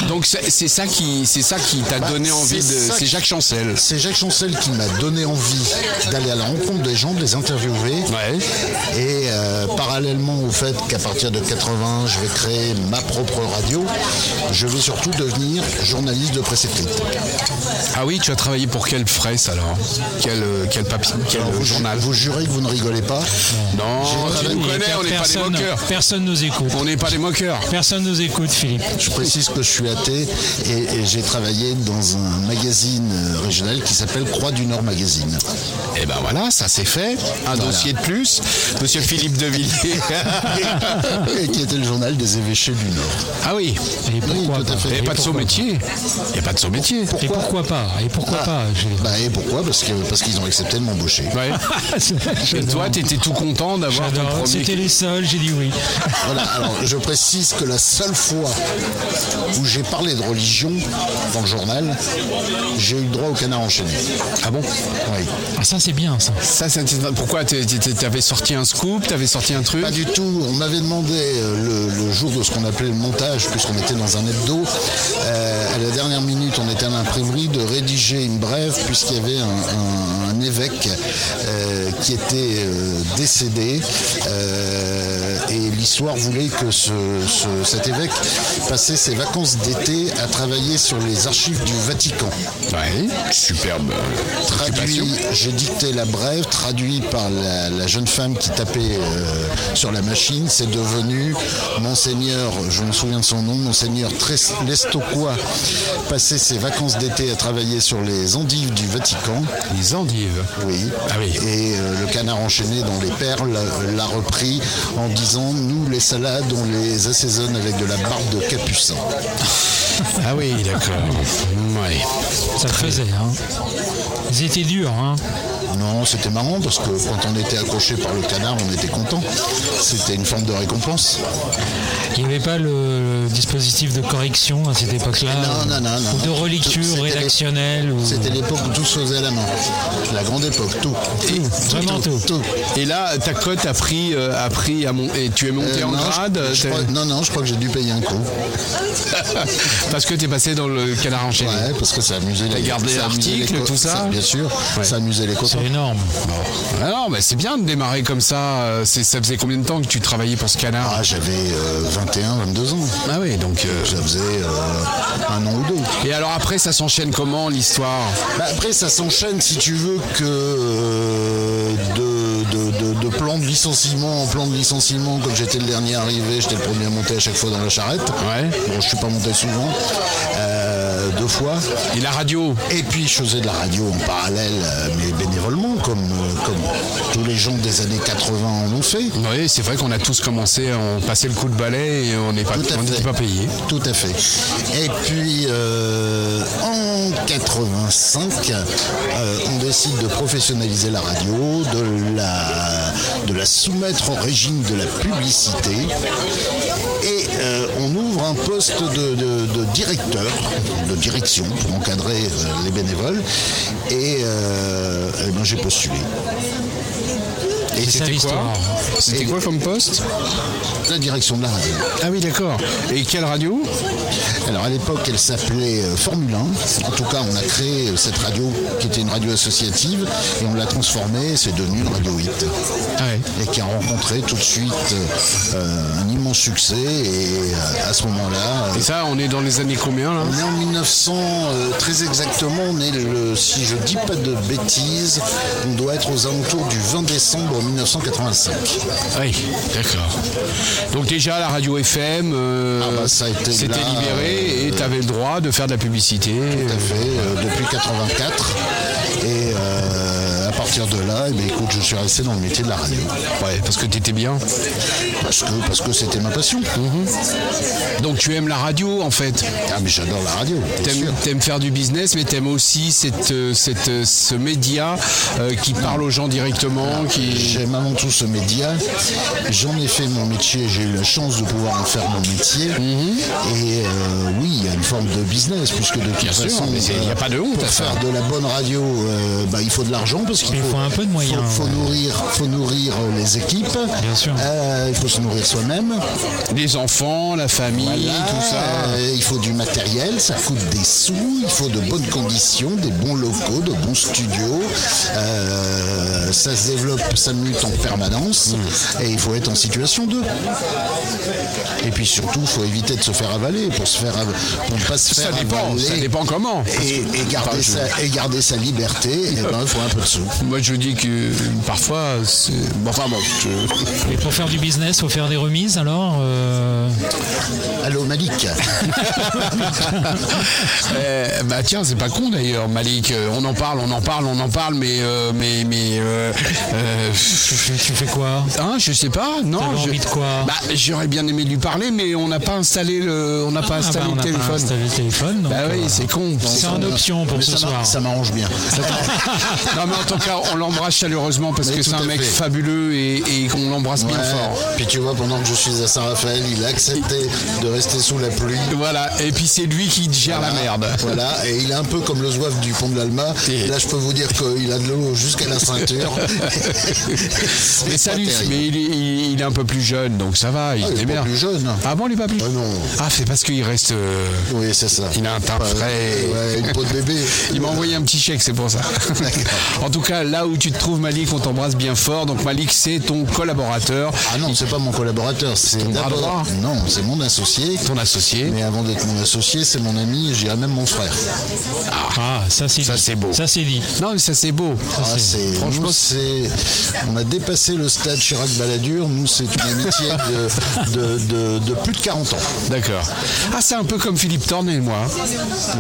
donc c'est c'est ça qui c'est ça qui t'a Bah, donné c'est envie de ça c'est qui- Jacques Chancel. C'est Jacques Chancel qui m'a donné envie d'aller à la rencontre des gens, de les interviewer. Et euh, parallèlement au fait qu'à partir de 80, je vais créer ma propre radio, je vais surtout devenir journaliste de presse écrite. Ah oui, tu as travaillé pour quelle presse alors Quel euh, quel papier quel Alors, euh, vous, journal vous jurez que vous ne rigolez pas Non, tu nous Et connais, on n'est pas des personne, moqueurs. personne nous écoute. On n'est pas des moqueurs. Personne nous écoute, Philippe. Je précise que je suis athée et, et j'ai travaillé dans un magazine euh, régional qui s'appelle Croix du Nord Magazine. Eh Et ben voilà, ça c'est fait. Un Voilà. dossier de plus. Monsieur Philippe Devilliers. et qui était le journal des évêchés du Nord. ah oui. Et pourquoi tout à pas fait. Il n'y a pas de pourquoi son métier. Il n'y a pas de son métier. Et pourquoi pas Et pourquoi pas je- Bah, et pourquoi Parce que parce qu'ils ont accepté de m'embaucher. Ouais. Et toi, t'étais tout content d'avoir ton J'adore. premier. C'était les seuls, j'ai dit oui. Voilà, alors je précise que la seule fois où j'ai parlé de religion dans le journal, j'ai eu le droit au canard enchaîné. Ah bon Oui. Ah, ça, c'est bien, ça. Ça, c'est intéressant. pourquoi t'es- t'es- t'es- t'avais sorti un scoop, t'avais sorti un truc. Pas du tout. On m'avait demandé euh, le, le jour de ce qu'on appelait le montage, puisqu'on était dans un hebdo, euh, à la dernière minute, on était à l'imprimerie, de rédiger une brève, puisqu'il y avait un, un- un évêque euh, qui était euh, décédé. euh, et l'histoire voulait que ce, ce- cet évêque passait ses vacances d'été à travailler sur les archives du Vatican. Ouais, superbe. Traduit, j'ai dicté la brève, traduit par la, la jeune femme qui tapait euh, sur la machine, c'est devenu Monseigneur, je me souviens de son nom, Monseigneur Tres- Lestocois, passait ses vacances d'été à travailler sur les endives du Vatican. Les endives. Oui. Ah oui. Et euh, le canard enchaîné dans les perles euh, l'a repris en disant Nous, les salades, on les assaisonne avec de la barbe de capucin. Ah oui, d'accord. Ouais. Ça le faisait, hein. Ils étaient durs, hein. Non, c'était marrant parce que quand on était accroché par le canard, on était content. C'était une forme de récompense. Il n'y avait pas le dispositif de correction à cette époque-là. Non, non, non, non. Ou de C'était relecture les- rédactionnelle. Ou... C'était l'époque où tout se faisait à la main. La grande époque, tout. vraiment tout. Et là, ta cote a pris, euh, a pris à mon... et tu es monté Euh, en non, grade. je- je t'es- crois- non, non, je crois que j'ai dû payer un coup. Parce que t'es passé dans le canard enchaîné. Ouais, parce que ça amusait les Regarder ça amusait les l'article, co- tout ça. Bien sûr, ça amusait les copains. C'est énorme. Ah non, mais c'est bien de démarrer comme ça. euh, c'est- Ça faisait combien de temps que tu travaillais pour ce canard Ah, j'avais euh, 21, 22 ans. Ah oui, donc. euh, Ça faisait euh, un an ou deux. Et alors après, ça s'enchaîne comment l'histoire Bah, après, ça s'enchaîne, si tu veux, que euh, de, de, de, de plan de licenciement en plan de licenciement. Comme j'étais le dernier arrivé, j'étais le premier à monter à chaque fois dans la charrette. Ouais. Bon, je suis pas monté souvent, euh, deux fois. Et la radio Et puis, je faisais de la radio en parallèle, euh, mais bénévolement, comme, euh, comme tous les gens des années 80 en ont fait. Oui, c'est vrai qu'on a tous commencé, à en passer le coup de balai et on n'est pas, Tout à on n'était fait. pas payé. Tout à fait. Et puis, euh, en 85, euh, on décide de professionnaliser la radio, de la, de la soumettre au régime de la publicité. Et euh, on ouvre un poste de, de- de directeur, de direction, pour encadrer euh, les bénévoles. Et, euh, eh ben, j'ai postulé. C'est ça c'était quoi l'histoire. C'était quoi comme poste La direction de la radio. Ah oui, d'accord. Et quelle radio Alors à l'époque, elle s'appelait euh, Formule 1. En tout cas, on a créé euh, cette radio qui était une radio associative et on l'a transformée. C'est devenu une radio 8 Ah et qui a rencontré tout de suite euh, un immense succès. Et euh, à ce moment-là, euh, Et ça, on est dans les années combien là on est en 1900, euh, très exactement, on est le, si je dis pas de bêtises, on doit être aux alentours du 20 décembre 1985. Oui, d'accord. Donc déjà la radio FM, euh, Ah bah, ça a été c'était là, libéré euh, et tu avais le droit de faire de la publicité. Tout à fait, euh, depuis 84. Et euh, à partir de là, eh bien, écoute, je suis resté dans le métier de la radio. Ouais, parce que t'étais bien. Parce que parce que c'était ma passion. Donc tu aimes la radio en fait. Ah mais j'adore la radio. bien T'aimes sûr. t'aimes faire du business, mais t'aimes aussi cette, euh, cette, euh, ce média euh, qui parle aux gens directement, qui... Ah, J'aime avant tout ce média. J'en ai fait mon métier, j'ai eu la chance de pouvoir en faire mon métier. Mhm. Et euh, oui, il y a une forme de business, puisque de toute sûr, façon, euh, mais c'est- il y a pas de honte pour à ça. faire de la bonne radio, euh, bah, il faut de l'argent, parce qu'il Il faut un peu de moyens, faut, faut ouais. nourrir, faut nourrir euh, les équipes. Bien sûr. Euh, il faut se nourrir soi-même. les enfants, la famille, Voilà, tout ça. euh, il faut du matériel, ça coûte des sous, il faut de bonnes conditions, des bons locaux, de bons studios. Euh, ça se développe, ça mute en permanence Mm. et il faut être en situation d'eux. Et puis surtout, il faut éviter de se faire avaler pour se faire av- pour ne pas se Ça faire dépend, avaler. ça dépend comment. Et, et Enfin, garder je- sa, et garder sa liberté, eh ben, il faut un peu de sous. Moi je dis que parfois, c'est- bon, enfin bon, je- Et pour faire du business, faut faire des remises alors euh, Allô Malik Eh, bah tiens, c'est pas con d'ailleurs, Malik. Euh, On en parle, on en parle, on en parle, mais euh, mais mais euh, euh, tu, fais- tu fais quoi hein, je sais pas. Non, T'avais je- envie de quoi Bah, j'aurais bien aimé lui parler, mais on n'a pas installé le, on n'a pas Ah, installé bah, on le n'a téléphone. Pas installé le téléphone donc, Bah oui, euh, c'est con. C'est en option pour Mais ce ça m'a- soir. Ça m'arrange bien. Non mais en tout cas, on l'embrasse chaleureusement parce Mais que tout c'est un à mec fait. fabuleux et, et qu'on l'embrasse bien Ouais. fort. Puis tu vois, pendant que je suis à Saint-Raphaël, il a accepté de rester sous la pluie. Voilà. Et puis c'est lui qui gère la merde. Voilà, et il est un peu comme le zouave du pont de l'Alma. Et- Là, je peux vous dire qu'il a de l'eau jusqu'à la ceinture. Mais C'est pas salut, terrible. mais il est, il- il est un peu plus jeune, donc ça va, il Ah, il est est pas bien. plus jeune. Ah bon, il est pas plus Ah non. Ah, c'est parce qu'il reste. euh, Oui, c'est ça. Il a un teint Ouais, frais. ouais, une peau de bébé. Il m'a envoyé un petit chèque, c'est pour ça. en tout cas, là où tu te trouves, Malik, on t'embrasse bien fort. Donc, Malik, c'est ton collaborateur, Ah non, c'est pas mon collaborateur, c'est bras droit. d'abord. Non, c'est mon associé. ton associé. Mais avant d'être mon associé, c'est mon ami et j'irai même mon frère. Ah, ça c'est Ça, dit. c'est beau. Ça c'est dit. Non, mais ça, c'est beau. Ah, c'est- franchement, nous, c'est. On a dépassé le stade Chirac Balladur. Nous, c'est une amitié de, de, de- de plus de 40 ans. D'accord. Ah, c'est un peu comme Philippe Thorne et moi.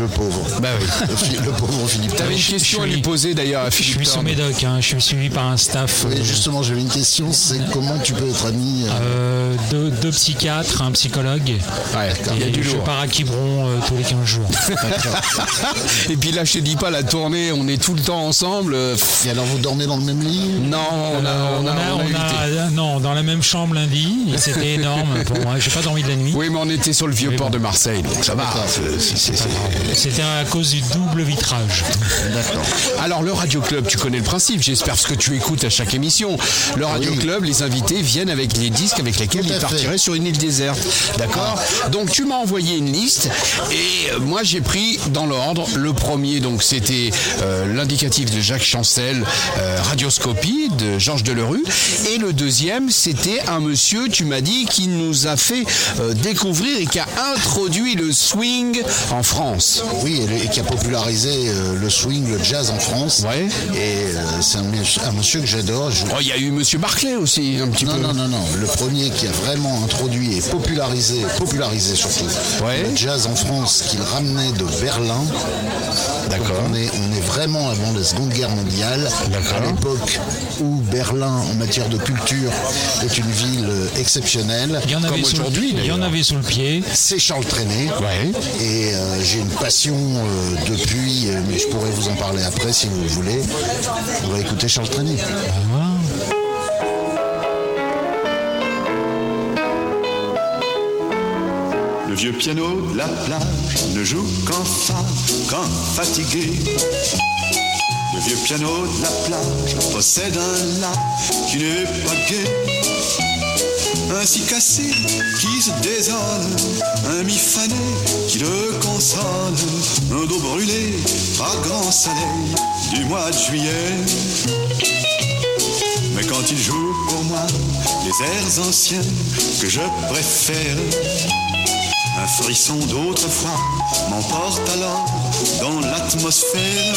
Le pauvre. Bah oui. Le, fi- le pauvre Philippe. T'avais une Torche. question à suis- lui poser d'ailleurs à Je Philippe suis sous Thorne. Médoc, hein, je suis suivi par un staff. Et justement, j'avais une question, c'est comment tu peux être ami euh, euh, deux, deux psychiatres, un psychologue. Ouais, il y a Et du je lourd. pars à Quiberon euh, tous les 15 jours. Et puis là, je te dis pas, la tournée, on est tout le temps ensemble. Euh, pff, Et alors, vous dormez dans le même lit Non, on a, Euh, on a- on a on évité. a- euh, non, dans la même chambre lundi, et c'était énorme pour moi. J'ai pas dormi de la nuit. Oui, mais on était sur le vieux port de Marseille, donc ça va. C'était à cause du double vitrage. Alors le Radio Club, tu connais le principe, j'espère parce que tu écoutes à chaque émission. Le Radio Oui. Club, les invités viennent avec les disques avec lesquels Tout à ils fait. partiraient sur une île déserte. D'accord Donc tu m'as envoyé une liste et euh, moi j'ai pris dans l'ordre le premier donc c'était euh, l'indicatif de Jacques Chancel euh, Radioscopie de Georges Delerue et le deuxième c'était un monsieur tu m'as dit qui nous a fait euh, découvrir et qui a introduit le swing en France. Oui, et, le- et qui a popularisé euh, le swing, le jazz en France. Ouais. Et euh, c'est un, mus- un monsieur que j'adore. je- Oh, il y a eu Monsieur Barclay aussi un petit Non, peu. non, non, non. Le premier qui a vraiment introduit et popularisé, popularisé surtout, Ouais. le jazz en France, qu'il ramenait de Berlin. D'accord. On est, on est vraiment avant la Seconde Guerre mondiale, à l'époque où Berlin, en matière de culture, est une ville euh, exceptionnelle. Il y en avait Comme sous le aujourd'hui, pied. Il y en d'ailleurs. avait sous le pied. C'est Charles Trenet. Et euh, j'ai une passion euh, depuis, euh, mais je pourrais vous en parler après si vous voulez. On va écouter Charles Trenet. Le vieux piano de la plage ne joue qu'en fa, qu'en fatigué. Le vieux piano de la plage possède un lac qui n'est pas gai. Ainsi cassé qui se désole, un mi fané qui le console, un dos brûlé par grand soleil du mois de juillet. Mais quand il joue pour moi les airs anciens que je préfère, un frisson d'autrefois m'emporte alors dans l'atmosphère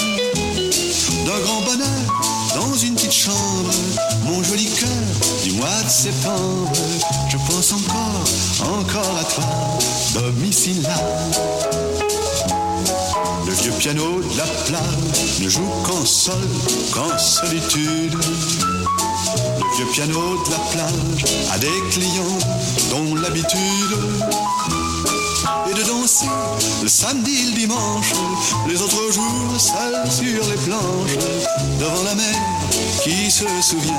d'un grand bonheur dans une petite chambre. Mon joli cœur du mois de septembre, je pense encore, encore à toi, domicile-là. Le vieux piano de la plage ne joue qu'en sol, qu'en solitude. Le vieux piano de la plage a des clients dont l'habitude et de danser le samedi et le dimanche, les autres jours seuls sur les planches, devant la mer qui se souvient,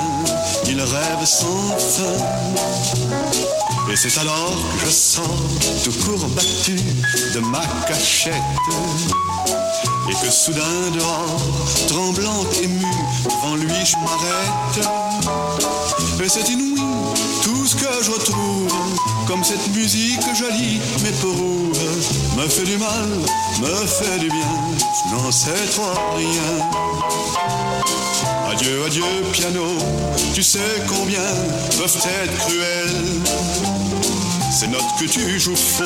il rêve sans fin. Et c'est alors que je sors tout courbattu de ma cachette. Et que soudain dehors, tremblant, ému, devant lui je m'arrête. Et c'est inouï, tout ce que je retrouve, comme cette musique jolie m'éprouve, me fait du mal, me fait du bien, je n'en sais trop rien. Adieu, adieu, piano, tu sais combien peuvent être cruels. Ces notes que tu joues faux,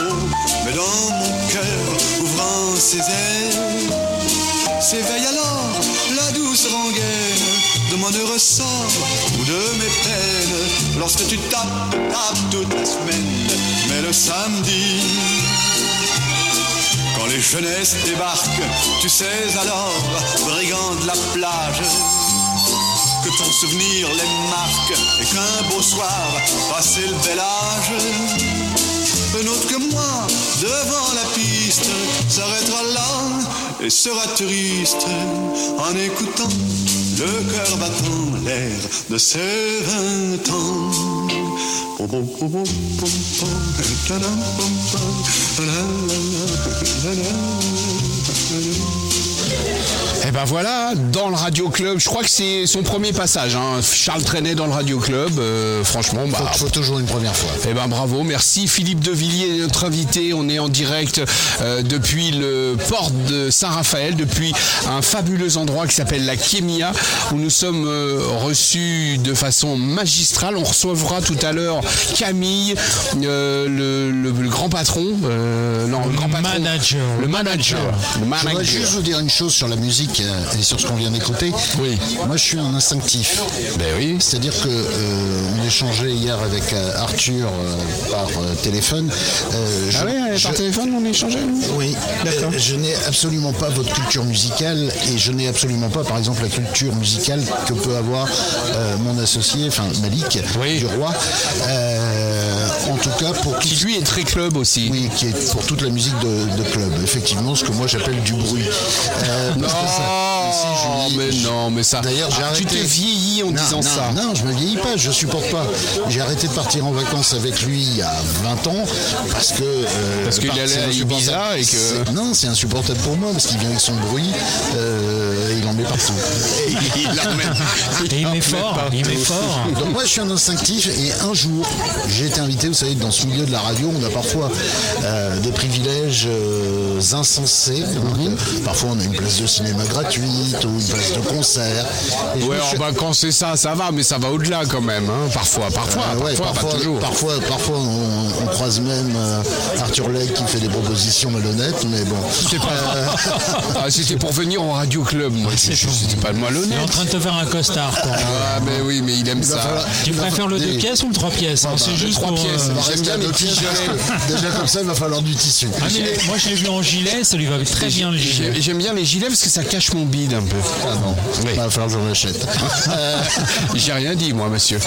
mais dans mon cœur, ouvrant ses ailes, s'éveille alors la douce rengaine de mon heureux sort ou de mes peines. Lorsque tu tapes, tapes toute la semaine, mais le samedi, quand les jeunesses débarquent, tu sais alors, brigand de la plage, que ton souvenir les marque et qu'un beau soir, passé le bel âge, un autre que moi, devant la piste, s'arrêtera là et sera triste en écoutant le cœur battant l'air de ses vingt ans. Pom, pom, pom, pom, pom, pom, tadam, pom, pom, la, la, la, la, la, la. Et ben voilà, dans le Radio Club, je crois que c'est son premier passage. hein. Charles traînait dans le Radio Club, euh, franchement, bah. Faut toujours une première fois. Eh ben bravo, merci Philippe Devilliers, notre invité. On est en direct euh, depuis le port de Saint-Raphaël, depuis un fabuleux endroit qui s'appelle la Kémia, où nous sommes euh, reçus de façon magistrale. On recevra tout à l'heure Camille, euh, le, le- le grand patron, euh, non, le grand patron, manager. le manager, le Je voudrais manager. juste vous dire une chose sur la musique euh, et sur ce qu'on vient d'écouter. Oui. Moi, je suis un instinctif. Ben oui. C'est-à-dire que euh, on échangeait hier avec euh, Arthur euh, par euh, téléphone. Ah Euh, je- je- téléphone, on échangeait Oui, euh, je n'ai absolument pas votre culture musicale et je n'ai absolument pas, par exemple, la culture musicale que peut avoir euh, mon associé, enfin Malik, Oui. du roi. Euh, en tout cas, pour Qui qui lui est très club aussi. oui, qui est pour toute la musique de, de club, effectivement, ce que moi j'appelle du bruit. Euh, Non, parce que ça- si, je Oh, mais lis- non, mais ça. D'ailleurs, j'ai Ah, arrêté. Tu t'es vieilli en Non, disant non, ça. Non, je me vieillis pas, je supporte pas. J'ai arrêté de partir en vacances avec lui il y a 20 ans parce que. euh, Parce qu'il par- allait c'est à insupportable. Ibiza et que- C'est- Non, c'est insupportable pour moi parce qu'il vient avec son bruit euh, et il en met partout. Et il en met- Ah, Et il en met met fort, il met fort. donc moi je suis un instinctif et un jour j'ai été invité, vous savez, dans ce milieu de la radio on a parfois euh, des privilèges euh, insensés. Mhm. hein, que parfois on a une place de cinéma gratuite ou une place de concert. Et je Ouais, me en suis- vacances, c'est ça, ça va, mais ça va au-delà quand même, hein, parfois, parfois, Ah ouais, parfois, parfois, pas toujours. parfois, parfois, on, on croise même euh, Arthur Legge qui fait des propositions malhonnêtes, mais bon. C'est pas- Euh. Ah, C'était pour venir au Radio Club, moi, je- je- c'était pas de moi Il est en l'honneur. train de te faire un costard. quoi. Ah, mais oui, mais il aime va ça. falloir- Tu il va préfères falloir- le deux des- pièces ou le 3 pièces hein, C'est juste Ah, bah, trois pour, pièces. on va J'aime rester bien à les deux petits pièces, parce gilets. que Déjà comme ça, il va falloir du tissu. Ah, mais les- moi je l'ai vu en gilet, ça lui va très bien le gilet. J'ai- J'aime bien les gilets parce que ça cache mon bide un peu. Ah non, il va falloir que j'en achète. Euh, J'ai rien dit, moi, monsieur.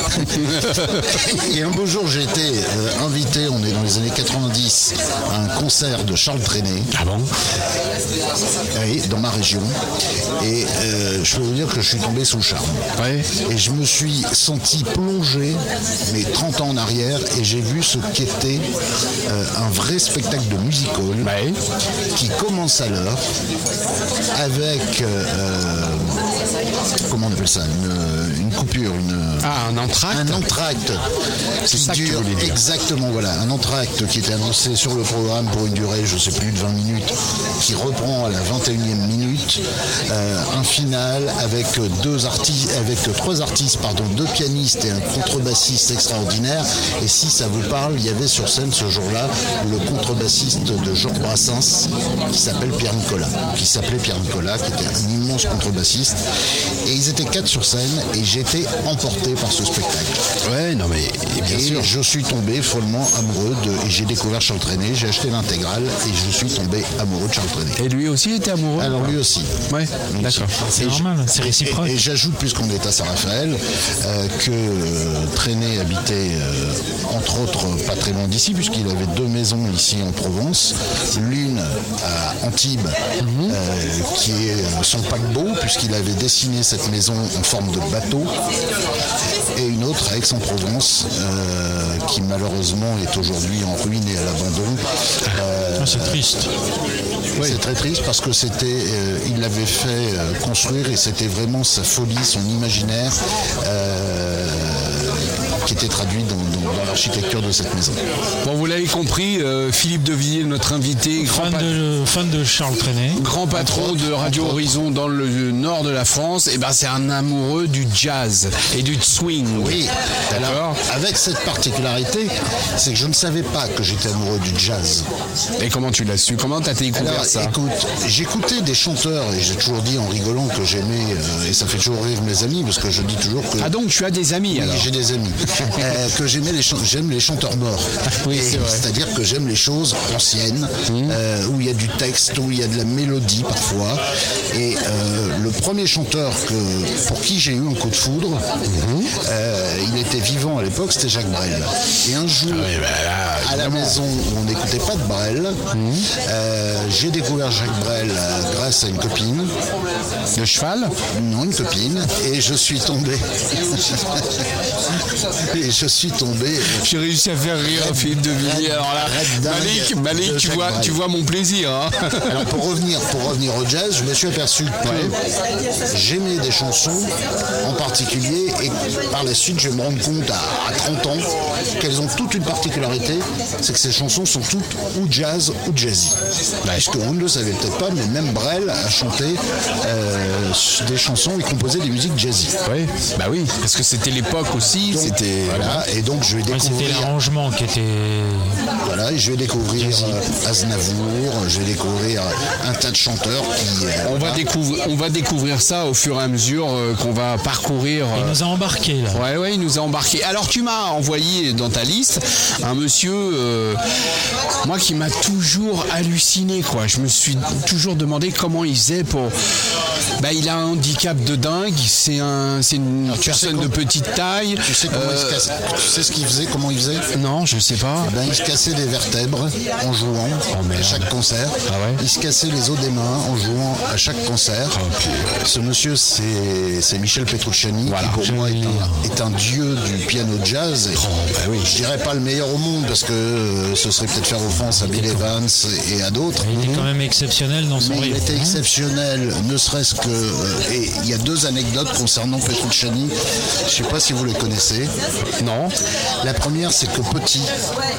Et un beau jour, j'ai été euh, invité, on est dans les années 90, à un concert de Charles Trenet. Ah bon Oui, dans ma région. Et euh, je peux vous dire que je suis tombé sous le charme. Et je me suis senti plongé, mais 30 ans en arrière, et j'ai vu ce qu'était euh, un vrai spectacle de music hall qui commence à l'heure avec, euh, euh, comment on appelle ça, une, une coupure, une... Ah, un entracte Un entracte. C'est ça que tu voulais dire. Exactement, voilà. Un entracte qui était annoncé sur le programme pour une durée, je ne sais plus, de 20 minutes, qui reprend à la 21e minute. euh, un final avec deux artistes, avec trois artistes, pardon, deux pianistes et un contrebassiste extraordinaire. Et si ça vous parle, il y avait sur scène ce jour-là le contrebassiste de Georges Brassens qui s'appelle Pierre Nicolas, qui s'appelait Pierre Nicolas, qui était un immense contrebassiste. Et ils étaient quatre sur scène et j'étais emporté par ce spectacle. Ouais, non mais bien Et sûr. je suis tombé follement amoureux de. Et j'ai découvert Charles Trenet, j'ai acheté l'intégrale et je suis tombé amoureux de Charles Trenet. Et lui aussi était amoureux Alors lui aussi. Ouais, Lui d'accord. aussi. C'est Et je- normal, c'est réciproque. Et, et j'ajoute, puisqu'on est à Saint-Raphaël, euh, que euh, Trenet habitait, euh, entre autres, pas très loin d'ici, puisqu'il avait deux maisons ici en Provence. L'une à Antibes, Mhm. euh, qui est euh, son paquebot, puisqu'il avait dessiné cette maison en forme de bateau. Et une autre à Aix-en-Provence, euh, qui malheureusement est aujourd'hui en ruine et à l'abandon. Euh, Ah, C'est triste. c'est très triste parce que c'était, euh, il l'avait fait euh, construire et c'était vraiment sa folie, son imaginaire euh, qui était traduit dans, dans- dans l'architecture de cette maison. Bon, vous l'avez compris, euh, Philippe Devilliers, notre invité, grand, Fan pat- de, fan de Charles Trenet. grand patron de Radio Horizon dans le nord de la France, et ben c'est un amoureux du jazz et du swing. Oui, D'accord. alors avec cette particularité, c'est que je ne savais pas que j'étais amoureux du jazz. Et comment tu l'as su Comment t'as découvert Alors, ça écoute, j'écoutais des chanteurs et j'ai toujours dit en rigolant que j'aimais, euh, et ça fait toujours rire mes amis parce que je dis toujours que Ah donc tu as des amis Oui, alors j'ai des amis. Euh, que j'aimais les chan- j'aime les chanteurs morts. Ah Oui, Et c'est vrai. Mmh. C'est-à-dire que j'aime les choses anciennes, euh, où il y a du texte, où il y a de la mélodie parfois. Et euh, le premier chanteur que, pour qui j'ai eu un coup de foudre, Mmh. euh, il était vivant à l'époque, c'était Jacques Brel. Et un jour, Ah bah à la maison où on n'écoutait pas de Brel, Mmh. euh, j'ai découvert Jacques Brel euh, grâce à une copine. De cheval Non, une copine, et je suis tombé. et je suis tombé. J'ai réussi à faire rire Philippe Devilliers. Red- Alors là, Red Dingue Malik, Malik de tu, Jacques vois, Brel. tu vois mon plaisir. hein. Alors pour revenir, pour revenir au jazz, je me suis aperçu que j'aimais des chansons en particulier, et par la suite, je me rends compte à, à 30 ans qu'elles ont toutes une particularité, c'est que ces chansons sont toutes ou jazz ou jazzy. Parce qu'on ne le savait peut-être pas, mais même Brel a chanté euh, des chansons et composé des musiques jazzy. oui, bah oui, parce que c'était l'époque aussi, Donc, c'était... voilà, et donc je vais Ouais, C'était découvrir l'arrangement qui était. Voilà, et je vais découvrir euh, Aznavour, je vais découvrir un tas de chanteurs qui. euh, On va, voilà. découvrir, on va découvrir ça au fur et à mesure euh, qu'on va parcourir... Il euh, nous a embarqués là. Ouais, ouais, il nous a embarqué. Alors, tu m'as envoyé dans ta liste un monsieur, euh, moi qui m'a toujours halluciné, quoi. Je me suis toujours demandé comment il faisait pour. Bah, il a un handicap de dingue. C'est un, c'est une tu sais personne de comment- petite taille. Tu sais, comment il se Euh, cassait- tu sais ce qu'il faisait, comment il faisait Non, je sais pas. Oh, Eh ben, il se cassait des vertèbres en jouant à chaque concert. Ah ouais Ah, il se cassait les os des mains en jouant à chaque concert. Ce monsieur, c'est c'est Michel Petrucciani, qui pour moi est un, est un dieu du piano jazz. Oh, Et bah Je dirais pas le meilleur au monde parce que euh, ce serait peut-être faire offense à Bill Evans et à d'autres. Il est quand même exceptionnel dans son Mais il rire. était exceptionnel, ne serait-ce que. euh, et il y a deux anecdotes concernant Petrucciani. Je ne sais pas si vous les connaissez. Non. La première, c'est que petit,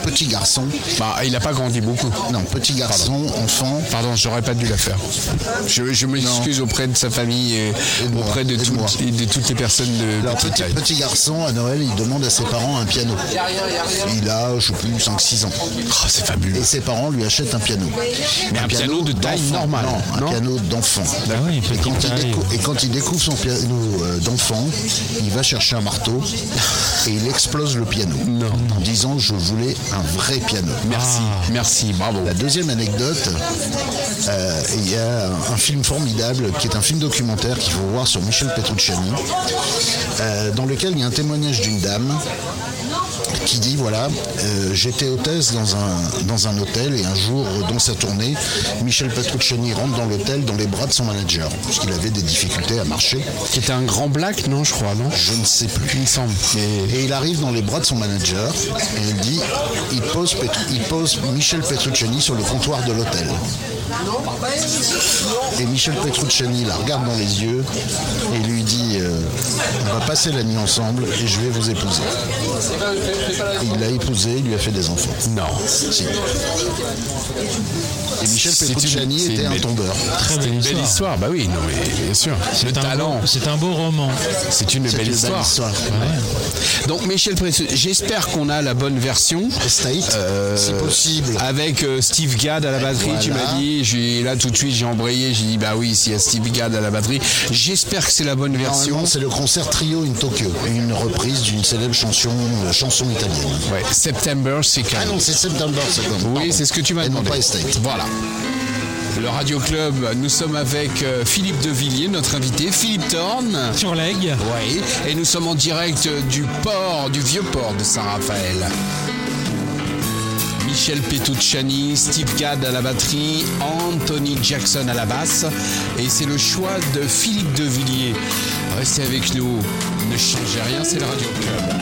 petit garçon, Bah, il a pas grandi beaucoup. non, petit garçon, enfant, Pardon, j'aurais pas dû la faire. Je, je m'excuse auprès de sa famille, et moi, auprès de, et moi. toutes, et de toutes les personnes de Alors, petite petit, taille. petit garçon, à Noël, il demande à ses parents un piano. Il a, je sais plus, 5-6 ans. Oh, c'est fabuleux. Et ses parents lui achètent un piano. Mais un piano de taille d'enfant. normale, Non, un non piano d'enfant. Ah oui, et, petit quand il taille. décou- et quand il découvre son piano euh, d'enfant, il va chercher un marteau et il explose le piano. En disant Je voulais un vrai piano. Ah. Merci, merci, bravo. La deuxième anecdote, euh, il y a un- un film formidable qui est un film documentaire qu'il faut voir sur Michel Petrucciani, euh, dans lequel il y a un témoignage d'une dame qui dit voilà, euh, j'étais hôtesse dans un, dans un hôtel et un jour, euh, dans sa tournée, Michel Petrucciani rentre dans l'hôtel dans les bras de son manager, puisqu'il qu'il avait des difficultés à marcher. Qui était un grand black, non, je crois, non Je ne sais plus. Il me semble. Et il arrive dans les bras de son manager et il dit il pose, Petru- il pose Michel Petrucciani sur le comptoir de l'hôtel. Et Michel Petrucciani la regarde dans les yeux et lui dit euh, On va passer la nuit ensemble et je vais vous épouser. Et il l'a épousée, il lui a fait des enfants. Non. Si. Et Michel C'est une- Petrucciani c'est était une un belle- tombeur. Très C'est belle une belle histoire. histoire, bah oui, non, mais bien sûr. Le C'est un talent, beau- C'est un beau roman. c'est une C'est belle une histoire. Donc Michel Précieux, j'espère qu'on a la bonne version. euh, Estate, si possible. Avec euh, Steve Gadd à la batterie, tu Voilà. m'as dit. J'ai, là, tout de suite, j'ai embrayé. J'ai dit, bah oui, s'il y a Steve Gadd à la batterie, j'espère que c'est la bonne version. Normalement, c'est le concert Trio in Tokyo, une reprise d'une célèbre chanson, euh, chanson italienne. Ouais, September, c'est quand Ah non, c'est September Second. Oui, pardon. c'est ce que tu m'as Et non demandé. pas Estate. Voilà. Le Radio Club, nous sommes avec euh, Philippe Devilliers, notre invité, Philippe Thorne. Sur l'aigle. Oui, et nous sommes en direct euh, du port, du vieux port de Saint-Raphaël. Michel Petrucciani, Steve Gadd à la batterie, Anthony Jackson à la basse. Et c'est le choix de Philippe Devilliers. Restez avec nous, ne changez rien, c'est le Radio Club.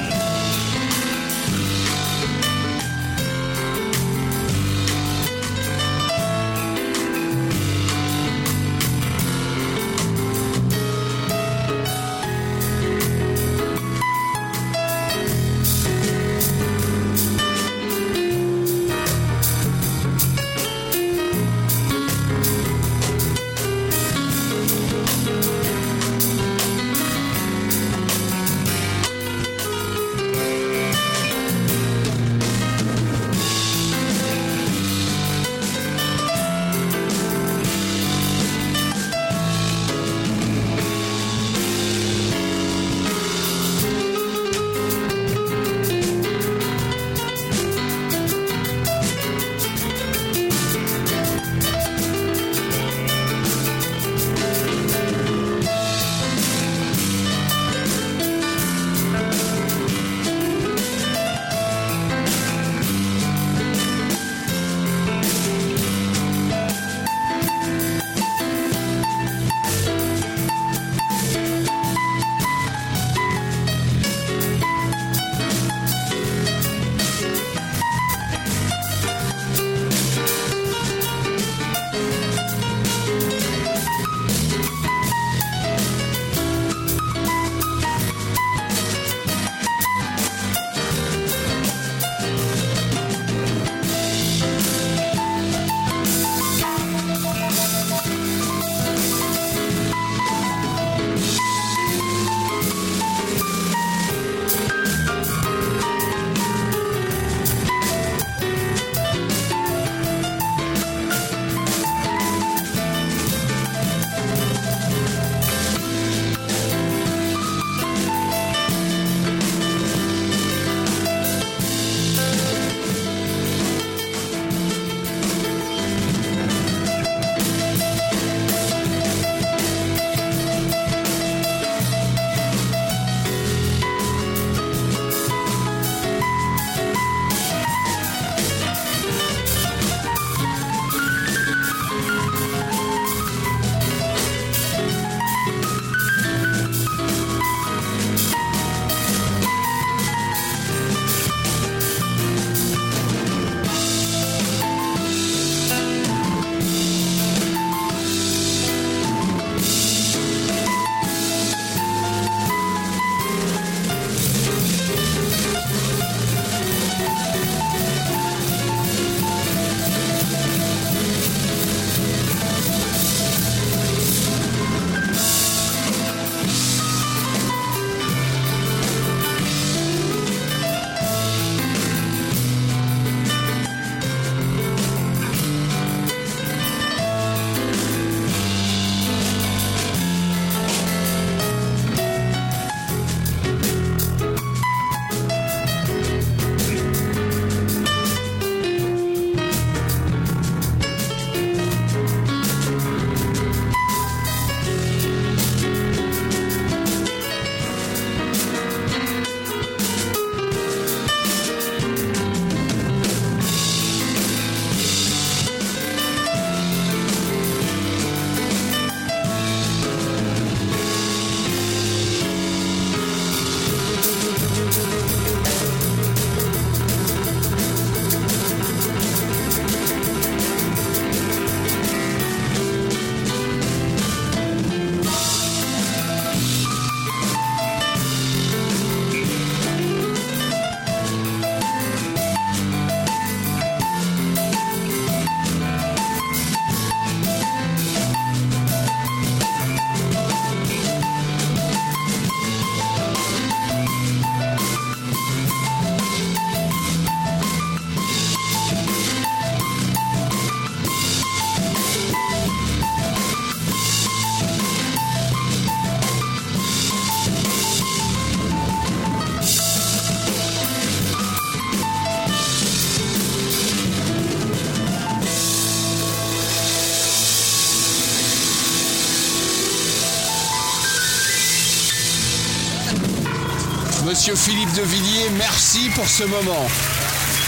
Monsieur Philippe de Villiers, merci pour ce moment.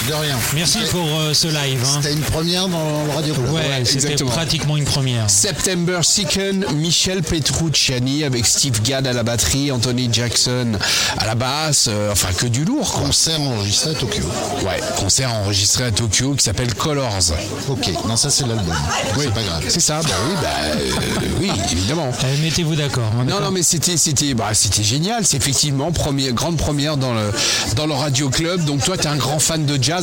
De rien. Merci pour euh, ce live. hein. C'était une première dans le Radio Club. Ouais, c'était exactement. pratiquement une première. September Sicken, Michel Petrucciani avec Steve Gadd à la batterie, Anthony Jackson à la basse, euh, enfin que du lourd quoi. Concert enregistré à Tokyo. Ouais, concert enregistré à Tokyo qui s'appelle Colors. Ok, non, ça c'est l'album. C'est pas grave. C'est ça, bah oui, bah, euh, oui, évidemment. Euh, Mettez-vous d'accord. hein, Non, d'accord non, mais c'était, c'était, bah, c'était génial. C'est effectivement première, grande première dans le, dans le radio club. Donc toi, t'es un grand fan de jazz.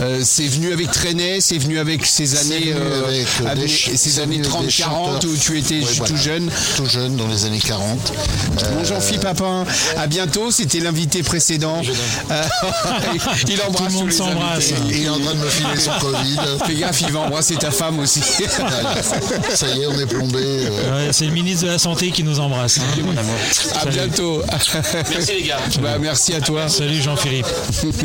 Euh, c'est venu avec Traîner, c'est venu avec ces C'est années, venu euh, avec, euh, avec des ch- ces c'est années venu avec 30, des 40 où chanteurs. tu étais Ouais, ju- voilà. tout jeune. Tout jeune, dans les années 40. Euh, Bonjour Phil Papin, à bientôt, c'était l'invité précédent. Euh, il embrasse Tout le tous monde les s'embrasse. invités. il est en train de me filer son Covid. Fais gaffe, il va embrasser ta femme aussi. Ça y est, on est plombé. euh, Ouais, C'est le ministre de la Santé qui nous embrasse. hein. à Salut. bientôt. Merci les gars. Bah, merci à toi. Salut Jean-Philippe.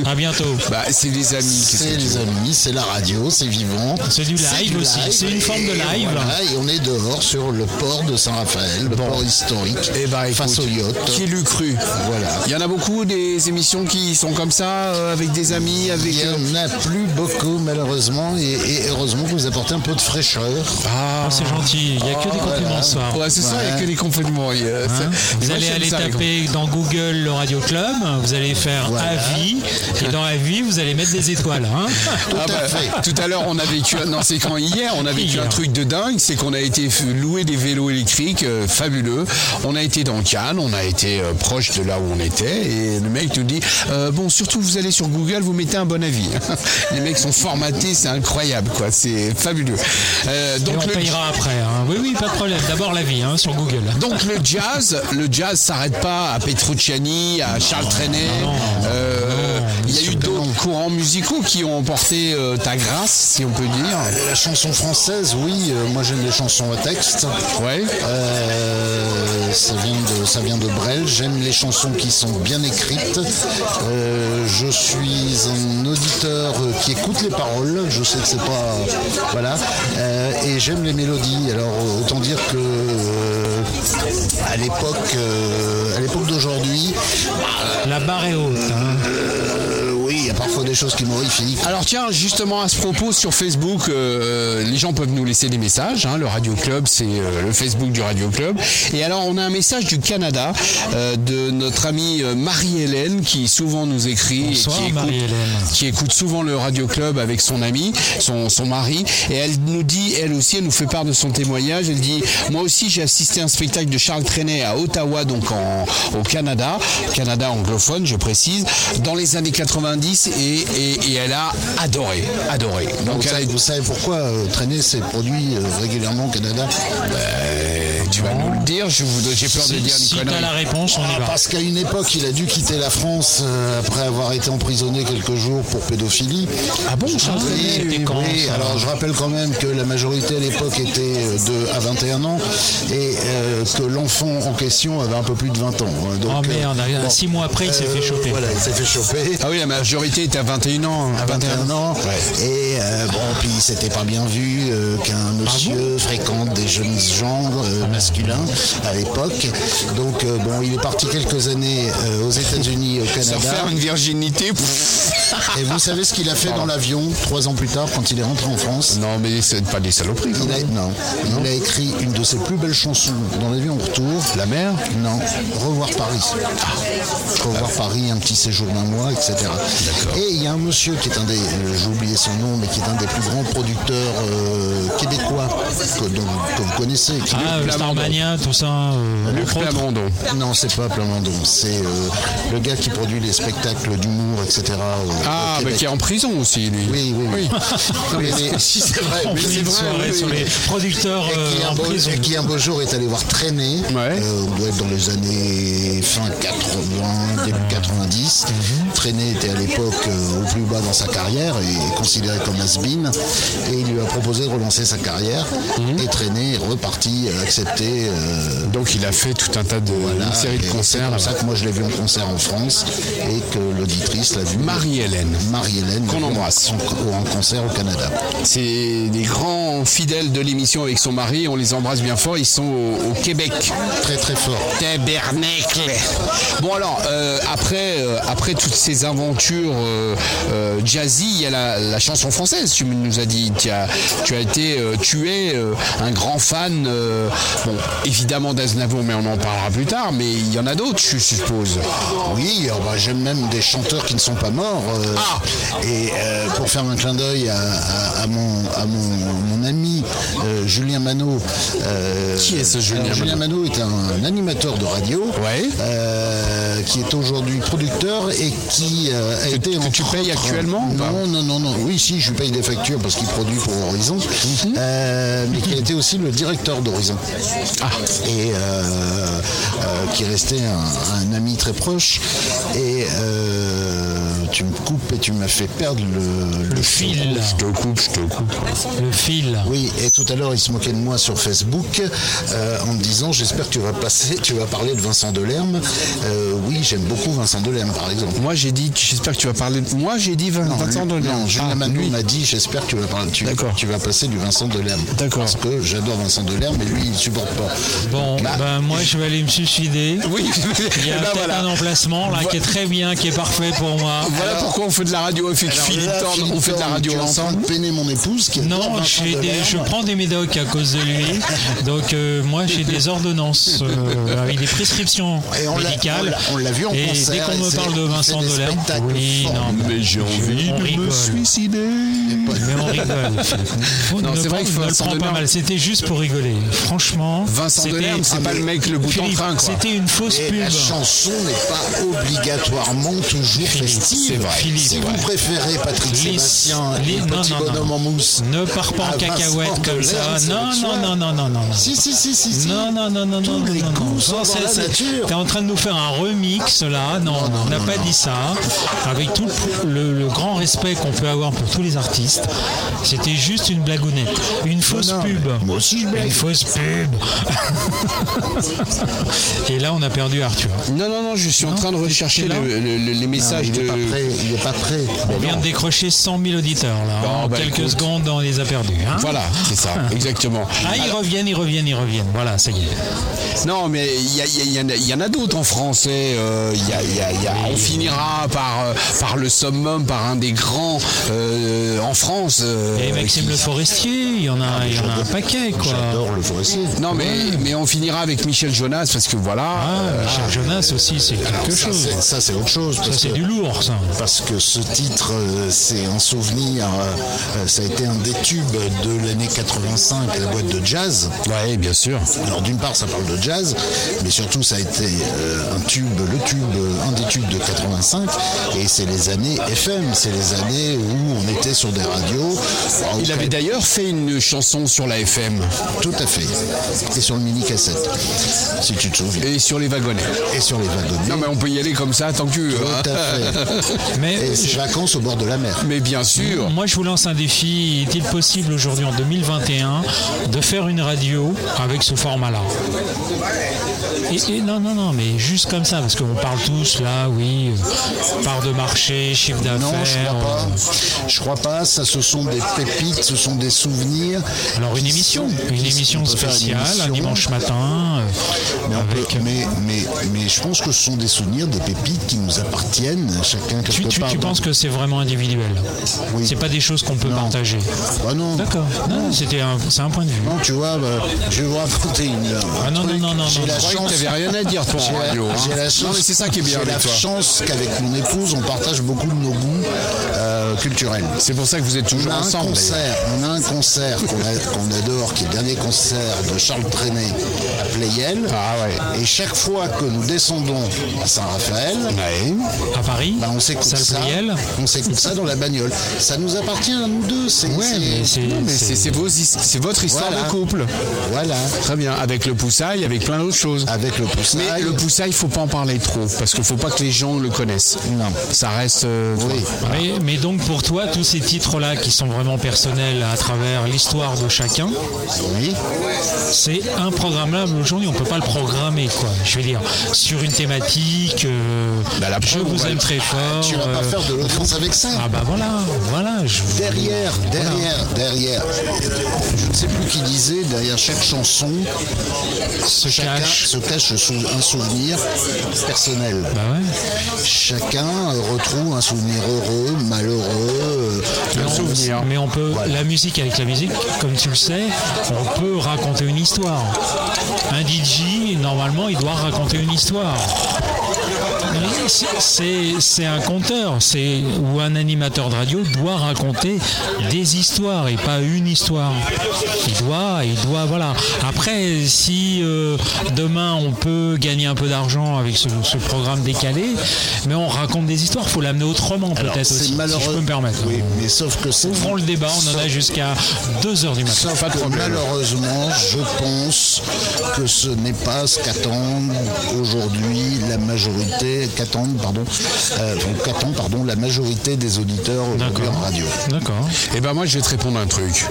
À bientôt. Bah, c'est les amis. qu'est-ce que C'est tu les amis, c'est la radio, c'est vivant. Bah, C'est du live aussi, c'est une forme de et live. voilà, et on est dehors sur le port de Saint-Raphaël, le port historique, Eh ben, face écoute, au yacht. Qui l'eût cru Voilà. Il y en a beaucoup des émissions qui sont comme ça, euh, avec des amis, avec. euh, Il n'y en a plus beaucoup, malheureusement, et, et heureusement que vous apportez un peu de fraîcheur. Ah, Oh, c'est gentil, il n'y a que des compliments ce soir. Ouais, c'est ça, il n'y a que des compliments. il y a- ça- Hein Vous moi, allez j'aime aller ça, les taper dans Google le Radio Club, vous allez faire avis, et dans avis, vous allez mettre des étoiles. hein. Ah bah, tout à l'heure, on a vécu. un- Non, c'est quand hier, on a vécu Hier. un truc de dingue. C'est qu'on a été f- louer des vélos électriques euh, fabuleux. On a été dans Cannes, on a été euh, proche de là où on était. Et le mec nous dit euh, Bon, surtout, vous allez sur Google, vous mettez un bon avis. Les mecs sont formatés, c'est incroyable, quoi. C'est fabuleux. Euh, Et donc, on le payera après. hein. Oui, oui, pas de problème. D'abord l'avis hein, sur Google. donc le jazz, le jazz s'arrête pas à Petrucciani, à Charles Trenet. Euh, Il y a eu d'autres courants musicaux qui ont emporté euh, ta grâce, si on peut Ah, dire. La chanson française, oui, euh, moi j'aime les chansons à texte. Ouais. Euh, ça, vient de, ça vient de Brel. J'aime les chansons qui sont bien écrites. Euh, je suis un auditeur euh, qui écoute les paroles. Je sais que c'est pas. Voilà. Euh, et j'aime les mélodies. Alors euh, autant dire que euh, à l'époque, euh, à l'époque d'aujourd'hui, La barre est haute. hein. euh, oui, il y a parfois des choses qui m'horrifient. Alors tiens, justement à ce propos sur Facebook, euh, les gens peuvent nous laisser des messages. hein. le Radio Club, c'est euh, le Facebook du Radio Club. Et alors on a un message du Canada euh, de notre amie euh, Marie-Hélène qui souvent nous écrit, et Bonsoir, qui, écoute, Marie-Hélène. qui écoute souvent le Radio Club avec son ami, son, son mari. Et elle nous dit, elle aussi, elle nous fait part de son témoignage. Elle dit, moi aussi j'ai assisté à un spectacle de Charles Trenet à Ottawa, donc en, au Canada, Canada anglophone, je précise, dans les années 90, et, et- et elle a adoré, adoré. Donc Vous elle a- savez, vous savez pourquoi euh, traîner ces produits euh, régulièrement au Canada Ben, Euh, tu vas nous le dire, je vous- j'ai peur de Si, dire une si t'as connerie. Ah, la réponse, on y va. Ah, Parce qu'à une époque, il a dû quitter la France euh, après avoir été emprisonné quelques jours pour pédophilie. Ah bon, Charles Oui, Trenet oui, c'était quand, oui. ça alors je rappelle quand même que la majorité à l'époque était euh, de, à 21 ans et euh, que l'enfant en question avait un peu plus de 20 ans. hein. Donc, Oh merde, euh, six mois après, il s'est fait choper. Voilà, il s'est fait choper. Ah oui, la majorité était à 21 ans. à 21 ans. Et euh, bon, puis c'était pas bien vu euh, qu'un monsieur fréquente des jeunes gens euh, masculins à l'époque. Donc euh, bon, il est parti quelques années euh, aux États-Unis, au Se Canada. refaire une virginité. pff. Et vous savez ce qu'il a fait dans l'avion trois ans plus tard quand il est rentré en France Non, mais c'est pas des saloperies. il a, non. il a écrit une de ses plus belles chansons dans l'avion au retour. La mer Non. Revoir Paris. Ah. Revoir Paris, un petit séjour d'un mois, etc. Et il y a un monsieur qui est un des, euh, j'ai oublié son nom, mais qui est un des plus grands producteurs euh, québécois que, dont- que vous connaissez. qui- Ah, euh, Starmania, tout ça. euh, Luc entre autres. Plamondon. Non, c'est pas Plamondon, c'est euh, le gars qui produit les spectacles d'humour, etc. euh, Ah, au bah, Québec. qui est en prison aussi, lui. Oui, oui, oui. Mais- mais- si c'est vrai, On mais fait c'est une vrai, soirée oui, sur oui. les producteurs Et qui, euh, un en beau, prison. et qui un beau jour est allé voir traîner. Ouais. Euh, on doit être dans les années fin 80, début 90. Traîner était à l'époque euh, au plus bas dans sa carrière et considéré comme has-been. Et il lui a proposé de relancer sa carrière. Et Traîner est reparti, a accepté, euh, Donc il a fait tout un tas de une série de et concerts. euh, C'est comme ça que moi je l'ai vu en concert en France et que l'auditrice l'a vu. Marie-Hélène. Marie-Hélène. Qu'on embrasse. En, en concert au Canada. C'est des grands fidèles de l'émission avec son mari. On les embrasse bien fort. Ils sont au, au Québec. Très très fort. Tabernacle. Bon alors, euh, après, euh, après toutes ces aventures euh, euh, jazzy, il y a la, la chanson française. Tu nous as dit, tu as, tu as été, euh, tu es euh, un grand fan. euh, bon, évidemment d'Aznavour, mais on en parlera plus tard. Mais il y en a d'autres, je suppose. Oui, euh, bah, j'aime même des chanteurs qui ne sont pas morts. euh, Ah. Et euh, pour faire un clin d'œil à, à- à mon, à mon- mon ami euh, Julien Manot. euh, Qui est ce Julien alors, Julien Manot est un, animateur de radio euh, qui est aujourd'hui producteur et qui euh, a été. que tu entre payes autres- actuellement ou pas Non, non, non, non. Oui, si, je lui paye des factures parce qu'il produit pour Horizon, Mhm. Euh, mais qui a été aussi le directeur d'Horizon. Ah. Et euh, euh, qui est resté un, un ami très proche. Et euh, tu me coupes et tu m'as fait perdre le, le fil. Je te coupe, je te coupe. Le fil. oui, et tout à l'heure, il se moquait de moi sur Facebook euh, en me disant J'espère que tu vas passer, tu vas parler de Vincent Delerme. Euh, oui, j'aime beaucoup Vincent Delerme, par exemple. Moi j'ai dit, j'espère que tu vas parler. de- Moi j'ai dit 20, Non, Vincent lui- Delerme. non, Julien Ah, Manou lui. m'a dit J'espère que tu vas, parler, tu, D'accord. tu vas passer du Vincent Delerme. D'accord. Parce que j'adore Vincent Delerme, mais lui, il ne supporte pas. Bon, Bah, ben, moi je vais aller me suicider. Oui, Il y a ben peut-être voilà. un emplacement là Vo- qui est très bien, qui est parfait pour moi. Voilà pourquoi on fait de la radio avec alors Philippe là, Thorne, on fait de la Thorne, radio tu es en train ensemble. de peiner mon épouse qui adore Non, Vincent je, fais des- Delerme. je prends des médocs à cause de lui. Donc euh, moi j'ai des ordonnances euh, avec des prescriptions Et on l'a- on médicales. l'a- on l'a vu en et concert, Dès qu'on et me c'est- parle de il fait Vincent des Delerme, spectacles oui, non, formidables. mais j'ai envie de me suicider. Mais on rigole. Faut- Non, ne c'est vrai prends- que Vincent ne le prends pas Delerme- mal. C'était juste pour rigoler. Franchement, Vincent c'était- Delerme, c'est pas le mec le bout en Philippe, train, quoi. C'était une fausse Et pub. la chanson n'est pas obligatoirement toujours festive. c'est vrai, Philippe, si c'est vous vrai. préférez Patrick Lisse, Sébastien et lisse, le non, petit non, non. bonhomme en mousse, Ne pars pas à en Vincent cacahuète comme ça. Delerme, c'est Non, le non, soir. non, non, non, non. non. Si, si, si, si. si. Non, non, non, non, non. Tous les non, coups non. sont Non, dans c'est- la c'est- nature. T'es en train de nous faire un remix là. Non, on n'a pas dit ça. Avec tout le, le grand respect qu'on peut avoir pour tous les artistes, c'était juste une blagounette. Une fausse non, pub. Moi aussi, je Une blague. fausse pub. Et là, on a perdu Arthur. Non, non, non, je suis en train de rechercher là le- le- le- les messages Il n'est de. pas prêt. Il n'est pas prêt. On vient de décrocher 100 000 auditeurs là. Bon, en bah, quelques écoute. secondes, on les a perdus. hein. Voilà, c'est ça, exactement. Ah, ils reviennent, ils reviennent, ils reviennent. Voilà, ça y est. Non, mais il y, a- il y a- il y en a- il y en a d'autres en français. euh, il y a- il y a- il y a- on finira par, euh, par le summum, par un des grands euh, en France. euh, Et qui- Eh, Maxime Le Forestier, il y en a, il y en a un paquet quoi. J'adore le forestier. Non, mais, mais on finira avec Michel Jonas parce que voilà. Ah, euh, Michel Jonas aussi, c'est quelque Alors, ça, chose. c'est- ça, c'est autre chose. Ça, parce c'est que- du lourd, ça. parce que ce titre, euh, c'est un souvenir, euh, euh, ça a été un des tubes de l'année 85, la boîte de jazz. ouais, bien sûr. Alors d'une part, ça parle de jazz, mais surtout, ça a été euh, un tube, le tube, euh, un des tubes de 85, et c'est les années FM, c'est les années où on était sur des radios. bah, Il auquel- avait d'ailleurs fait une chanson sur la FM Tout à fait. Et sur le mini cassette, si tu te souviens. et sur les wagonnets. Et sur les wagonnets. Non, mais on peut y aller comme ça tant que tu veux, hein. Tout à fait. Mais Et ces vacances au bord de la mer. Mais bien sûr. moi, je vous lance un défi. Est-il possible aujourd'hui, en 2021, de faire une radio avec ce format-là et, et non, non, non, mais juste comme ça, parce qu'on parle tous là, oui, euh, part de marché, chiffre Non, je d'affaires. crois pas. euh, Je crois pas. Ça, ce sont des pépites, ce sont des souvenirs. Alors une Qui émission, sont- une qui- on émission peut faire une spéciale, un émission, dimanche matin, Mais, euh, on peut- avec mais, mais, mais je pense que ce sont des souvenirs, des pépites qui nous appartiennent, chacun quelque Tu, tu- part. tu penses que c'est vraiment individuel Oui. C'est pas des choses qu'on peut Non. partager. Bah non. D'accord. Non, non, c'était un, c'est un point de vue. Non, tu vois, bah, je vais vous raconter une. Ah non, non, non, non, J'ai non, la non. Je croyais que chance. t'avais rien à dire, toi, en J'ai la- radio. hein. j'ai la chance- Non, mais c'est ça qui est bien J'ai avec la toi. chance qu'avec mon épouse, on partage beaucoup de nos goûts euh, culturels. C'est pour ça que vous êtes On toujours a un ensemble. d'ailleurs. concert, on a un concert qu'on a- qu'on adore, qui est le dernier concert de Charles Trenet à Playel. Ah ouais. Et chaque fois que nous descendons à Saint-Raphaël, À Paris bah, on s'écoute Salle ça, Pleyel. on s'écoute ça dans la bagnole. Ça nous appartient à nous deux. C'est c'est- Non, mais c'est c'est vos his- c'est votre histoire Voilà. de couple. Voilà. Très bien, avec le poussail, avec plein d'autres choses. Avec le poussin. Mais le poussail, faut pas en parler trop, parce qu'il faut pas que les gens le connaissent. Non. Ça reste. euh, Oui. Mais, mais donc pour toi, tous ces titres-là qui sont vraiment personnels à travers l'histoire de chacun, Oui. c'est improgrammable aujourd'hui. On peut pas le programmer, quoi. Je veux dire, sur une thématique, euh, Bah, la je preuve, on vous va aime le- très fort. Tu vas pas euh, faire de l'offense avec ça. Ah bah voilà, voilà. Je... Derrière, derrière, derrière. Je ne sais plus qui disait, derrière chaque chanson, Se chacun cache. se cache sou- un souvenir personnel. Bah ouais. Chacun euh, retrouve un souvenir heureux, malheureux. euh, Mais on- Mais on peut, Voilà. la musique avec la musique, comme tu le sais, on peut raconter une histoire. Un DJ, normalement, il doit raconter une histoire. Mais c'est- C'est c'est un conteur, c'est ou un animateur de radio doit raconter des histoires et pas une histoire. Il doit, il doit, voilà. Après, si euh, demain on peut gagner un peu d'argent avec ce, ce programme décalé, mais on raconte des histoires, faut l'amener autrement Alors, peut-être aussi, c'est malheureux. si je peux me permettre. Oui, mais sauf que c'est. Ouvrons le débat, on en sauf- a jusqu'à 2h du matin. Sauf que malheureusement, je pense que ce n'est pas ce qu'attend aujourd'hui la majorité, qu'attend, pardon, euh, donc qu'attend, pardon, la majorité des auditeurs aujourd'hui en radio. D'accord. Eh ben moi je vais te répondre un truc.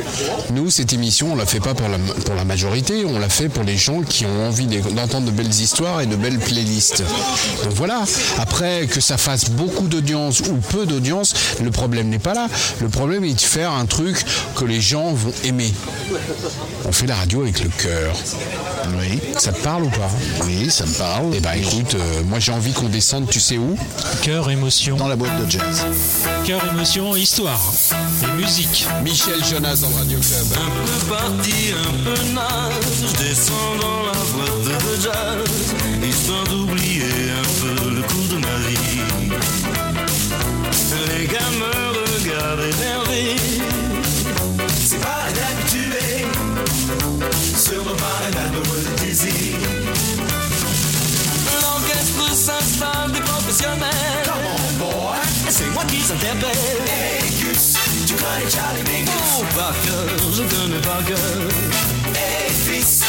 Nous cette émission on la fait pas pour la, pour la majorité, on la fait pour les gens qui ont envie d'é- d'entendre de belles histoires et de belles playlists. Donc voilà. Après que ça fasse beaucoup d'audience ou peu d'audience, le problème n'est pas là. Le problème est de faire un truc que les gens vont aimer. On fait la radio avec le cœur. Oui, Ça te parle ou pas oui, ça me parle. Eh ben écoute, euh, moi j'ai envie qu'on descende, tu sais où Cœur, émotion. Dans la boîte de jazz. Cœur, émotion, histoire. Et musique. Michel Jonas en Radio Club. Un peu parti, un peu naze, je descends dans la boîte de jazz, histoire d'oublier un peu le coup de ma vie. Les gars me regardent énervés, c'est pas d'actuer, sur le bar et la désir. L'orchestre s'installe des professionnels. Come on, boy. C'est moi qui s'interpelle. Hey, Gus, tu connais Charlie Mingus. Oh, par cœur, je connais par cœur. Hey, fils,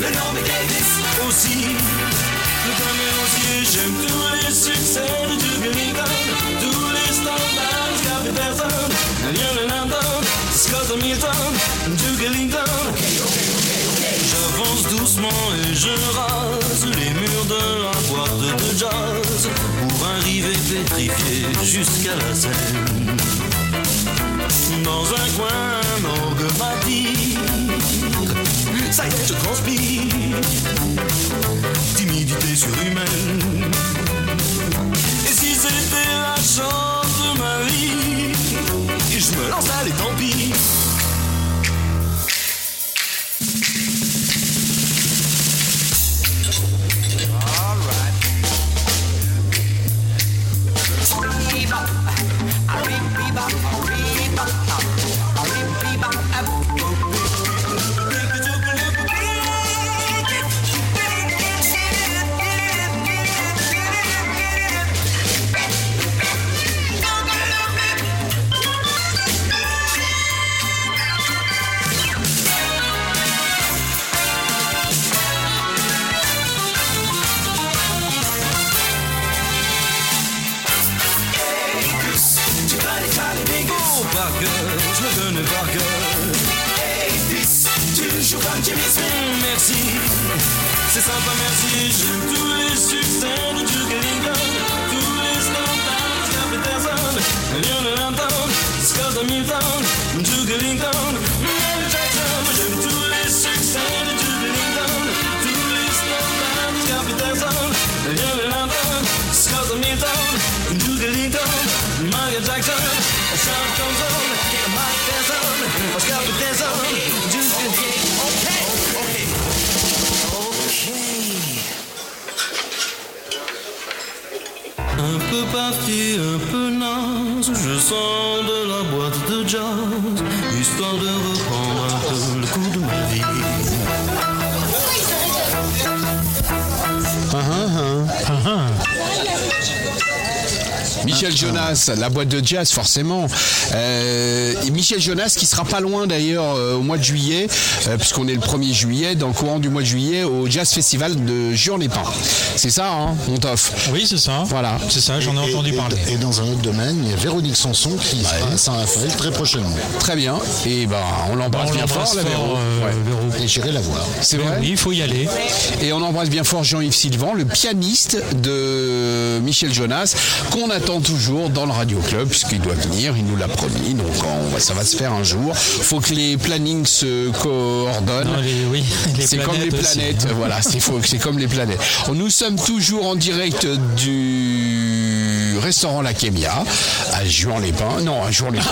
le nom est Davis. Aussi, je connais aussi. J'aime tous les succès de Duke Ellington. Tous les standards de Gary Patterson. Lionel Hampton, Scott Hamilton, Duke Ellington. J'avance doucement et je rase les murs de la boîte de jazz pour arriver pétrifié jusqu'à la scène. Dans un coin, un orgue m'attire. Ça y est, je transpire. Timidité surhumaine. Et si c'était la chance de ma vie, je me lance, allez, tant pis. Tu vas les Charlie Mingus Oh, Parker, je le connais par cœur. Hey, fils, tu joues comme Jimmy Smith Merci, c'est sympa, merci J'aime tous les succès de Duke Ellington Tous les standards de Peterson Lionel Hampton, Scott Hamilton Duke Ellington, Mel Jackson J'aime tous les succès de Duke Ellington Tous les standards de Peterson Lionel Hampton, Scott Hamilton Duke Ellington, Michael Jackson Sean Johnson, Mike Tyson Oscar Peterson, Duke Ellington Ok, ok Un peu parti, un peu naze, je sors de la boîte de jazz, histoire de reprendre un peu le coup de ma vie. Uh-huh, Ah, ah. Michel Jonas, la boîte de jazz, forcément. Euh, et Michel Jonas qui sera pas loin d'ailleurs euh, au mois de juillet, euh, puisqu'on est le 1er juillet, dans le courant du mois de juillet, au Jazz Festival de Juan-les-Pins. C'est ça, hein, mon tof Oui, c'est ça. Voilà. C'est ça, j'en ai Et- entendu et- parler. Et dans un autre domaine, il y a Véronique Sanson qui sera à Saint-Raphaël très prochainement. Très bien. Et ben, on l'embrasse On bien l'embrasse fort, la Véro. fort, euh, Ouais. Véro. Et j'irai la voir. C'est Mais vrai. oui, il faut y aller. Et on embrasse bien fort Jean-Yves Sylvan, le pianiste de Michel Jonas, qu'on attend toujours dans le Radio Club, puisqu'il doit venir, il nous l'a promis, donc on va- ça va se faire un jour. faut que les plannings se coordonnent. Non, les- oui, les c'est comme les planètes aussi, planètes, hein. voilà, c'est faux, c'est comme les planètes. Nous sommes toujours en direct du restaurant La Kémia, à Juan-les-Pins. Non, à Juan-les-Pins.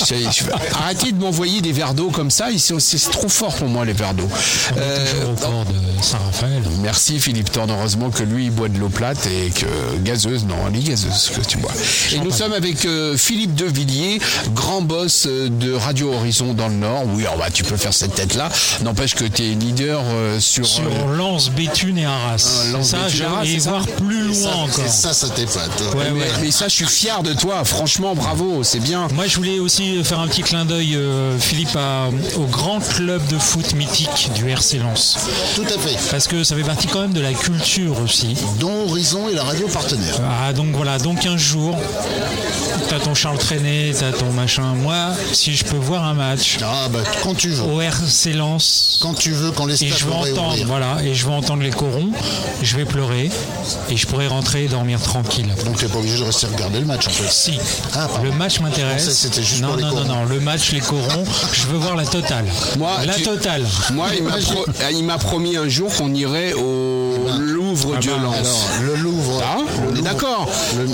Je- je- Arrêtez de m'envoyer des verres d'eau comme ça, ils sont- c'est trop fort pour moi les verres d'eau. Euh, Toujours au port de Saint-Raphaël. Merci Philippe Thorne, heureusement que lui il boit de l'eau plate et que gazeuse, non, elle est gazeuse que tu bois. Et nous sommes avec euh, Philippe Devilliers, grand boss euh, de Radio Horizon dans le Nord. Oui, alors, bah, tu peux faire cette tête-là. N'empêche que tu es leader euh, sur... Sur euh, Lens, Béthune et Arras. Euh, Lens, ça, Béthune, je- Arras, et c'est ça voir plus loin Ça, encore. et ça, ça t'épate. Ouais, mais, ouais. mais ça, je suis fier de toi. Franchement, bravo, c'est bien. Moi, je voulais aussi faire un petit clin d'œil, euh, Philippe, à- au grand club de foot mythique du RC Lens. Tout à fait. Parce que ça fait partie quand même de la culture aussi. Dont Horizon et la radio partenaire. Ah, donc voilà, donc un jour, t'as ton Charles Traîné, t'as ton machin. Moi, si je peux voir un match Ah bah quand tu veux. au RC Lens Quand tu veux, quand les et stades je vais vont entendre, réouvrir. voilà, et je vais entendre les corons, je vais pleurer et je pourrai rentrer et dormir tranquille. Donc t'es pas obligé de rester regarder le match en fait. Si, Ah, pardon. le match Je pensais que m'intéresse. c'était juste Non, pour les non, non, corons. non, le match, les corons, je veux voir la totale. Moi, la tu- totale. Moi, il m'a pro- il m'a promis un jour qu'on irait au Ah ben. Louvre de Lens. Le Louvre. Ah, le on est Louvre- d'accord.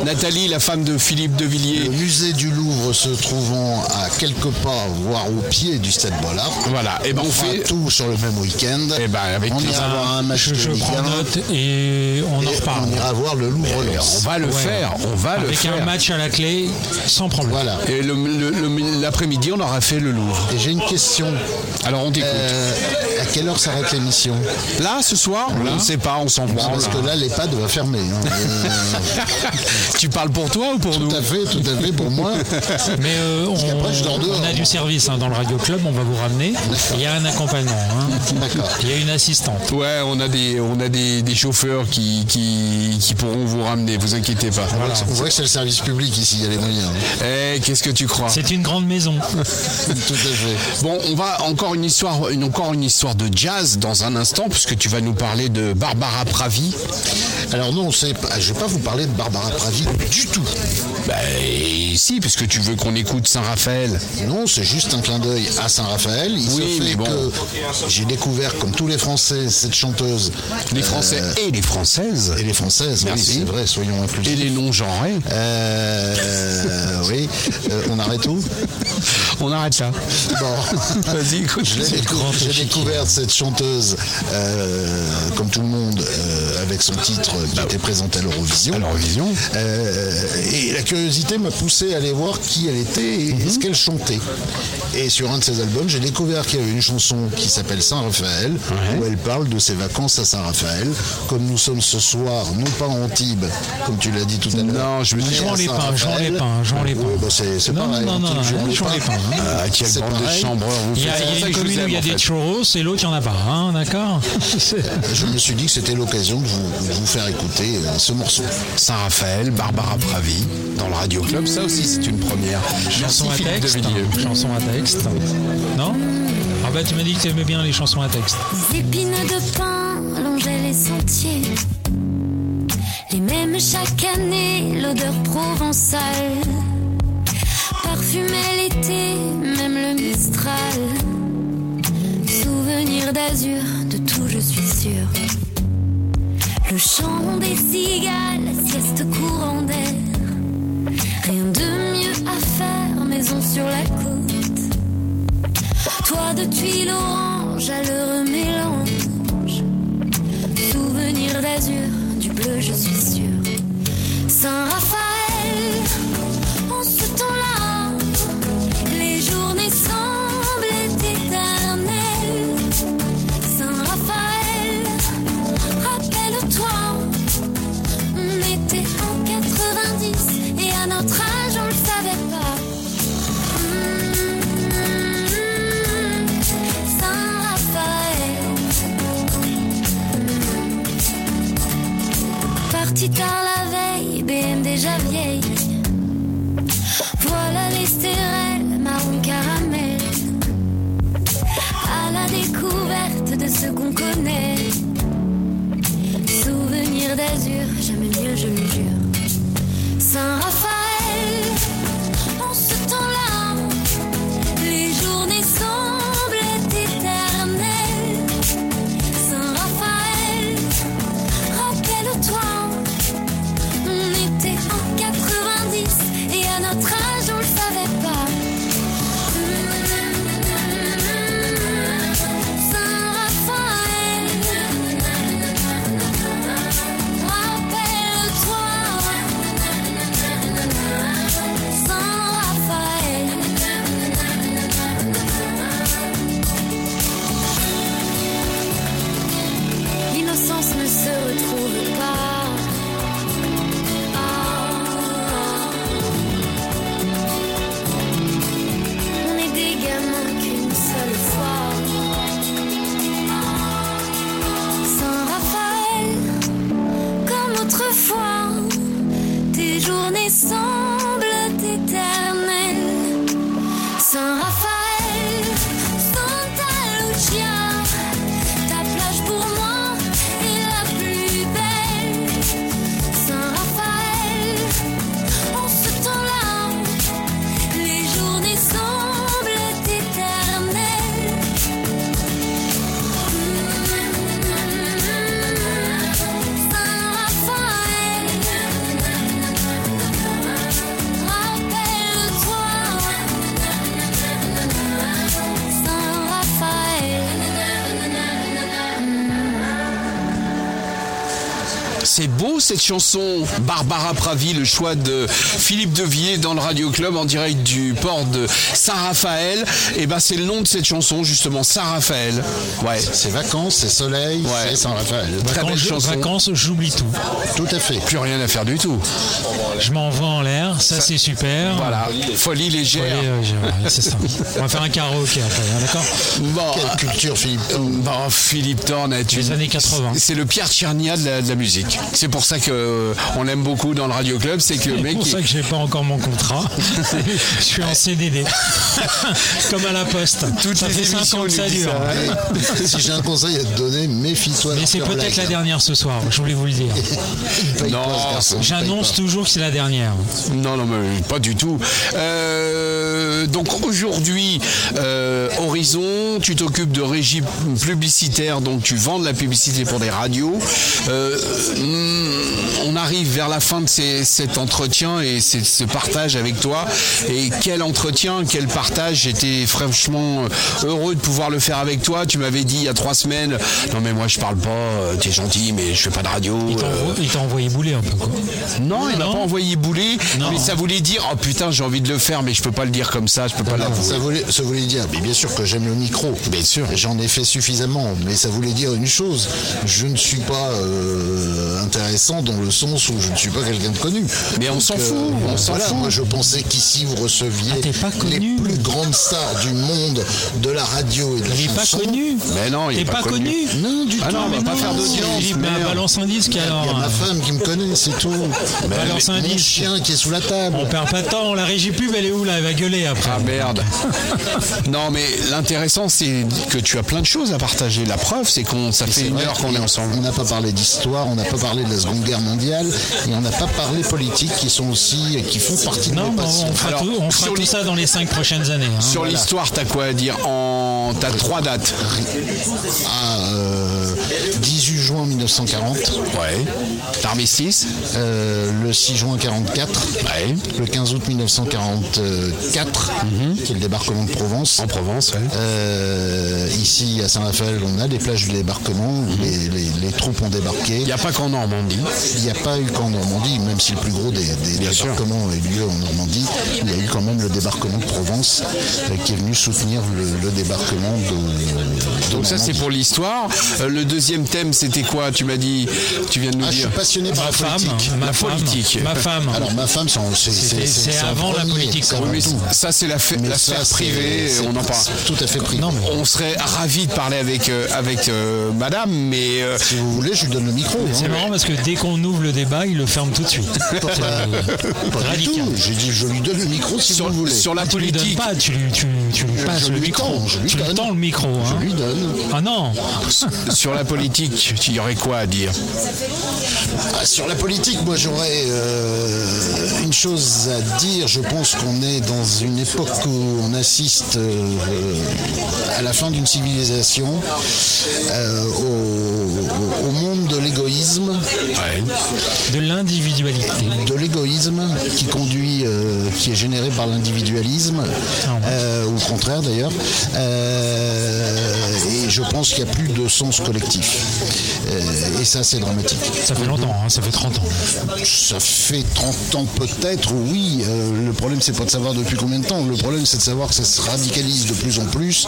Nathalie, la femme de Philippe Devilliers, Le musée du Louvre se trouvant à quelques pas, voire au pied du Stade Bollard. Voilà, et ben on fera fait- tout sur le même week-end. Eh ben, avec on plaisir. ira voir un match Je, de je Ligue prends 1, note et on en et reparle. on ira voir le Louvre. Eh, on Lens. va le Ouais. faire. On va le Avec faire. un match à la clé, sans problème. Voilà. Et le- le- le- l'après-midi, on aura fait le Louvre. Et j'ai une question. Alors on t'écoute. Euh, à quelle heure s'arrête l'émission Là, ce soir, on ne sait pas, on s'en branle. Parce que là, l'EHPAD va fermer. hein. Euh, tu parles pour toi ou pour nous tout à fait, tout à fait pour moi. Mais euh, on, qu'après, je dors dehors. on a du service hein, dans le Radio Club, on va vous ramener. Il y a un accompagnant. hein. D'accord. Il y a une assistante. Ouais, on a des, on a des, des chauffeurs qui, qui, qui pourront vous ramener, vous inquiétez pas. On voit que c'est le service public ici, il y a les moyens. Eh, qu'est-ce que tu crois C'est une grande maison. Tout à fait. Bon, on va encore une histoire, une, encore une histoire de jazz dans un instant, puisque tu vas nous parler de Barbara Pravi. Alors non, c'est pas- je ne vais pas vous parler de Barbara Pravi du tout. Bah, et si, puisque tu veux qu'on écoute Saint-Raphaël. Non, c'est juste un clin d'œil à Saint-Raphaël. Il Oui, se mais fait bon. que j'ai découvert, comme tous les Français, cette chanteuse. Les Français euh, et les Françaises. et les Françaises, oui, Merci. c'est vrai, soyons Et inclusifs. les non-genrés. Euh, oui, Euh, on arrête tout On arrête là. Bon. Vas-y, écoute. Je l'ai décou- J'ai découvert cette chanteuse, euh, comme tout le monde, euh, avec son titre qui Bah était présenté à l'Eurovision. Euh, et la curiosité m'a poussé à aller voir qui elle était et Mhm. ce qu'elle chantait. Et sur un de ses albums, j'ai découvert qu'il y avait une chanson qui s'appelle Saint-Raphaël, où elle parle de ses vacances à Saint-Raphaël. Comme nous sommes ce soir, non pas en Antibes, comme tu l'as dit tout à l'heure. Non, je me dis- mais Jean à Lépin, Saint-Raphaël. Jean Lépin, Jean Lépin. Oui, bah, c'est c'est Non, pareil, non, non, Antibes, non, Jean Jean Lépin. Lépin, hein. Ah, quelle C'est bande de pareil. chambreurs vous Il y a, il faites. C'est y a ça une que je vous commune où aime, il y a en des fait. churros et l'autre, il n'y en a pas. hein, D'accord Je me suis dit que c'était l'occasion de vous, de vous faire écouter euh, ce morceau. Saint-Raphaël, Barbara Pravi, dans le Radio Club, ça aussi c'est une première. Merci Chanson à Philippe texte. Devilliers. Chanson à texte. Non Ah bah tu m'as dit que tu aimais bien les chansons à texte. Les épines de pain longeaient les sentiers. Les mêmes chaque année, l'odeur provençale parfumait l'été, même le Mistral. Souvenir d'azur, de tout je suis sûre. Le chant des cigales, la sieste courant d'air. Rien de mieux à faire, maison sur la côte. Toi de tuiles orange à l'heureux mélange. Souvenir d'azur, du bleu, je suis sûre. Saint-Raphaël, en ce temps-là, les journées semblent éternelles. Saint-Raphaël, rappelle-toi, on était en 80. parti tard la veille, BM déjà vieille. Voilà les stérelles, marron caramel. À la découverte de ce qu'on connaît. Souvenir d'azur, jamais mieux, je le jure. Saint-Raphaël, en ce temps-là, les journées semblaient éternelles. Saint-Raphaël, rappelle-toi, on était en 90 et à notre âge on le savait pas. Saint-Raphaël, rappelle-toi. Saint-Raphaël, l'innocence ne se retrouve pas. Ah. On est des gamins qu'une seule fois. Saint-Raphaël, comme autrefois, tes journées semblent éternelles. Saint-Raphaël, Santa Lucia, ta plage pour moi est la plus belle. Saint-Raphaël, en ce temps-là, les journées semblent éternelles. Saint-Raphaël, rappelle-toi. Saint-Raphaël. C'est beau cette chanson Barbara Pravi, le choix de Philippe Devier dans le Radio Club en direct du port de Saint-Raphaël. Et ben c'est le nom de cette chanson justement Saint-Raphaël. Ouais. C'est vacances, c'est soleil, c'est Saint-Raphaël. Très belle Vacances, chanson. vacances, j'oublie tout. Tout à fait. Plus rien à faire du tout. Je m'envoie en l'air, ça, c'est super. Voilà, folie légère. Allez, euh, j'ai- ouais, c'est ça. On va faire un karaoké après, hein, d'accord Bon, Quelle culture, Philippe bon, Philippe Thorne est Les une- années 80. C'est le Pierre Tchernia de la, de la musique. C'est pour ça que euh, on l'aime beaucoup dans le Radio Club, c'est que le C'est mec pour est- ça que j'ai pas encore mon contrat. je suis en CDD. Comme à la poste. Toutes ça les fait 5 émissions, ans que il nous ça dit dure. ça. hein. si j'ai un conseil à te donner, méfie-toi. Mais c'est peut-être la dernière ce soir, je voulais vous le dire. J'annonce toujours que c'est la dernière. Non, non, mais pas du tout. Euh, donc aujourd'hui, euh, Horizon, tu t'occupes de régie publicitaire, donc tu vends de la publicité pour des radios. Euh, mm, on arrive vers la fin de ces- cet entretien et ces- ce partage avec toi. Et quel entretien, quel partage. J'étais franchement heureux de pouvoir le faire avec toi. Tu m'avais dit il y a trois semaines, non mais moi je parle pas, euh, t'es gentil, mais je fais pas de radio. Il t'a euh, envo- il t'a envoyé bouler un peu quoi. non, il n'a pas Non. envoyé bouler, Non. mais ça voulait dire oh putain j'ai envie de le faire mais je peux pas le dire comme ça, je peux pas l'avouer. Ça voulait, ça voulait dire, mais bien sûr que j'aime le micro. Bien sûr. J'en ai fait suffisamment, mais ça voulait dire une chose. Je ne suis pas euh, intéressant dans le sens où je ne suis pas quelqu'un de connu. Mais on Donc, euh, s'en fout, on s'en voilà, fout. Moi, je pensais qu'ici vous receviez t'es pas connu. les plus grandes stars du monde de la radio et de la Il est pas chanson. connu. Mais non, il T'es est pas pas connu. Non, du Ah tout. non, on va mais pas faire d'audience, Philippe, bah, merde. balance un disque Il y a alors. ma femme qui me connaît, c'est tout. Balance un euh, Mon disque. chien qui est sous la table. On perd pas de temps, la régie pub elle est où là Elle va gueuler après. Ah merde. non mais l'intéressant c'est que tu as plein de choses à partager. La preuve c'est qu'on ça fait C'est une vrai heure qu'on qu'on est ensemble. On n'a pas parlé d'histoire, on n'a pas parlé de la Seconde Guerre mondiale, et on n'a pas parlé politique, qui sont aussi, qui font partie de non, mes mais passions. on fera, Alors, tout, on fera sur tout les- ça dans les 5 prochaines années. Ah, hein. Sur l'histoire, t'as quoi à dire en T'as trois dates. Ah, euh, 18 juin 1940, Ouais. L'armistice. euh, le 6 juin 44, le 15 août 1944, qui est le débarquement de Provence. Mhm. En Provence. Ouais. Euh, ici à Saint-Raphaël, on a les plages du débarquement, où les, les- les troupes ont débarqué. Mhm. Il n'y a pas qu'en Normandie. Il n'y a pas eu qu'en Normandie, même si le plus gros des, des débarquements a eu lieu en Normandie, il y a eu quand même le débarquement de Provence euh, qui est venu soutenir le, le débarquement de, de Donc ça c'est Normandie. pour l'histoire. Euh, le deuxième thème thème, c'était quoi Tu m'as dit, tu viens de nous Ah, je suis dire. passionné par Ma la femme, politique. ma La femme, politique. ma femme. Alors ma femme, c'est- c'est- C'était- c'est c'est en avant la premier, politique, c'est quand avant même. Mais tout. ça, c'est la fa- Mais la ça, sphère c'est- privée, c'est- on en parle. c'est Tout à fait privé. Non, mais on serait ravi de parler avec euh, avec euh, Madame, mais euh, Si vous voulez, je lui donne le micro. hein. C'est marrant parce que dès qu'on ouvre le débat, il le ferme tout de suite. C'est, euh, Pas du Radical. tout. J'ai dit, je lui donne le micro si sur, vous voulez. sur la Tu lui donnes politique, pas, tu lui, tu, tu lui Je- passes je le lui micro. tends, je lui tu lui donne. tends le micro. hein. Je lui donne. Ah non sur la politique, il y aurait quoi à dire Ah, sur la politique, moi j'aurais euh, une chose à dire. Je pense qu'on est dans une époque où on assiste euh, à la fin d'une civilisation, euh, au, au- au monde de l'égoïsme, De l'individualité. de l'égoïsme qui conduit, euh, qui est généré par l'individualisme, Ah, euh, ou au contraire d'ailleurs. Euh, et je pense qu'il n'y a plus de sens collectif. Euh, et ça, c'est dramatique. Ça fait longtemps, hein, ça fait 30 ans. Ça fait 30 ans peut-être, oui. Euh, le problème, c'est pas de savoir depuis combien de temps. Le problème, c'est de savoir que ça se radicalise de plus en plus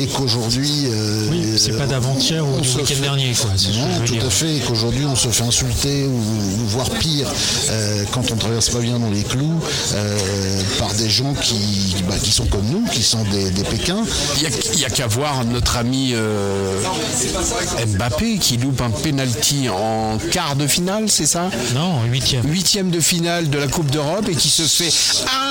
et qu'aujourd'hui. euh, Oui, c'est pas d'avant-hier ou on du se week-end fait- dernier, quoi, c'est ce que je Non, veux tout dire. à fait. et Qu'aujourd'hui, on se fait insulter ou, ou voire pire euh, quand on traverse pas bien dans les clous euh, par des gens qui, bah, qui sont comme nous, qui sont des, des Pékins. Il y a- il y a, qu'à voir notre ami euh, Mbappé qui loupe un penalty en quart de finale, c'est ça Non, huitième. Huitième de finale de la Coupe d'Europe et qui se fait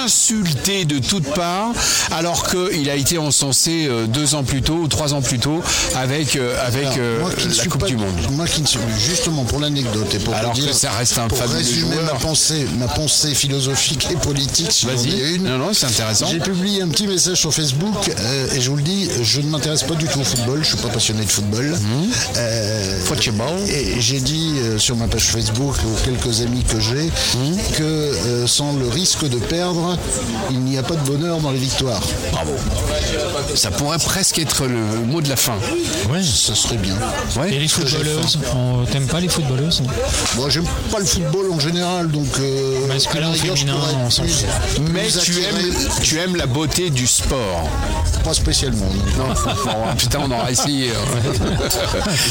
insulter de toutes parts alors qu'il a été encensé euh, deux ans plus tôt ou trois ans plus tôt avec, euh, avec Alors, euh, moi qui ne la suis Coupe pas- du Monde. Moi qui ne suis justement pour l'anecdote et pour Alors te dire, que ça reste un pour fabuleux résumer joueur. ma pensée, ma pensée philosophique et politique. Si j'en ai Vas-y. une. Non, non, c'est intéressant. J'ai publié un petit message sur Facebook euh, et je vous le dis, je ne m'intéresse pas du tout au football, je suis pas passionné de football. Mhm. Euh, Et j'ai dit euh, sur ma page Facebook aux quelques amis que j'ai Mhm. que euh, sans le risque de perdre, il n'y a pas de bonheur dans les victoires. Bravo. Ça pourrait presque être le mot de la fin. Ouais. Ce serait bien. Et les footballeuses on- T'aimes pas les footballeuses hein Moi, j'aime pas le football en général, donc. Euh, Masculin, à la rigueur, je féminin, pourrais on s'en plus- fout. plus Mais tu attirer- aimes, tu aimes la beauté du sport. Pas spécialement. non. Non, bon, putain, on aura essayé. hein.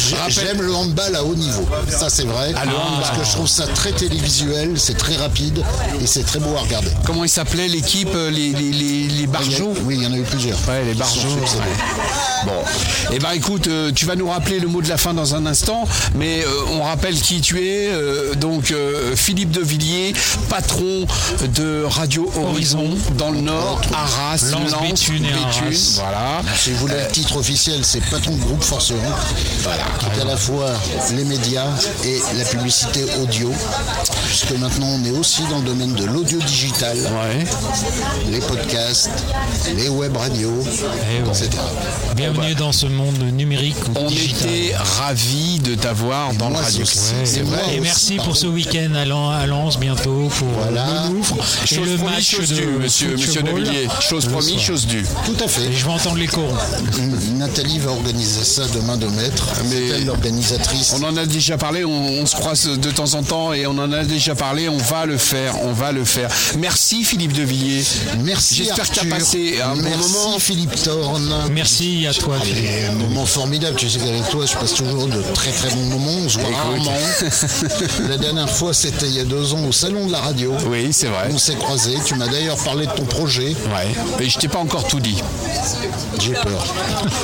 J'ai- J'aime le handball à haut niveau. Ça, c'est vrai. Ah, le parce que je trouve ça très télévisuel, c'est très rapide et c'est très beau à regarder. Comment il s'appelait l'équipe euh, Les, les, les, les Ah, Il y a- Barjots Oui, il y en a eu plusieurs. Ouais, les Qui sont Barjots. succédés. ouais. Bon. Eh ben écoute, euh, tu vas nous rappeler le mot de la fin dans un instant, mais euh, on rappelle qui tu es. euh, donc euh, Philippe de Villiers, patron de Radio Horizon dans le Nord, Arras, Lens, Lens, Béthune et Arras. Voilà. Si vous voulez le titre officiel, c'est patron de groupe Forceron, voilà, qui est à la fois les médias et la publicité audio, puisque maintenant on est aussi dans le domaine de l'audio digital, les podcasts, les web radios, Eh ouais. etc. bah. Bienvenue dans ce monde numérique ou On digital. était ravis de t'avoir dans le Moi, Radio c'est- Classique. c'est Et vrai aussi, merci pardon. pour ce week-end à Lan- à Lens bientôt pour euh, Voilà. le Louvre et Chose le promise, match chose de due, monsieur, monsieur football Devilliers. Chose le promise, soir. chose due. Tout à fait. Et je vais entendre les corons. Nathalie va organiser ça demain de maître. Mais- C'est elle l'organisatrice. On en a déjà parlé, on, on se croise de temps en temps et on en a déjà parlé, on va le faire, on va le faire. Merci Philippe Devilliers. Merci J'espère que Arthur. tu as passé un bon Merci moment. Philippe Thorne. Merci à toi. Philippe. Et un moment formidable, tu sais qu'avec toi je passe toujours de très très bons moments, on se voit rarement. la dernière fois c'était il y a deux ans au salon de la radio. Oui, c'est vrai. On s'est croisés, tu m'as d'ailleurs parlé de ton projet, Et je t'ai pas encore tout dit. j'ai peur.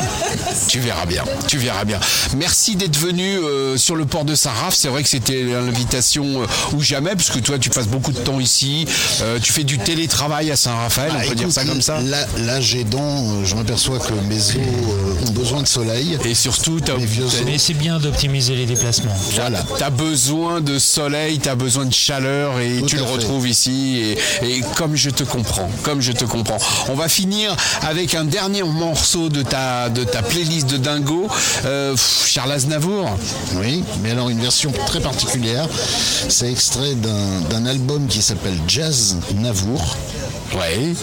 Tu verras bien, tu verras bien. Merci d'être venu euh, sur le port de Saraf. C'est vrai que c'était l'invitation euh, ou jamais, puisque toi tu passes beaucoup de temps ici. Euh, tu fais du télétravail à Saint-Raphaël, on peut Bah, Écoute, dire ça comme ça. Là, là j'ai dents, euh, je m'aperçois que mes os euh, ont besoin de soleil. Et surtout, t'as Mes vieux os. Mais c'est bien d'optimiser les déplacements. Voilà. T'as besoin de soleil, t'as besoin de chaleur et Tout tu à le fait. retrouves ici. Et, et comme je te comprends, comme je te comprends. On va finir avec un dernier morceau de ta, de ta playlist de dingo, euh, pff, Charles Aznavour. Oui, mais alors une version très particulière. C'est extrait d'un d'un album qui s'appelle Jazz Navour. Ouais.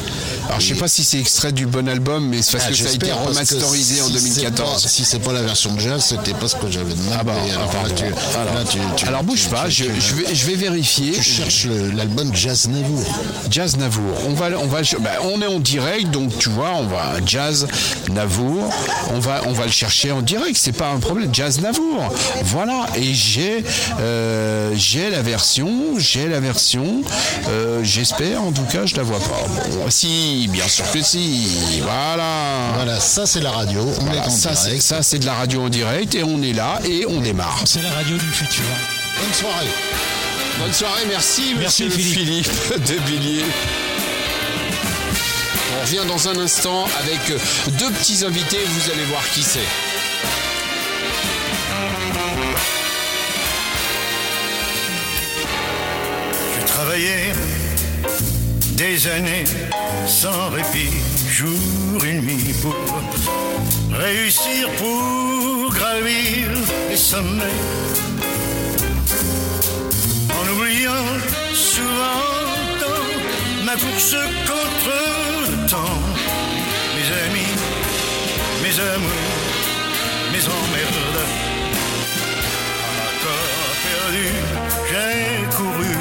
Alors je sais pas si c'est extrait du bon album, mais c'est parce Ah, que ça a été j'espère, parce que remasterisé autorisé en si c'est 2014. pas- si c'est pas la version de jazz, c'était pas ce que j'avais demandé. bah, alors, ah, là, tu, alors. là, tu- tu- Alors bouge tu- pas, tu- je, tu- je vais, je vais vérifier. Tu cherches le- l'album Jazz Navour. Jazz Navour. On va, on va, le- bah, on est en direct, donc tu vois, on va Jazz Navour. On va, on va le chercher en direct. C'est pas un problème. Jazz Navour. Voilà. Et j'ai, euh, j'ai la version, j'ai la version. euh, J'espère, en tout cas, je la vois pas. Bon, si, bien sûr que si. Voilà. Voilà, ça c'est la radio. On Voilà, est en ça, c'est- direct. ça, c'est de la radio en direct et on est là et on démarre. C'est la radio du futur. Bonne soirée. Bonne soirée, merci, Merci, monsieur Philippe. de Villiers. On revient dans un instant avec euh, deux petits invités, vous allez voir qui c'est. J'ai travaillé des années sans répit, jour et nuit pour réussir, pour gravir les sommets. En oubliant souvent dans ma course contre le temps, mes amis, mes amours, mes emmerdes. En accord perdu, j'ai couru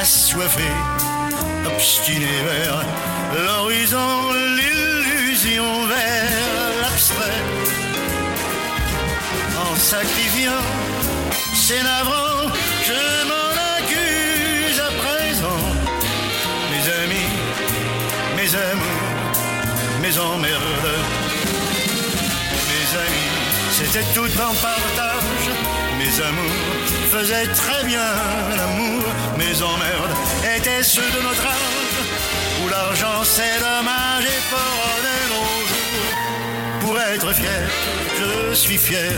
assoiffé, obstiné vers l'horizon, l'illusion vers l'abstrait. En sacrifiant ces navrants, je m'en accuse à présent. Mes amis, mes amours, mes emmerdes. Mes amis, c'était tout en partage. Mes amours faisaient très bien l'amour. Mes emmerdes étaient ceux de notre âge, où l'argent c'est dommage et prenait nos jours. Pour être fier, je suis fier.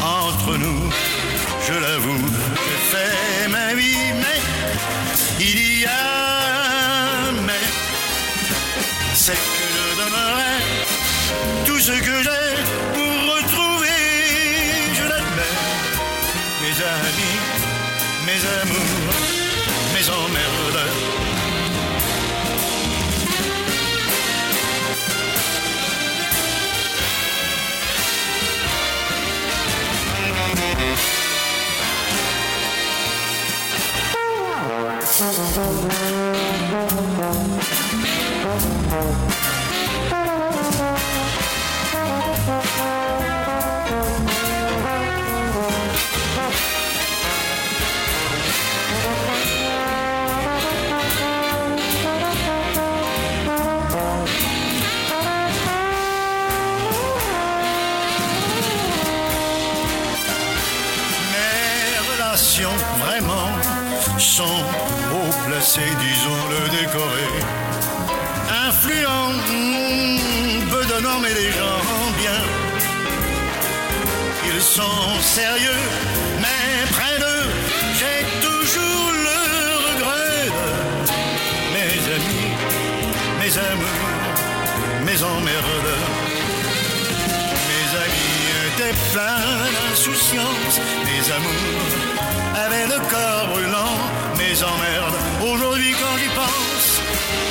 Entre nous, je l'avoue, j'ai fait ma vie, mais il y a un mais. C'est que je donnerai tout ce que j'ai pour retrouver, je l'admets, mes amis, mes amours, mes emmerdes. Mes relations vraiment sont haut placées, disons-le décoré. Influent, mm, bedonnant, mais les gens bien. Ils sont sérieux, mais près d'eux, j'ai toujours le regret. de Mes amis, mes amours, mes emmerdes. Mes amis étaient euh, pleins d'insouciance, mes amours avaient le corps brûlant, mes emmerdes. Aujourd'hui, quand j'y pense,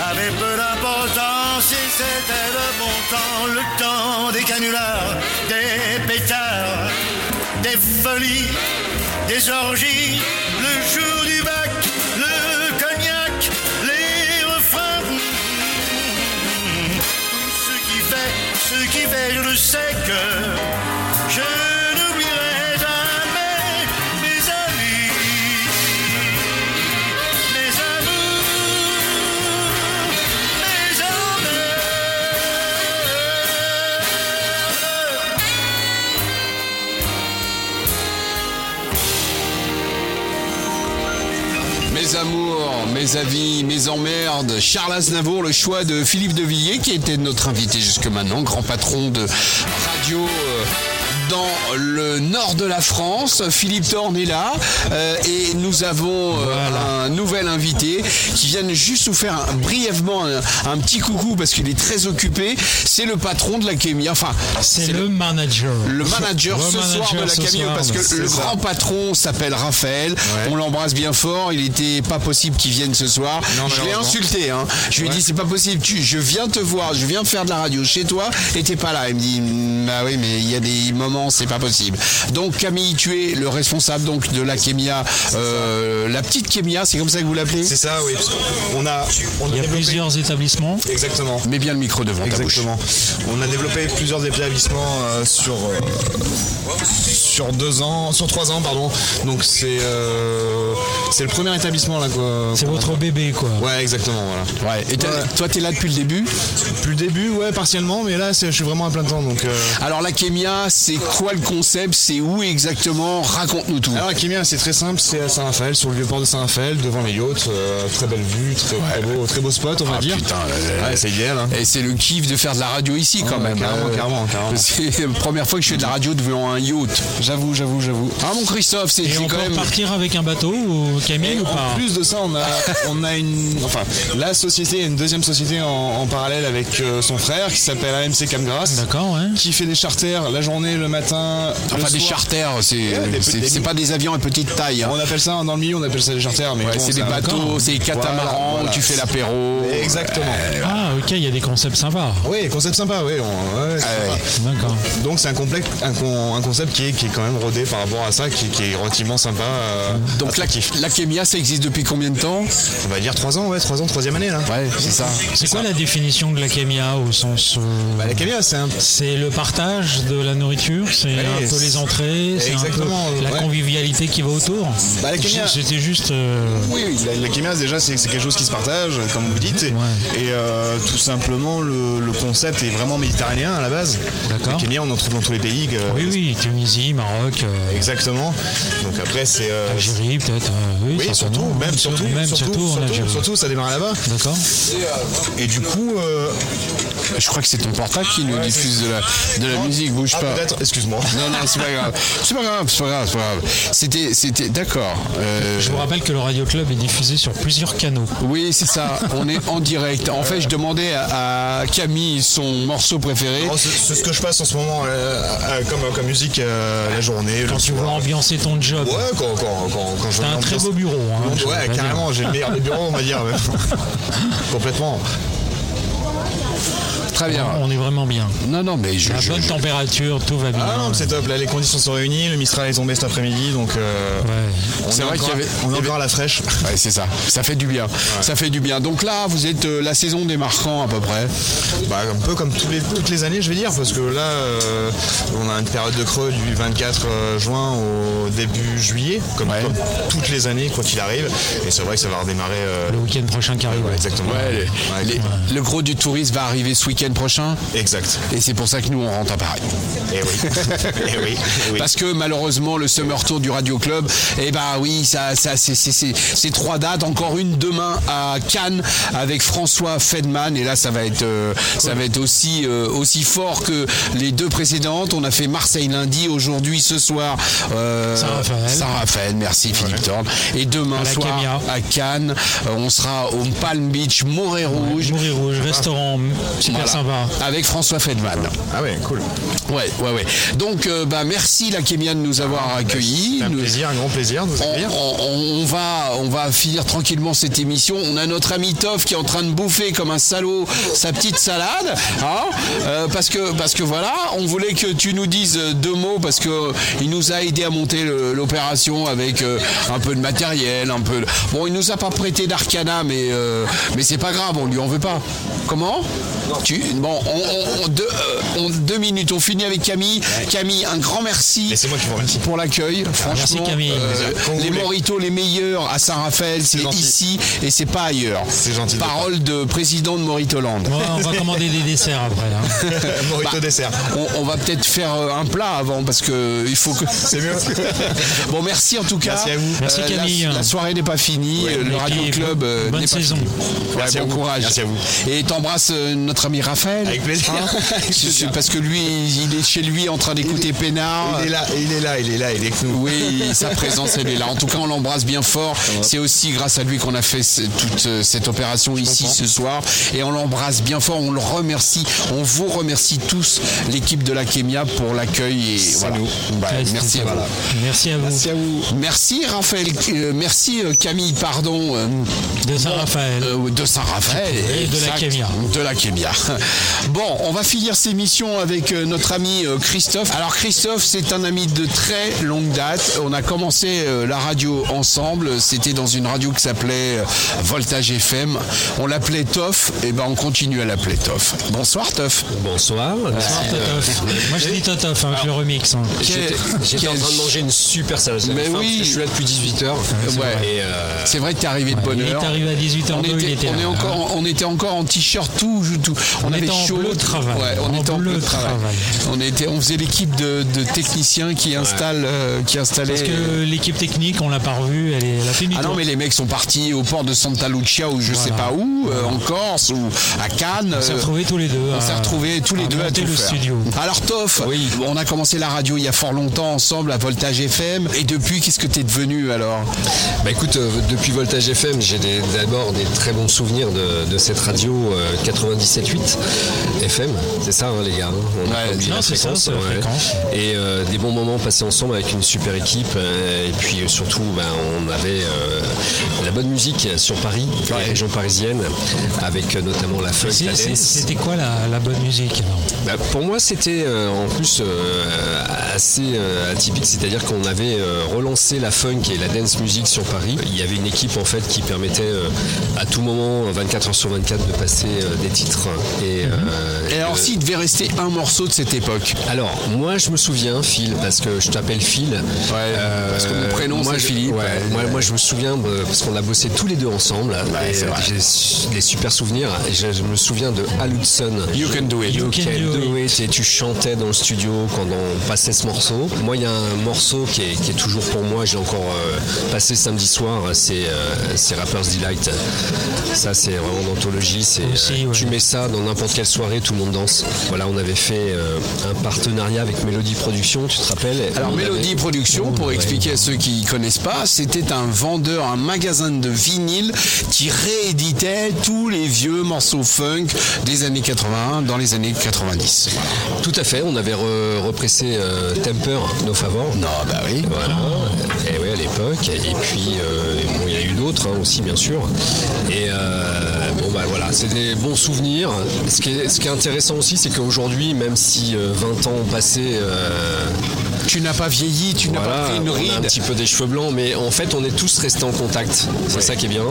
avaient peu d'importance et c'était le bon temps, le temps des canulars, des pétards, des folies, des orgies, le jour du bac, le cognac, les refrains ce qui fait, ce qui fait, je le sais que je n'oublierai jamais mes amis, mes amours, mes emmerdes. Mes amours, mes avis, mes emmerdes, Charles Aznavour, le choix de Philippe de Villiers qui était notre invité jusque maintenant, grand patron de radio euh, dans le nord de la France. Philippe Thorne est là euh, et nous avons euh, un nouvel invité qui vient juste nous faire un- brièvement un, un petit coucou parce qu'il est très occupé. C'est le patron de la Kémia. Enfin, C'est le, manager. le manager Le ce soir manager de la ce Camille soir, parce que c'est le ça. grand patron s'appelle Raphaël. On l'embrasse bien fort. Il était pas possible qu'il vienne ce soir. Non, je l'ai malheureusement. insulté. hein. Je lui ai Ouais. dit c'est pas possible. Tu, je viens te voir. Je viens faire de la radio chez toi et t'es pas là. Il me dit bah oui mais il y a des moments c'est pas possible. Donc Camille tu es le responsable donc de la Kémia, euh, la petite Kémia. C'est comme ça que vous l'appelez C'est ça oui. On a Il y a plusieurs établissements. Exactement. Mets bien le micro devant Exactement. On a développé plusieurs établissements euh, sur euh, sur deux ans, sur trois ans pardon. Donc c'est euh, c'est le premier établissement là quoi. C'est votre bébé quoi. Ouais exactement voilà. Ouais. Et t'as- toi t'es là depuis le début Depuis le début ouais partiellement mais là c'est- je suis vraiment à plein temps donc. euh, Alors la Kémia c'est quoi le concept C'est où exactement Raconte-nous tout. Alors, Kimia, c'est très simple, c'est à Saint-Raphaël, sur le vieux port de Saint-Raphaël, devant les yachts. euh, très belle vue, très, très beau, très beau spot, on va dire. Ouais, c'est idéal. hein. Ah, euh, Et c'est le kiff de faire de la radio ici quand Ouais, même. carrément, hein. carrément, carrément. C'est la première fois que je fais de la radio devant un yacht. J'avoue, j'avoue, j'avoue. Ah mon Christophe, c'est Et c'est on peut quand même. partir avec un bateau ou Camille Et ou en Ah. pas plus de ça, on a, on a une, enfin, la société, une deuxième société en, en parallèle avec euh, son frère qui s'appelle AMC Camgras. D'accord, ouais. Qui fait des charters la journée, le matin. le Enfin, des soir. charters, c'est Ouais, des c'est- petits- c'est pas des avions à petite taille. hein. On appelle ça dans le milieu, on appelle ça des charters, mais Ouais, bon, c'est des ça- bateaux, c'est des catamarans Voilà, où voilà. tu fais l'apéro. Exactement. Ah ok, il y a des concepts sympas. Oui, concept sympa, oui. on- Ah ouais, c'est sympa. D'accord. Donc c'est un, complexe, un, con- un concept qui est, qui est quand même rodé par rapport à ça, qui, qui est relativement sympa. euh, Donc la, la Kémia, ça existe depuis combien de temps On va dire 3 ans, ouais, 3 ans, troisième année là. Ouais, c'est ça. C'est quoi la définition de la camia au sens euh, la camia, c'est un- c'est le partage de la nourriture, c'est Ouais, un peu c'est- les entrées, c'est un peu Exactement, la ouais. convivialité qui va autour. Bah, la camia- J- J'étais juste euh, Oui, oui, la, la kémiase, déjà c'est c'est quelque chose qui se partage, hein, comme vous dites, et, et, euh, tout simplement le, le concept est vraiment méditerranéen à la base. D'accord. La kémia, on en trouve dans tous les pays. euh, Oui, oui, Tunisie, Maroc. euh, Exactement. Donc après c'est. euh, Algérie peut-être. euh, oui, oui, surtout, certainement. même surtout, même surtout, en Algérie. surtout, ça démarre là-bas. D'accord. Et du coup, euh, Je crois que c'est ton portable qui nous diffuse de la, de la musique, bouge Ah, pas. peut-être, excuse-moi. Non, non, c'est pas grave. C'est pas grave, c'est pas grave, c'est pas grave. C'était, c'était, d'accord. euh, Je vous rappelle que le Radio Club est diffusé sur plusieurs canaux. Oui, c'est ça. On est en direct. En fait, je demandais à, à Camille son morceau préféré. Oh, c'est c'est ce que je passe en ce moment euh, euh, comme, comme musique euh, la journée. Quand le tu soir. veux ambiancer ton job. Ouais, quand, quand, quand, quand je T'as un très beau bureau, hein, je ouais, dois carrément, dire. j'ai le meilleur des bureaux, on va dire. ouais. Complètement. Très bien. On est vraiment bien. Non, non, mais je. La je- bonne température, tout va bien. Ah non, mais c'est top, là les conditions sont réunies, le Mistral est tombé cet après-midi, donc euh, on C'est est vrai encore- qu'il y avait- on il est y avait- encore à la fraîche. Ouais, c'est ça. Ça fait du bien. Ça fait du bien. Donc là, vous êtes euh, la saison des marquants à peu près. Bah, un peu comme tous les- toutes les années, je vais dire, parce que là, euh, on a une période de creux du 24 euh, juin au début juillet, comme, comme toutes les années, quoi qu'il arrive. Et c'est vrai que ça va redémarrer. euh, Le week-end prochain qui arrive. ouais, exactement. Ouais, les- Ouais, les- le gros du tourisme va arriver ce week-end prochain. Exact. Et c'est pour ça que nous, on rentre à Paris. Et oui. Eh oui. eh oui. Parce que malheureusement, le Summer Tour du Radio Club, eh ben oui, ça, ça, c'est- c'est c'est- c'est trois dates. Encore une demain à Cannes avec François Fedman. Et là, ça va être, euh, ça va être aussi, euh, aussi fort que les deux précédentes. On a fait Marseille lundi, aujourd'hui, ce soir. euh, Saint-Raphaël. Saint-Raphaël, merci Philippe Thorne. Et demain À la soir Camia. à Cannes, euh, on sera au Palm Beach, Morée Rouge. Ah. Mourir rouge, restaurant, super Voilà. sympa. hein. Avec François Fedman. Ah ouais, cool. Ouais, ouais, ouais. Donc, euh, bah, merci la Kémia de nous avoir accueillis. C'est un Nous- plaisir, un grand plaisir de vous on, accueillir. on- on va, on va finir tranquillement cette émission. On a notre ami Toff qui est en train de bouffer comme un salaud sa petite salade, hein, euh, parce que parce que voilà, on voulait que tu nous dises deux mots parce que euh, il nous a aidé à monter le- l'opération avec euh, un peu de matériel, un peu. de- Bon, il nous a pas prêté d'Arcana, mais euh, mais c'est pas grave, on lui en veut pas. Comment Tu bon, on, on- on- deux, euh, on- deux minutes, on finit avec Camille. Camille, un grand merci Et c'est moi qui vous remercie. pour l'accueil. Merci, Franchement, euh, Camille. Quand vous les voulez. moritos les meilleurs à Saint-Raphaël, c'est gentil. ici et c'est pas ailleurs. C'est gentil de Parole de président de Moritoland. Bon, on va commander des desserts après. hein. Morito Bah, dessert. On, on va peut-être faire euh, un plat avant parce que il faut que. C'est mieux. Bon, merci en tout cas. Euh, Merci à vous. Merci, la- Camille. La, soirée n'est pas finie. euh, le Et Radio puis, Club. euh, bonne n'est pas saison. fini. Ouais, Merci à bon vous. courage. Merci à vous. Et t'embrasses euh, notre ami Raphaël. Avec plaisir. Hein Avec C'est- c'est plaisir. parce que lui, il il est chez lui en train d'écouter Pénard. Il est là, il est là, il est là, il est avec nous. Oui, sa présence, elle est là. En tout cas, on l'embrasse bien fort. C'est aussi grâce à lui qu'on a fait ce- toute euh, cette opération ici ce soir. Et on l'embrasse bien fort. On le remercie. On vous remercie tous, l'équipe de la Kémia, pour l'accueil. Et voilà. Bah, merci à vous. Merci à vous. Merci à vous. Merci Raphaël. euh, merci euh, Camille, pardon. euh, de Saint-Raphaël. de Saint-Raphaël. Et de la exact. Kémia. De la Kémia. Bon, on va finir ces missions avec euh, notre ami euh, Christophe. Alors Christophe, c'est un ami de très longue date. On a commencé euh, la radio ensemble. C'était dans une radio qui s'appelait euh, Voltage FM. On l'appelait Toff. Et ben on continue à l'appeler Toff. Bonsoir Toff. euh, Bonsoir. Bonsoir, Totof. Moi je dis Totof, hein, je le remix. hein. J'étais j'étais en train de manger une super salade. Mais J'avais faim parce oui. que Je suis là depuis 18h. Ouais. euh, Euh, C'est vrai que t'es arrivé de bonne Il heure. est arrivé à 18h02, on était, il était on, est là. hein. encore, on était encore en t-shirt tout, tout. On, On avait était en chaud. bleu travail. Ouais, on En était en bleu bleu travail. travail. On était, on faisait l'équipe de, de techniciens qui installent, euh, qui installaient. Parce que l'équipe technique, on l'a pas revue, elle, est, elle a fait Ah non mais les mecs sont partis au port de Santa Lucia ou je sais pas où, euh, en Corse ou à Cannes. On s'est euh, retrouvés tous les deux. On à- s'est retrouvés tous les à deux à monter tout le faire. studio. Alors Toff, on a commencé la radio il y a fort longtemps ensemble à Voltage FM et depuis qu'est-ce que t'es devenu alors Bah écoute, euh, depuis Voltage FM, j'ai des- d'abord des très bons souvenirs de, de cette radio euh, 97.8 FM. C'est ça, hein, les gars. hein On a pas oublié Non, la c'est ça, fréquence, c'est la ouais. fréquence. Et euh, des bons moments passés ensemble avec une super équipe. euh, et puis euh, surtout, ben, on avait euh, la bonne musique sur Paris, dans les régions parisiennes, avec euh, notamment la funk, la C'est- c'est- dance. C'était quoi la, la bonne musique alors Bah, pour moi, c'était euh, en plus euh, assez euh, atypique, c'est-à-dire qu'on avait euh, relancé la funk et la dance music sur Paris. Il y avait une équipe en fait qui permettait euh, à tout moment, 24 heures sur 24, de passer euh, des titres. Et, euh, Mhm. Et alors euh, s'il devait rester un morceau de cette époque alors, moi, je me souviens, Phil, parce que je t'appelle Phil. Euh, parce que mon prénom, moi, c'est je- Philippe. ouais, moi, moi, je me souviens, euh, parce qu'on a bossé tous les deux ensemble. et c'est vrai. J'ai su- des super souvenirs. Et je, je me souviens de Al Hudson. You can do it. You can do it. Et tu chantais dans le studio quand on passait ce morceau. Moi, il y a un morceau qui est, qui est toujours pour moi. J'ai encore euh, passé samedi soir. C'est euh, c'est Rapper's Delight. Ça, c'est vraiment d'anthologie. C'est Aussi, euh, ouais. tu mets ça dans n'importe quelle soirée, tout le monde danse. Voilà, on avait fait euh, un partenariat avec Mélodie Production, tu te rappelles Alors On Mélodie avait- Production, pour expliquer à ceux qui connaissent pas, c'était un vendeur, un magasin de vinyle qui rééditait tous les vieux morceaux funk des années 80 dans les années 90. Voilà. Tout à fait, on avait re- repressé euh, Temper, nos favors. Non, bah oui. Voilà, et oui, à l'époque. Et puis, euh, bon, il y a eu d'autres hein, aussi, bien sûr. Et euh, bon, bah voilà, c'est des bons souvenirs. Ce qui est, ce qui est intéressant aussi, c'est qu'aujourd'hui, même si euh, 20 ans ont passé. euh, Tu n'as pas vieilli, tu n'as pas voilà, pris une on a un ride. petit peu des cheveux blancs, mais en fait, on est tous restés en contact. C'est ça qui est bien.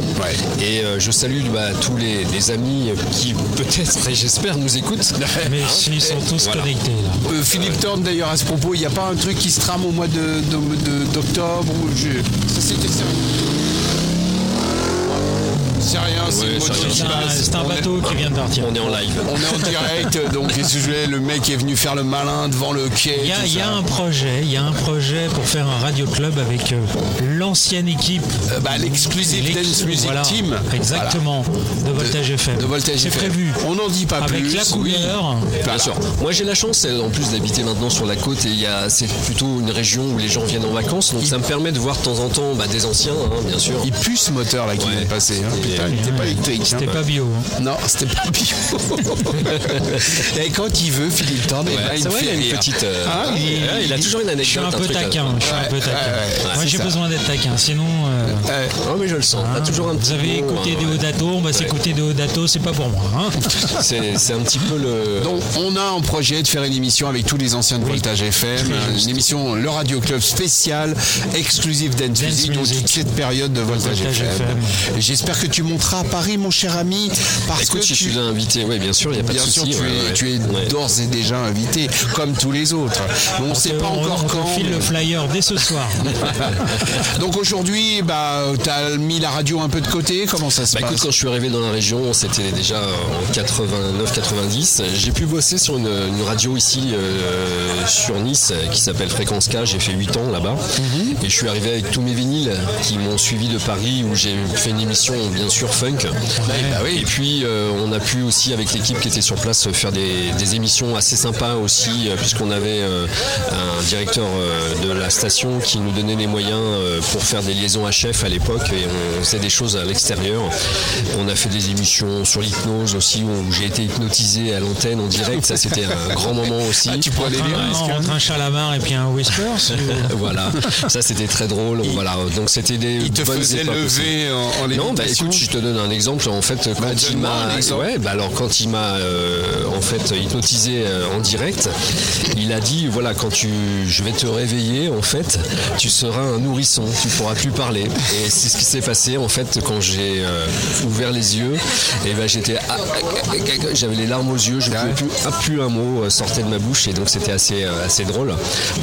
Et euh, je salue bah, tous les, les amis qui, peut-être, et j'espère, nous écoutent. Hein Mais ils sont tous Voilà. connectés là. Euh, Philippe Thorne d'ailleurs à ce propos, il n'y a pas un truc qui se trame au mois de- de- de- d'octobre ou je... ça, C'était sérieux. C'est rien, c'est le Ouais, mot c'est de rien. qui C'est un- passe. C'est un On est- bateau qui vient de partir. On est en live. On est en direct, donc qu'est-ce que je voulais, le mec est venu faire le malin devant le quai. Il y, a, tout il y ça. a un projet, il y a un projet pour faire un radio club avec euh, l'ancienne équipe, Euh, bah, l'exclusive l'équipe- Dance Music voilà, Team. exactement, de Voltage FM. Voilà. De Voltage C'est FM. prévu. On n'en dit pas Avec plus. la oui. couleur. Voilà. Bien sûr. Moi j'ai la chance euh, en plus d'habiter maintenant sur la côte et il y a- c'est plutôt une région où les gens viennent en vacances donc ça me permet de voir de temps en temps bah, des anciens hein, bien sûr. euh, Il pue ce moteur là qui vient de passer. hein. Putain, il était pas électrique. hein. C'était pas bio. hein. Non, c'était pas bio. Et quand il veut, Philippe Thorne, eh ben, Ouais, il c'est me vrai, fait il a une rire. petite, euh, Hein, ouais, ouais, il a toujours une Ah, Je suis anecdote. un peu truc à- taquin, hein. je suis un peu taquin. ouais, ouais, Moi c'est j'ai ça. besoin d'être taquin, sinon. euh, Euh, Oh mais je le sens. hein, T'as toujours un vous petit avez mot, écouté hein, des ouais. Odato, on va s'écouter des Odato, c'est pas pour moi. hein. C'est c'est un petit peu le. Donc, on a un projet de faire une émission avec tous les anciens de Voltage FM, euh, une émission, le Radio Club spécial, exclusive Dance, Dance Music, donc Music. toute cette période de Voltage, Voltage FM. FM. Et J'espère que tu monteras à Paris, mon cher ami, parce Écoute, que si tu, je suis là invité, oui, bien sûr, il n'y a pas Bien de sûr, souci. tu ouais, es, ouais. tu es Ouais. d'ores et déjà invité, comme tous les autres. Mais on ne sait te- pas encore euh, on te quand. file le flyer dès ce soir. Donc aujourd'hui, bah, tu as mis la radio un peu de côté. Comment ça se Bah écoute, passe quand je suis arrivé dans la région, c'était déjà en 89-90. J'ai pu bosser sur une, une radio ici euh, sur Nice euh, qui s'appelle Fréquence K. J'ai fait 8 ans Mhm. là-bas. Et je suis arrivé avec tous mes vinyles qui m'ont suivi de Paris où j'ai fait une émission bien sur funk. Et puis euh, on a pu aussi avec l'équipe qui était sur place euh, faire des, des émissions assez sympas aussi, euh, puisqu'on avait euh, un directeur euh, de la station qui nous donnait les moyens euh, pour faire des liaisons à chef à l'époque et on faisait des choses à l'extérieur. On a fait des émissions sur l'hypnose aussi où j'ai été hypnotisé à l'antenne en direct. Ça c'était un grand moment aussi. Ah, tu pourrais les lire, est-ce que- Entre un Chalamar et puis un Whisper. c'est- voilà, ça c'était très drôle. voilà, donc c'était des il te faisait lever en- en Non, bah lévitation écoute, je te donne un exemple. En fait, quand il donne-moi m'a, un exemple. ouais, bah alors quand il m'a euh, en fait hypnotisé euh, en direct, il a dit voilà quand tu, je vais te réveiller en fait, tu seras un nourrisson, tu pourras plus parler. Et c'est ce qui s'est passé en fait quand j'ai euh, ouvert les yeux. Et ben j'étais, ah, ah, ah, ah, j'avais les larmes aux yeux, je pouvais plus, ah, plus un mot euh, sortait de ma bouche et donc c'était assez euh, assez drôle.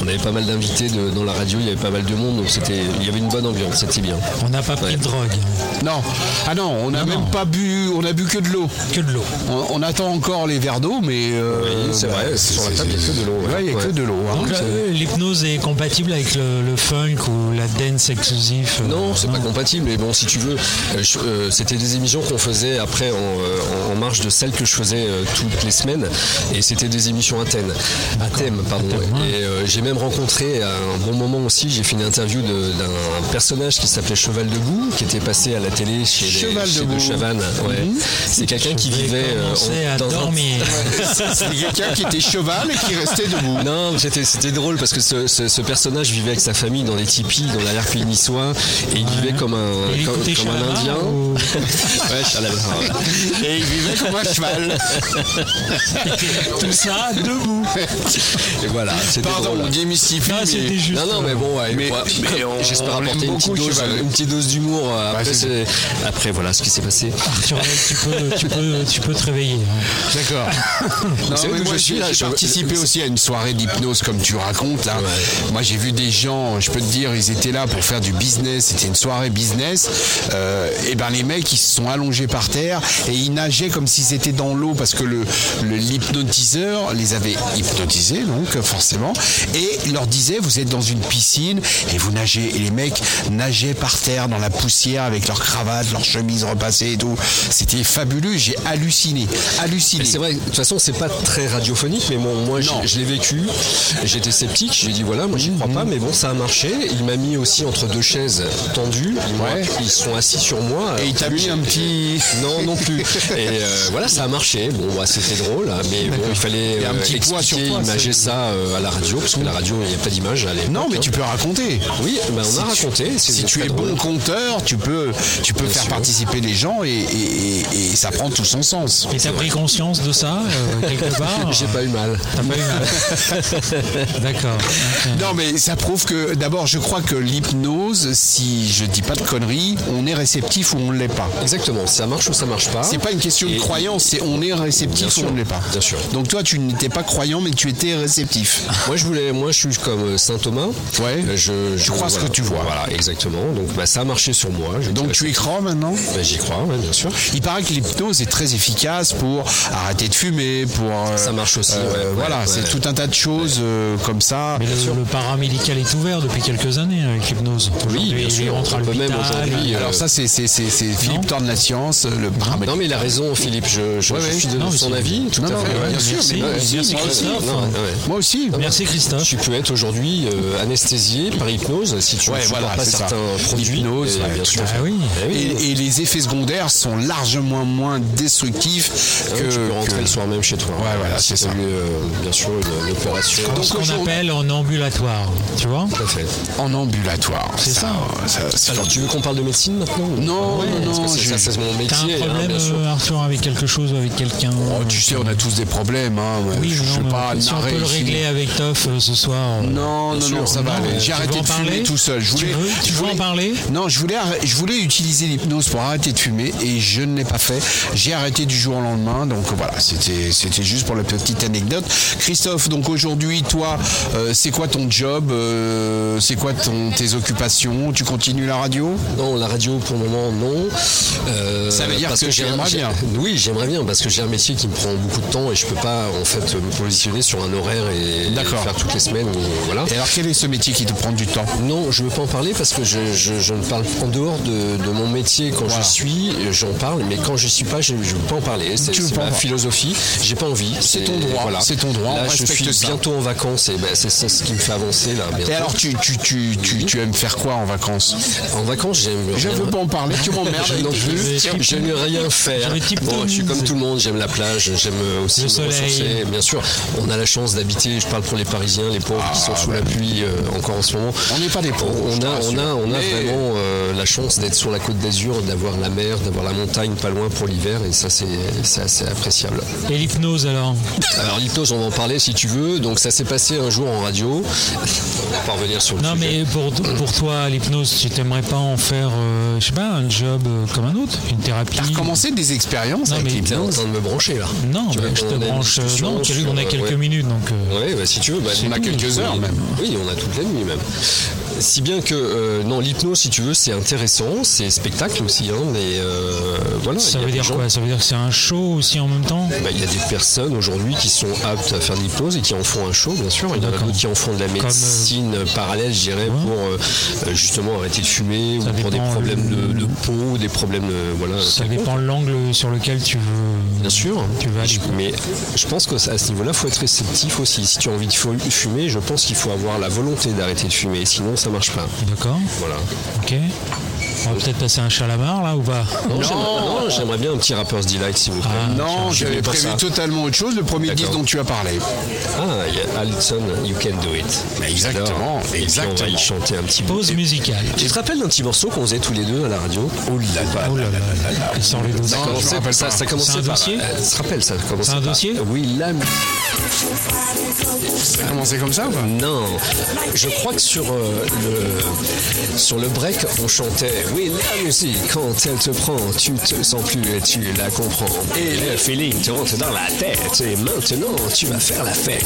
On avait pas mal d'invités de- dans la radio, il y avait pas mal de monde, donc c'était, il y avait une bonne ambiance, c'était bien. On n'a pas pris de drogue. Non. Ah non, on n'a même pas bu, on a bu que de l'eau. Que de l'eau. On, on attend encore les verres d'eau, mais. euh, bah, Oui, c'est vrai, sur la table, il y a que de l'eau, ouais. Ouais, il y a que Ouais. de l'eau. hein. Donc, euh, l'hypnose est compatible avec le, le funk ou la dance euh, exclusif. Non, c'est pas compatible, mais bon, si tu veux, euh, je- euh, c'était des émissions qu'on faisait après en, euh, en- en marge de celles que je faisais euh, toutes les semaines, et c'était des émissions à thème. À thème, pardon. Et euh, j'ai même rencontré à un bon moment aussi, j'ai fait une interview de- d'un personnage qui s'appelait Cheval Debout, qui était passé à la télé chez, les- Cheval chez Debout. De Mhm. Chavannes. ouais. C'est quelqu'un qui vivait. euh, en- commencer à dans un- dormir. C'est quelqu'un qui était cheval et qui restait debout. Non, c'était c'était drôle parce que ce, ce- ce personnage vivait avec sa famille dans des tipis, dans l'arrière-pays niçois, et il vivait comme un, Il comme, écoutait comme un Chalamar indien. hein, ou- Ouais, Chalamar, ouais. Et il vivait comme un cheval. Tout ça debout. Et voilà, c'était Pardon, drôle. on démystifie, Non, mais- c'était juste, Non, non, mais bon, ouais, Mais- ouais, mais on- j'espère on apporter aime une petite, beaucoup dose, Cheval. une petite dose d'humour. euh, Après, c'est- après, voilà ce qui s'est passé. Tu, tu peux, tu, peux, tu peux te réveiller. hein. D'accord. Vous savez mais d'où moi, je suis, j'ai- là, j'ai je- participé aussi à une soirée d'hypnose comme tu racontes. là. Moi, j'ai vu des gens, je peux te dire, ils étaient là pour faire du business. C'était une soirée business. Euh, et ben les mecs, ils se sont allongés par terre et ils nageaient comme s'ils étaient dans l'eau parce que le le- l'hypnotiseur les avait hypnotisés, donc forcément, et leur disait vous êtes dans une piscine et vous nagez. Et les mecs nageaient par terre dans la poussière avec leurs cravates, leurs chemises repassées et tout. C'était fabuleux. J'ai halluciné, halluciné. C'est vrai, de toute façon, c'est pas très radiophonique, mais bon, moi, je, je l'ai vécu. J'étais sceptique, j'ai dit voilà, moi, j'y crois pas, mais bon, ça a marché. Il m'a mis aussi entre deux chaises tendues. Ils, m'ont- ils sont assis sur moi. Et il t'a mis un petit. Non, non plus. Et euh, voilà, ça a marché. Bon, bah, c'était drôle, mais bon, il fallait Il y a un euh, petit poids sur expliquer, toi, imager c'est- ça euh, à la radio, parce que la radio, il n'y a pas d'image. Non, mais tu peux raconter. Oui, ben, on Si a tu- raconté. c'est- Si tu c'est es drôle. bon conteur, tu peux, tu peux Bien faire sûr. participer les gens et, et- et- et ça prend tout son sens. Et t'as pris conscience de ça, euh, quelque part J'ai pas eu mal. T'as pas eu mal. D'accord. Non, mais ça prouve que d'abord, je crois que l'hypnose, si je dis pas de conneries, on est réceptif ou on l'est pas. Exactement, ça marche ou ça marche pas. C'est pas une question de Et- croyance, c'est on est réceptif ou on ne l'est pas. Bien sûr. Donc toi, tu n'étais pas croyant, mais tu étais réceptif. Moi, je voulais, moi, je suis comme euh, saint Thomas. Ouais. Je, je- Tu crois ce voilà. que tu vois. Voilà, exactement. Donc, bah, ça a marché sur moi. Je Donc dirais tu ça. y crois maintenant Bah, J'y crois, ouais, bien sûr. Il paraît que l'hypnose est très efficace pour arrêter de fumer, pour. euh, Ça marche aussi, ouais, ouais, voilà, ouais. c'est tout un tas de choses euh, comme ça. Mais le, le paramédical est ouvert depuis quelques années avec l'hypnose. Aujourd'hui, bien il sûr, rentre à on peut même l'hôpital. aujourd'hui, euh, Alors ça, c'est- c'est- c'est- c'est Philippe Thorne de la science, euh, le paramédical. Non, mais il a raison, Philippe. Je, je, Ouais, je ouais. suis de Non, mais son c'est- avis. Tout Non, à non, fait. mais ouais. bien sûr, hein. mais- Ouais, merci, si, merci, mais- Christophe. Non, ouais. Moi aussi. Merci Christophe. Tu peux être aujourd'hui euh, anesthésié par hypnose si tu ne Ouais, supportes voilà, pas c'est ça. certains produits. L'hypnose, Et, ouais, bien tout sûr. à fait. Ah oui. Eh oui. Et, et les effets secondaires sont largement moins destructifs Ah, que. tu peux rentrer que- le soir même chez toi. Ouais, voilà, Si c'est t'as ça. eu, euh, bien sûr, une, une opération. Dans ce qu'on appelle en ambulatoire, tu vois Tout à fait. En ambulatoire. C'est ça. Alors, tu veux qu'on parle de médecine maintenant Ah Non, non, Parce non, que c'est je- ça, c'est mon T'as métier. un hein, problème, bien sûr. euh, Arthur, avec quelque chose ou avec quelqu'un euh, Oh, tu sais, on a tous des problèmes. Hein. Oui, mais je je non, suis mais pas si on narré peut le ici. régler avec Toff euh, ce soir. euh, Non, bien non, non, sûr. ça va aller. mais J'ai tu veux arrêté en de fumer parler tout seul. Je Tu voulais, veux- tu je veux en voulais- parler Non, je voulais, arr- je voulais utiliser l'hypnose pour arrêter de fumer et je ne l'ai pas fait. J'ai arrêté du jour au lendemain. Donc voilà, c'était c'était juste pour la petite anecdote. Christophe, donc aujourd'hui, toi, euh, c'est quoi ton job euh, C'est quoi ton, tes occupations Tu continues la radio Non, la radio pour le moment non. Euh, Ça veut dire que tu j'ai un- aimerais j'ai- bien. Oui, j'aimerais bien parce que j'ai un métier qui me prend beaucoup de temps et je peux pas en fait me positionner sur un horaire et D'accord. faire toutes les semaines. ou- voilà. Et alors, quel est ce métier qui te prend du temps Non, je ne veux pas en parler parce que je, je- je ne parle en dehors de, de mon métier Quand je suis, euh, j'en parle, mais quand je suis pas, je ne veux pas en parler. C'est Tu veux c'est pas en ma parler. philosophie. J'ai pas envie. C'est ton droit, voilà. c'est ton droit, Là, on je respecte suis ça. bientôt en vacances et ben, c'est ça ce qui me fait avancer là. bientôt. Et alors, tu, tu, tu, tu, tu aimes faire quoi en vacances En vacances, j'aime. Je rien. veux pas en parler, tu m'emmerdes. Je n'en Je vais- veux, j'aime rien faire. J'aurais type Bon, je suis comme tout le monde, j'aime la plage, j'aime aussi Le me soleil. ressourcer. Bien sûr, on a la chance d'habiter, je parle pour les Parisiens, les pauvres qui sont sous la pluie euh, encore en ce moment. Ah, bah. On n'est pas des pauvres. On je te a, on rassure. a, on a Mais- vraiment euh, la chance d'être sur la côte d'Azur, d'avoir la mer, d'avoir la montagne pas loin pour l'hiver, et ça, c'est c'est assez appréciable. Et l'hypnose alors Alors, l'hypnose, on va en parler si tu veux. Donc, ça s'est passé un jour en radio. On va revenir sur le Non mais pour, pour toi l'hypnose, tu t'aimerais pas en faire, euh, je sais pas, un job euh, comme un autre, une thérapie. T'as recommencé des expériences avec T'es en train de me brancher là. Non, Tu mais veux je te qu'on ait une branche. euh, discussion Non, sur, on a euh, quelques ouais. minutes donc. euh, Oui, bah, si tu veux, bah, C'est tout, oui. Oui, on a toute la nuit même. Si bien que, euh, non, l'hypnose, si tu veux, c'est intéressant, c'est spectacle aussi, hein, mais euh, voilà. ça il y a veut des dire gens- quoi Ça veut dire que c'est un show aussi en même temps bah, Il y a des personnes aujourd'hui qui sont aptes à faire de l'hypnose et qui en font un show, bien sûr. Il y en a d'autres qui en font de la Comme, euh, médecine parallèle, je dirais, pour euh, justement arrêter de fumer ou pour des dépend euh, le- problèmes de, de peau, des problèmes de. Voilà, Ça quelconques. dépend de l'angle sur lequel tu veux. Bien sûr, tu vas aller. Je- mais je pense que ça- à ce niveau-là, faut être réceptif aussi. Si tu as envie de fu- fumer, je pense qu'il faut avoir la volonté d'arrêter de fumer, sinon ça marche pas. D'accord. Voilà. Ok. On va peut-être passer un chalamar là ou pas Non, j'aimerais- non, j'aimerais bien un petit Rapper's Delight, s'il vous plaît. Ah, Non, Ah, j'avais prévu totalement autre chose, le premier disque dont tu as parlé. Ah, il y a Alison, You Can Do It. exactement, Et puis on va exactement. y chanter un petit Pause bout. musicale. Tu te rappelles d'un petit morceau qu'on faisait tous les deux à la radio Oh là là Il sort les dossiers. Ça commençait, Non, je ça, me rappelle ça pas. commençait C'est un par- dossier euh, Tu te rappelles, ça commençait C'est un par- dossier Oui, là... Ça a commencé comme ça ou pas Non. Je crois que sur euh, le sur le break, on chantait Oui, la musique, quand elle te prend, tu te sens plus et tu la comprends. Et le feeling te rentre dans la tête. Et maintenant, tu vas faire la fête.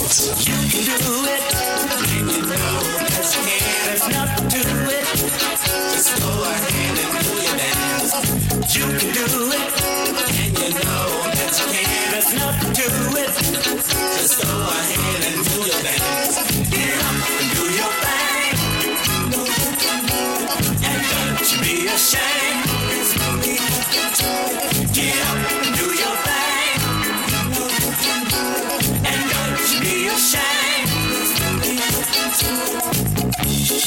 Get up and do your thing. And don't you be ashamed.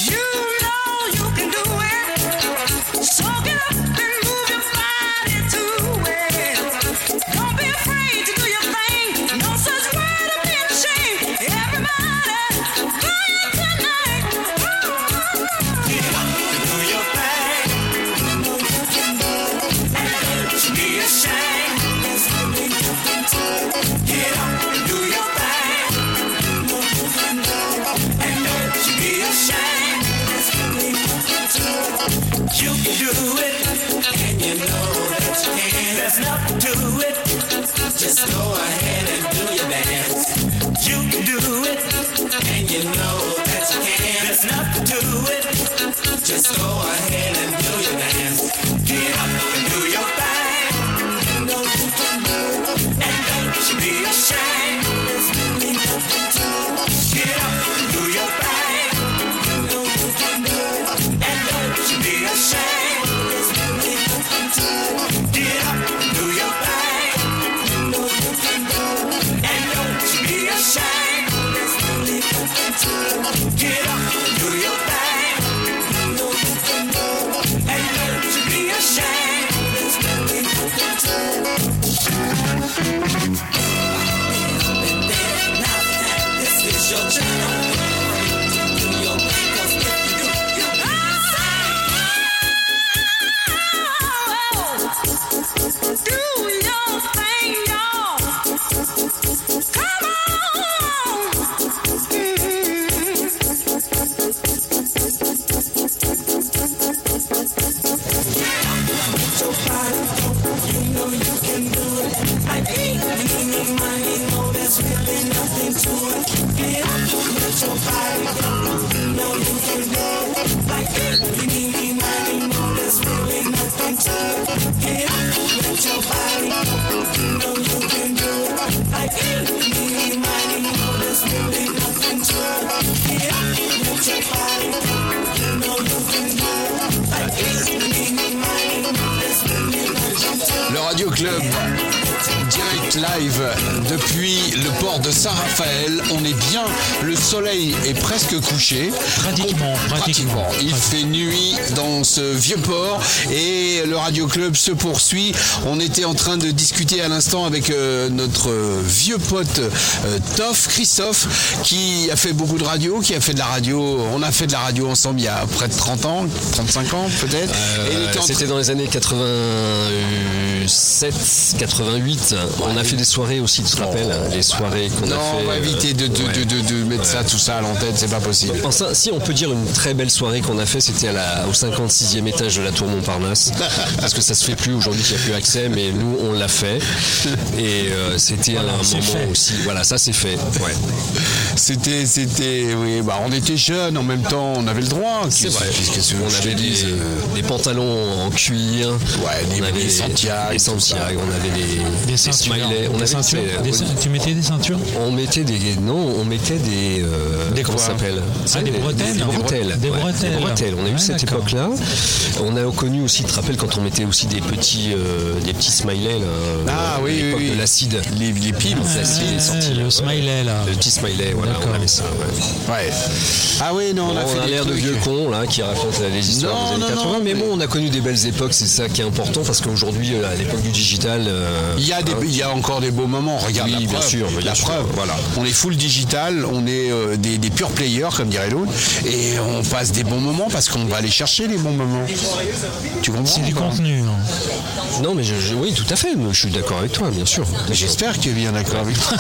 You know you can do it. So get up and move your body to it. Don't be afraid to do your thing. No such word of being ashamed. Everybody, do it tonight. Get up and do your thing. And don't you be ashamed. Get up and do your thing. And don't you be ashamed. You can do it, and you know that you can. There's nothing to it. Just go ahead and do your dance. You can do it, and you know that you can. There's nothing to it. Just go ahead and do your dance. Get up and do your thing. And don't you be ashamed. Get up and do your thing. And don't you be ashamed. Get up and do your thing. And don't you be ashamed. Get up and do your thing. And don't you be ashamed. This is your channel. Do your thing, 'cause if you do, you Do your thing, y'all. Come on. Radio Club, direct live depuis le port de Saint-Raphaël. On est bien, le soleil est presque couché. Oh, Pratiquement, pratiquement. Il fait nuit dans ce vieux port et le Radio Club se poursuit. On était en train de discuter à l'instant avec euh, notre euh, vieux pote euh, Toff, Christophe, qui a fait beaucoup de radio, qui a fait de la radio. On a fait de la radio ensemble il y a près de 30 ans, 35 ans peut-être. Et il Euh, était en C'était dans les années 87, 88. on a fait des soirées aussi, tu te rappelles Les soirées qu'on a fait. Non, on va éviter de- de- de- de- de mettre ça, tout ça à l'antenne, c'est pas possible. Enfin, ça, si on peut dire une très belle soirée qu'on a fait, c'était à la- au 56e étage de la tour Montparnasse. Parce que ça se fait plus aujourd'hui qu'il n'y a plus accès, mais nous on l'a fait. Et euh, c'était Voilà, à un c'est moment fait. aussi. Voilà, ça c'est fait. Ouais. C'était, c'était, oui, bah on était jeunes en même temps, on avait le droit. C'est vrai. On avait des, euh, des pantalons en cuir. on avait des Santiago. Des Santiago, on avait des, Des des ceintures. smileys. On Des avait ceintures. des- Des ceintures. Tu mettais des ceintures On mettait des. Non, on mettait des. euh, Des comment quoi ça s'appelle Ah, Ça, des les- bretelles. Des Des bretelles. bretelles. ouais, Des Des bretelles. bretelles. On a Ouais, eu cette d'accord. époque-là. On a connu aussi, tu te rappelles, quand on mettait aussi des petits, euh, des petits smileys. Là, ah oui, oui, De l'acide. Les, les piles. L'acide est sorti. Ah, Le smiley là. Le petit smiley, voilà, on avait ça. Ouais. Ah oui, non, on on a a, fait des Oh, l'air de trucs. vieux cons là qui racontent euh, les histoires Non, des années non, 80, non, mais bon, on a connu des belles époques, c'est ça qui est important parce qu'aujourd'hui, euh, à l'époque du digital, euh, Il y, a des, hein, il y a encore des beaux moments. Regarde Oui, la bien preuve. sûr, bien la sûr, preuve. voilà. On est full digital, on est euh, des, des purs players, comme dirait l'autre, et on passe des bons moments parce qu'on va aller chercher les bons moments. Tu comprends C'est du quoi contenu. hein. Non, mais je, je- oui, tout à fait. mais Je suis d'accord avec toi, bien sûr. J'espère que tu es bien d'accord avec moi.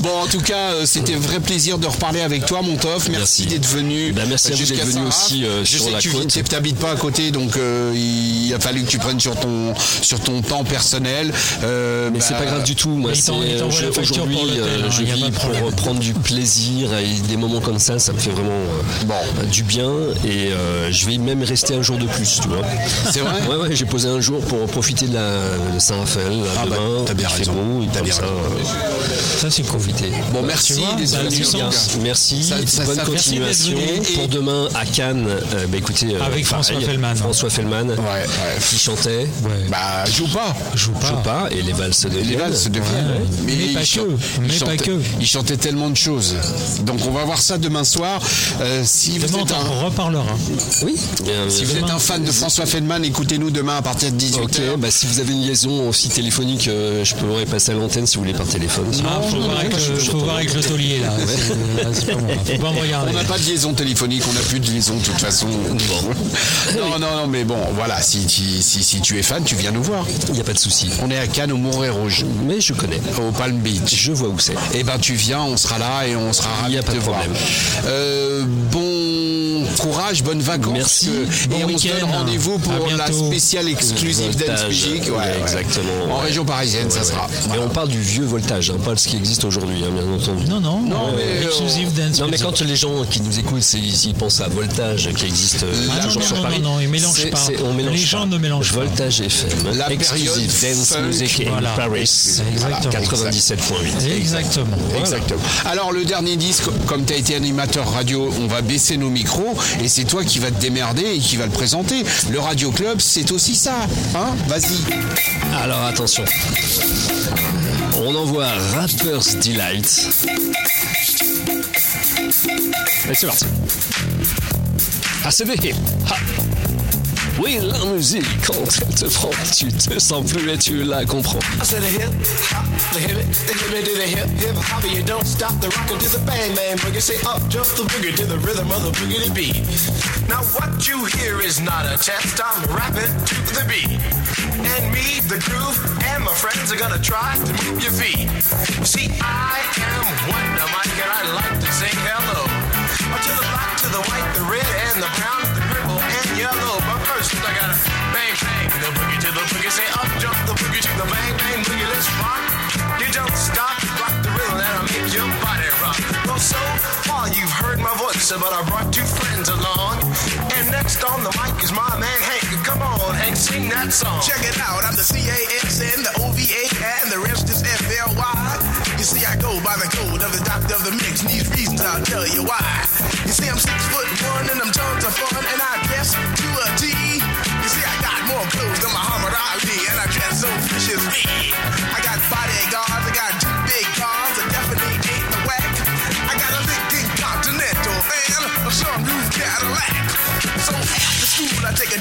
bon, en tout cas, euh, c'était un vrai plaisir de reparler avec toi, mon Toff. Merci, Merci. d'être venu. Ben, merci à vous jusqu'à d'être venu Saint-Raph. aussi, euh, Je sur sais la que tu côte. vis- t'habites pas à côté, donc euh, il a fallu que tu prennes sur ton, sur ton temps personnel. Euh, Mais bah, c'est pas grave du tout. Moi, Mais il c'est t'en- il euh, t'envoie je- la facture pour aujourd'hui, l'hôtel, euh, hein, je il y a pas vis de pour problème. euh, prendre du plaisir. Et des moments comme ça, ça me fait vraiment euh, euh, du bien. Et euh, je vais même rester un jour de plus, tu vois. C'est vrai Ouais, ouais. J'ai posé un jour pour profiter de la de Saint-Raphaël. là, Ah bah, demain, t'as bien il fait raison, beau, et t'as comme bien ça, raison. euh, Ça c'est cool. profiter. Bon, Tu merci vois, les ça a amis. du sens. Merci, Ça- ça- bonne ça- continuation. merci d'être venu. Pour demain à Cannes, euh, bah, écoutez, euh, Avec François pareil, Fellman. François Fellman, qui chantait. Bah, joue pas. Joue Je sais pas. pas, et les valses de Les Vienne. valses de Vienne. Mais il pas chan- que, il mais pas chantait- que. Il chantait tellement de choses. Donc on va voir ça demain soir. Euh, si vous Demain, êtes un- on en reparlera. Oui. Si vous êtes un fan de François Feldman, écoutez-nous demain à partir de 18h. Ok, bah si vous avez une liaison aussi téléphonique, euh, je pourrais passer à l'antenne si vous voulez par téléphone. Ah, faut voir avec le- faut voir avec le taulier là. C'est- là, c'est pas moi. Faut pas me On regarder. n'a pas de liaison téléphonique, on n'a plus de liaison de toute façon. Non, non, non, mais bon, voilà, si, si, si, si tu es fan, tu viens nous voir. Il n'y a pas de souci. On est à Cannes au Montray Rouge, Mais je connais. au Palm Beach. Je vois où c'est. Eh ben tu viens, on sera là et on sera ravis Y a de pas te de voir. problème. Euh, bon courage, bonnes vacances. Merci, Euh, bon et on se week-end. donne rendez-vous À pour la bientôt. spéciale exclusive Dance Voltage. Music. Ouais, Ouais, ouais. exactement, En ouais. région parisienne, ça sera. Mais on parle du vieux voltage, hein, pas de ce qui existe aujourd'hui, hein, bien entendu. Non, non. Non, euh, mais, euh, exclusive dance. Non, mais music. quand les gens qui nous écoutent, c'est- ils pensent à voltage qui existe euh, Ah non, toujours non, sur non, Paris. non, non, ils mélangent C'est- pas. c'est- on mélange Les gens pas. ne mélangent pas. Voltage FM, La exclusive période dance funk, music in voilà. Paris, Exactement. 97.8. Exactement. Exactement. Alors le dernier disque, comme tu as été animateur radio, on va baisser nos micros et c'est toi qui vas te démerder et qui va le présenter. Le Radio Club, c'est aussi ça. Hein Vas-y. Alors attention. On envoie Rapper's Delight. Et c'est parti. Ah, c'est des- Ah. Oui, la musique, quand elle te prend, tu te sens plus et tu la comprends. I said a hip hop, the hip, the hip to the hip hip hop, you don't stop the rocker to the bang bang boogie. Say up, jump the boogie to the rhythm of the boogity beat. Now what you hear is not a test. I'm rapping to the beat, and me, the groove, and my friends are gonna try to move your feet. See, I am Wonder Mike, and I like to sing hello to the black, to the white, the red, and the brown, the purple, and yellow. But first, I gotta bang bang the boogie to the boogie. Say up, jump the boogie to the bang bang boogie. Let's rock. You don't stop, rock the rhythm that'll make your body rock. Well, so far you've heard my voice, but I brought two friends along. And next on the mic is my man Hank. Come on, Hank, sing that song. Check it out, I'm the CASN, the OVA, and the rest is FLY. You see, I go by the code of the doctor of the mix, and these reasons I'll tell you why. You see, I'm six foot one, and I'm tons of fun, and I guess to a T. You see, I got more clothes than Muhammad.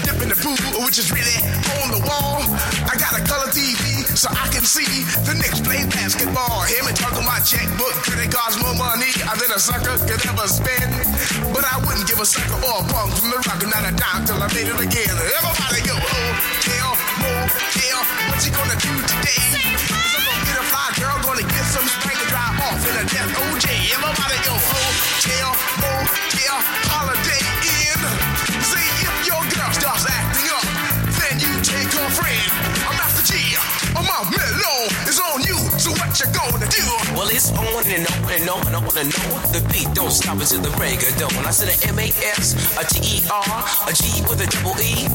up in the booth, which is really on the wall. I got a color TV so I can see the Knicks play basketball. Him and Uncle my checkbook, credit cards, more money. I've been a sucker, could ever spend. But I wouldn't give a sucker or a punk from the rock, not a dime till I made it again. Everybody go, oh, hotel, motel, what you gonna do today? Cause I'm gonna get a fly girl, gonna get some spank and drive off in a death OJ. Everybody go, hotel, motel, holiday in. See if your girl starts acting up, then you take her friend. I'm after G, I'm out mellow, it's on you, so what you gonna do? Well, it's on and on and on and on and on. The beat don't stop until the break of dawn. I said a M A S, a T E R, a G with a double E.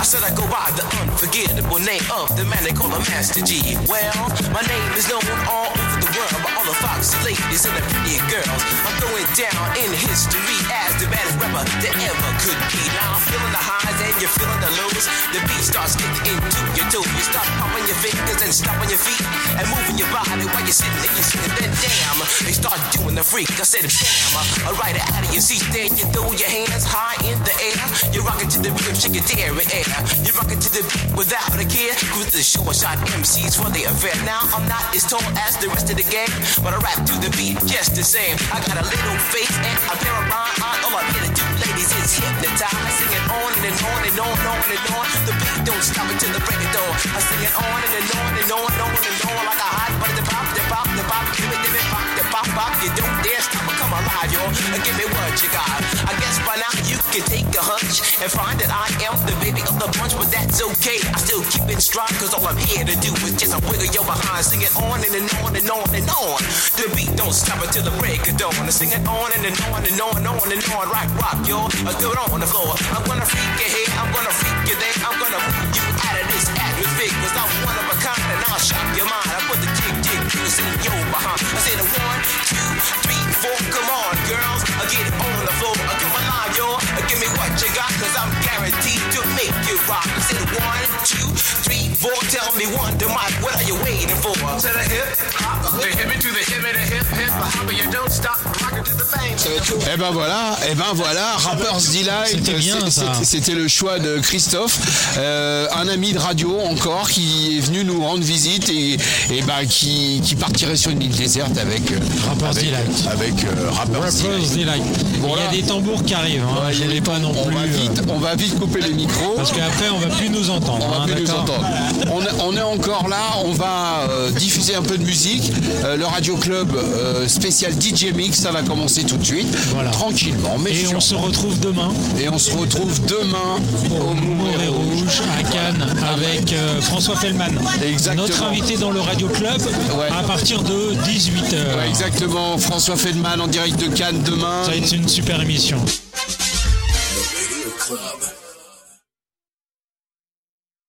I said I go by the unforgettable name of the man they call a Master G. Well, my name is known all over the world by all the foxy ladies and the pretty girls. I'm throwing down in history as the baddest rapper that ever could be. Now I'm feeling the highs and you're feeling the lows. The beat starts kicking into your toe. You start popping your fingers and stomping your feet and moving your body while you're sitting and you're sitting there. Damn, they start doing the freak. I said, damn, all right, out of your seat. Then you throw your hands high in the air. You're rocking to the beat of chicken dairy air. You're rocking to the beat without a care. Cruise the show, I shot MCs for the affair. Now I'm not as tall as the rest of the gang, but I rap to the beat just the same. I got a little face and a pair of rhyme. All I'm here to do, ladies, is hypnotize. Singing on and on and on and on and on. The beat don't stop until the break of dawn. I sing it on and, and on and on and on and on like a hot butter. The pop, the pop, the pop, give it, give it, pop, the pop, pop. You don't dare stop or come alive, y'all. And give me what you got. I guess by now you can take a hunch and find that I am the baby of the bunch, but that's okay. I still keep it strong, cause all I'm here to do is just a wiggle your behind. Sing it on and, and on and on and on. The beat don't stop until the break of dawn. I sing it on and, and on and on and on and on. Rock, rock, y'all. Let's do it on the floor. I'm gonna freak you here, I'm gonna freak you there. I'm gonna move you out of this atmosphere, cause I'm one of a kind and I'll shock your mind. I put the jig, jig, jiggers in your behind. I say the one, two, three, four. Come on, girls. I get it on the floor. I come alive, y'all. Give me what you got, cause I'm guaranteed to make you rock. I said one, two, three, four. Tell me one, the mic, what are you waiting for? To the hip hop, the hip to the hip, the hip hip hop, you don't stop. Rock it to the bang. Eh ben voilà, eh ben voilà, Rappers Delight, C'était bien, c'est- ça. c'était- c'était le choix de Christophe, euh, un ami de radio encore qui est venu nous rendre visite et, et ben qui, qui partirait sur une île déserte avec euh, avec, avec euh, Rappers Delight. Il y a des tambours qui arrivent, hein. je l'ai pas non plus. On va vite, on va vite couper les micros. Parce qu'après, on va plus nous entendre. On va hein, plus nous d'accord entendre. On, est- on est encore là, on va euh, diffuser un peu de musique. Euh, le Radio Club euh, spécial DJ Mix, ça va commencer tout de suite, tranquillement. Mais et on se retrouve demain. Et on se retrouve demain au Moulin Rouge à Cannes avec euh, François Fellman. Notre invité dans le Radio Club à partir de 18h. Ouais, exactement, François Feldman en direct de Cannes demain. Ça va être une super émission. Radio Club.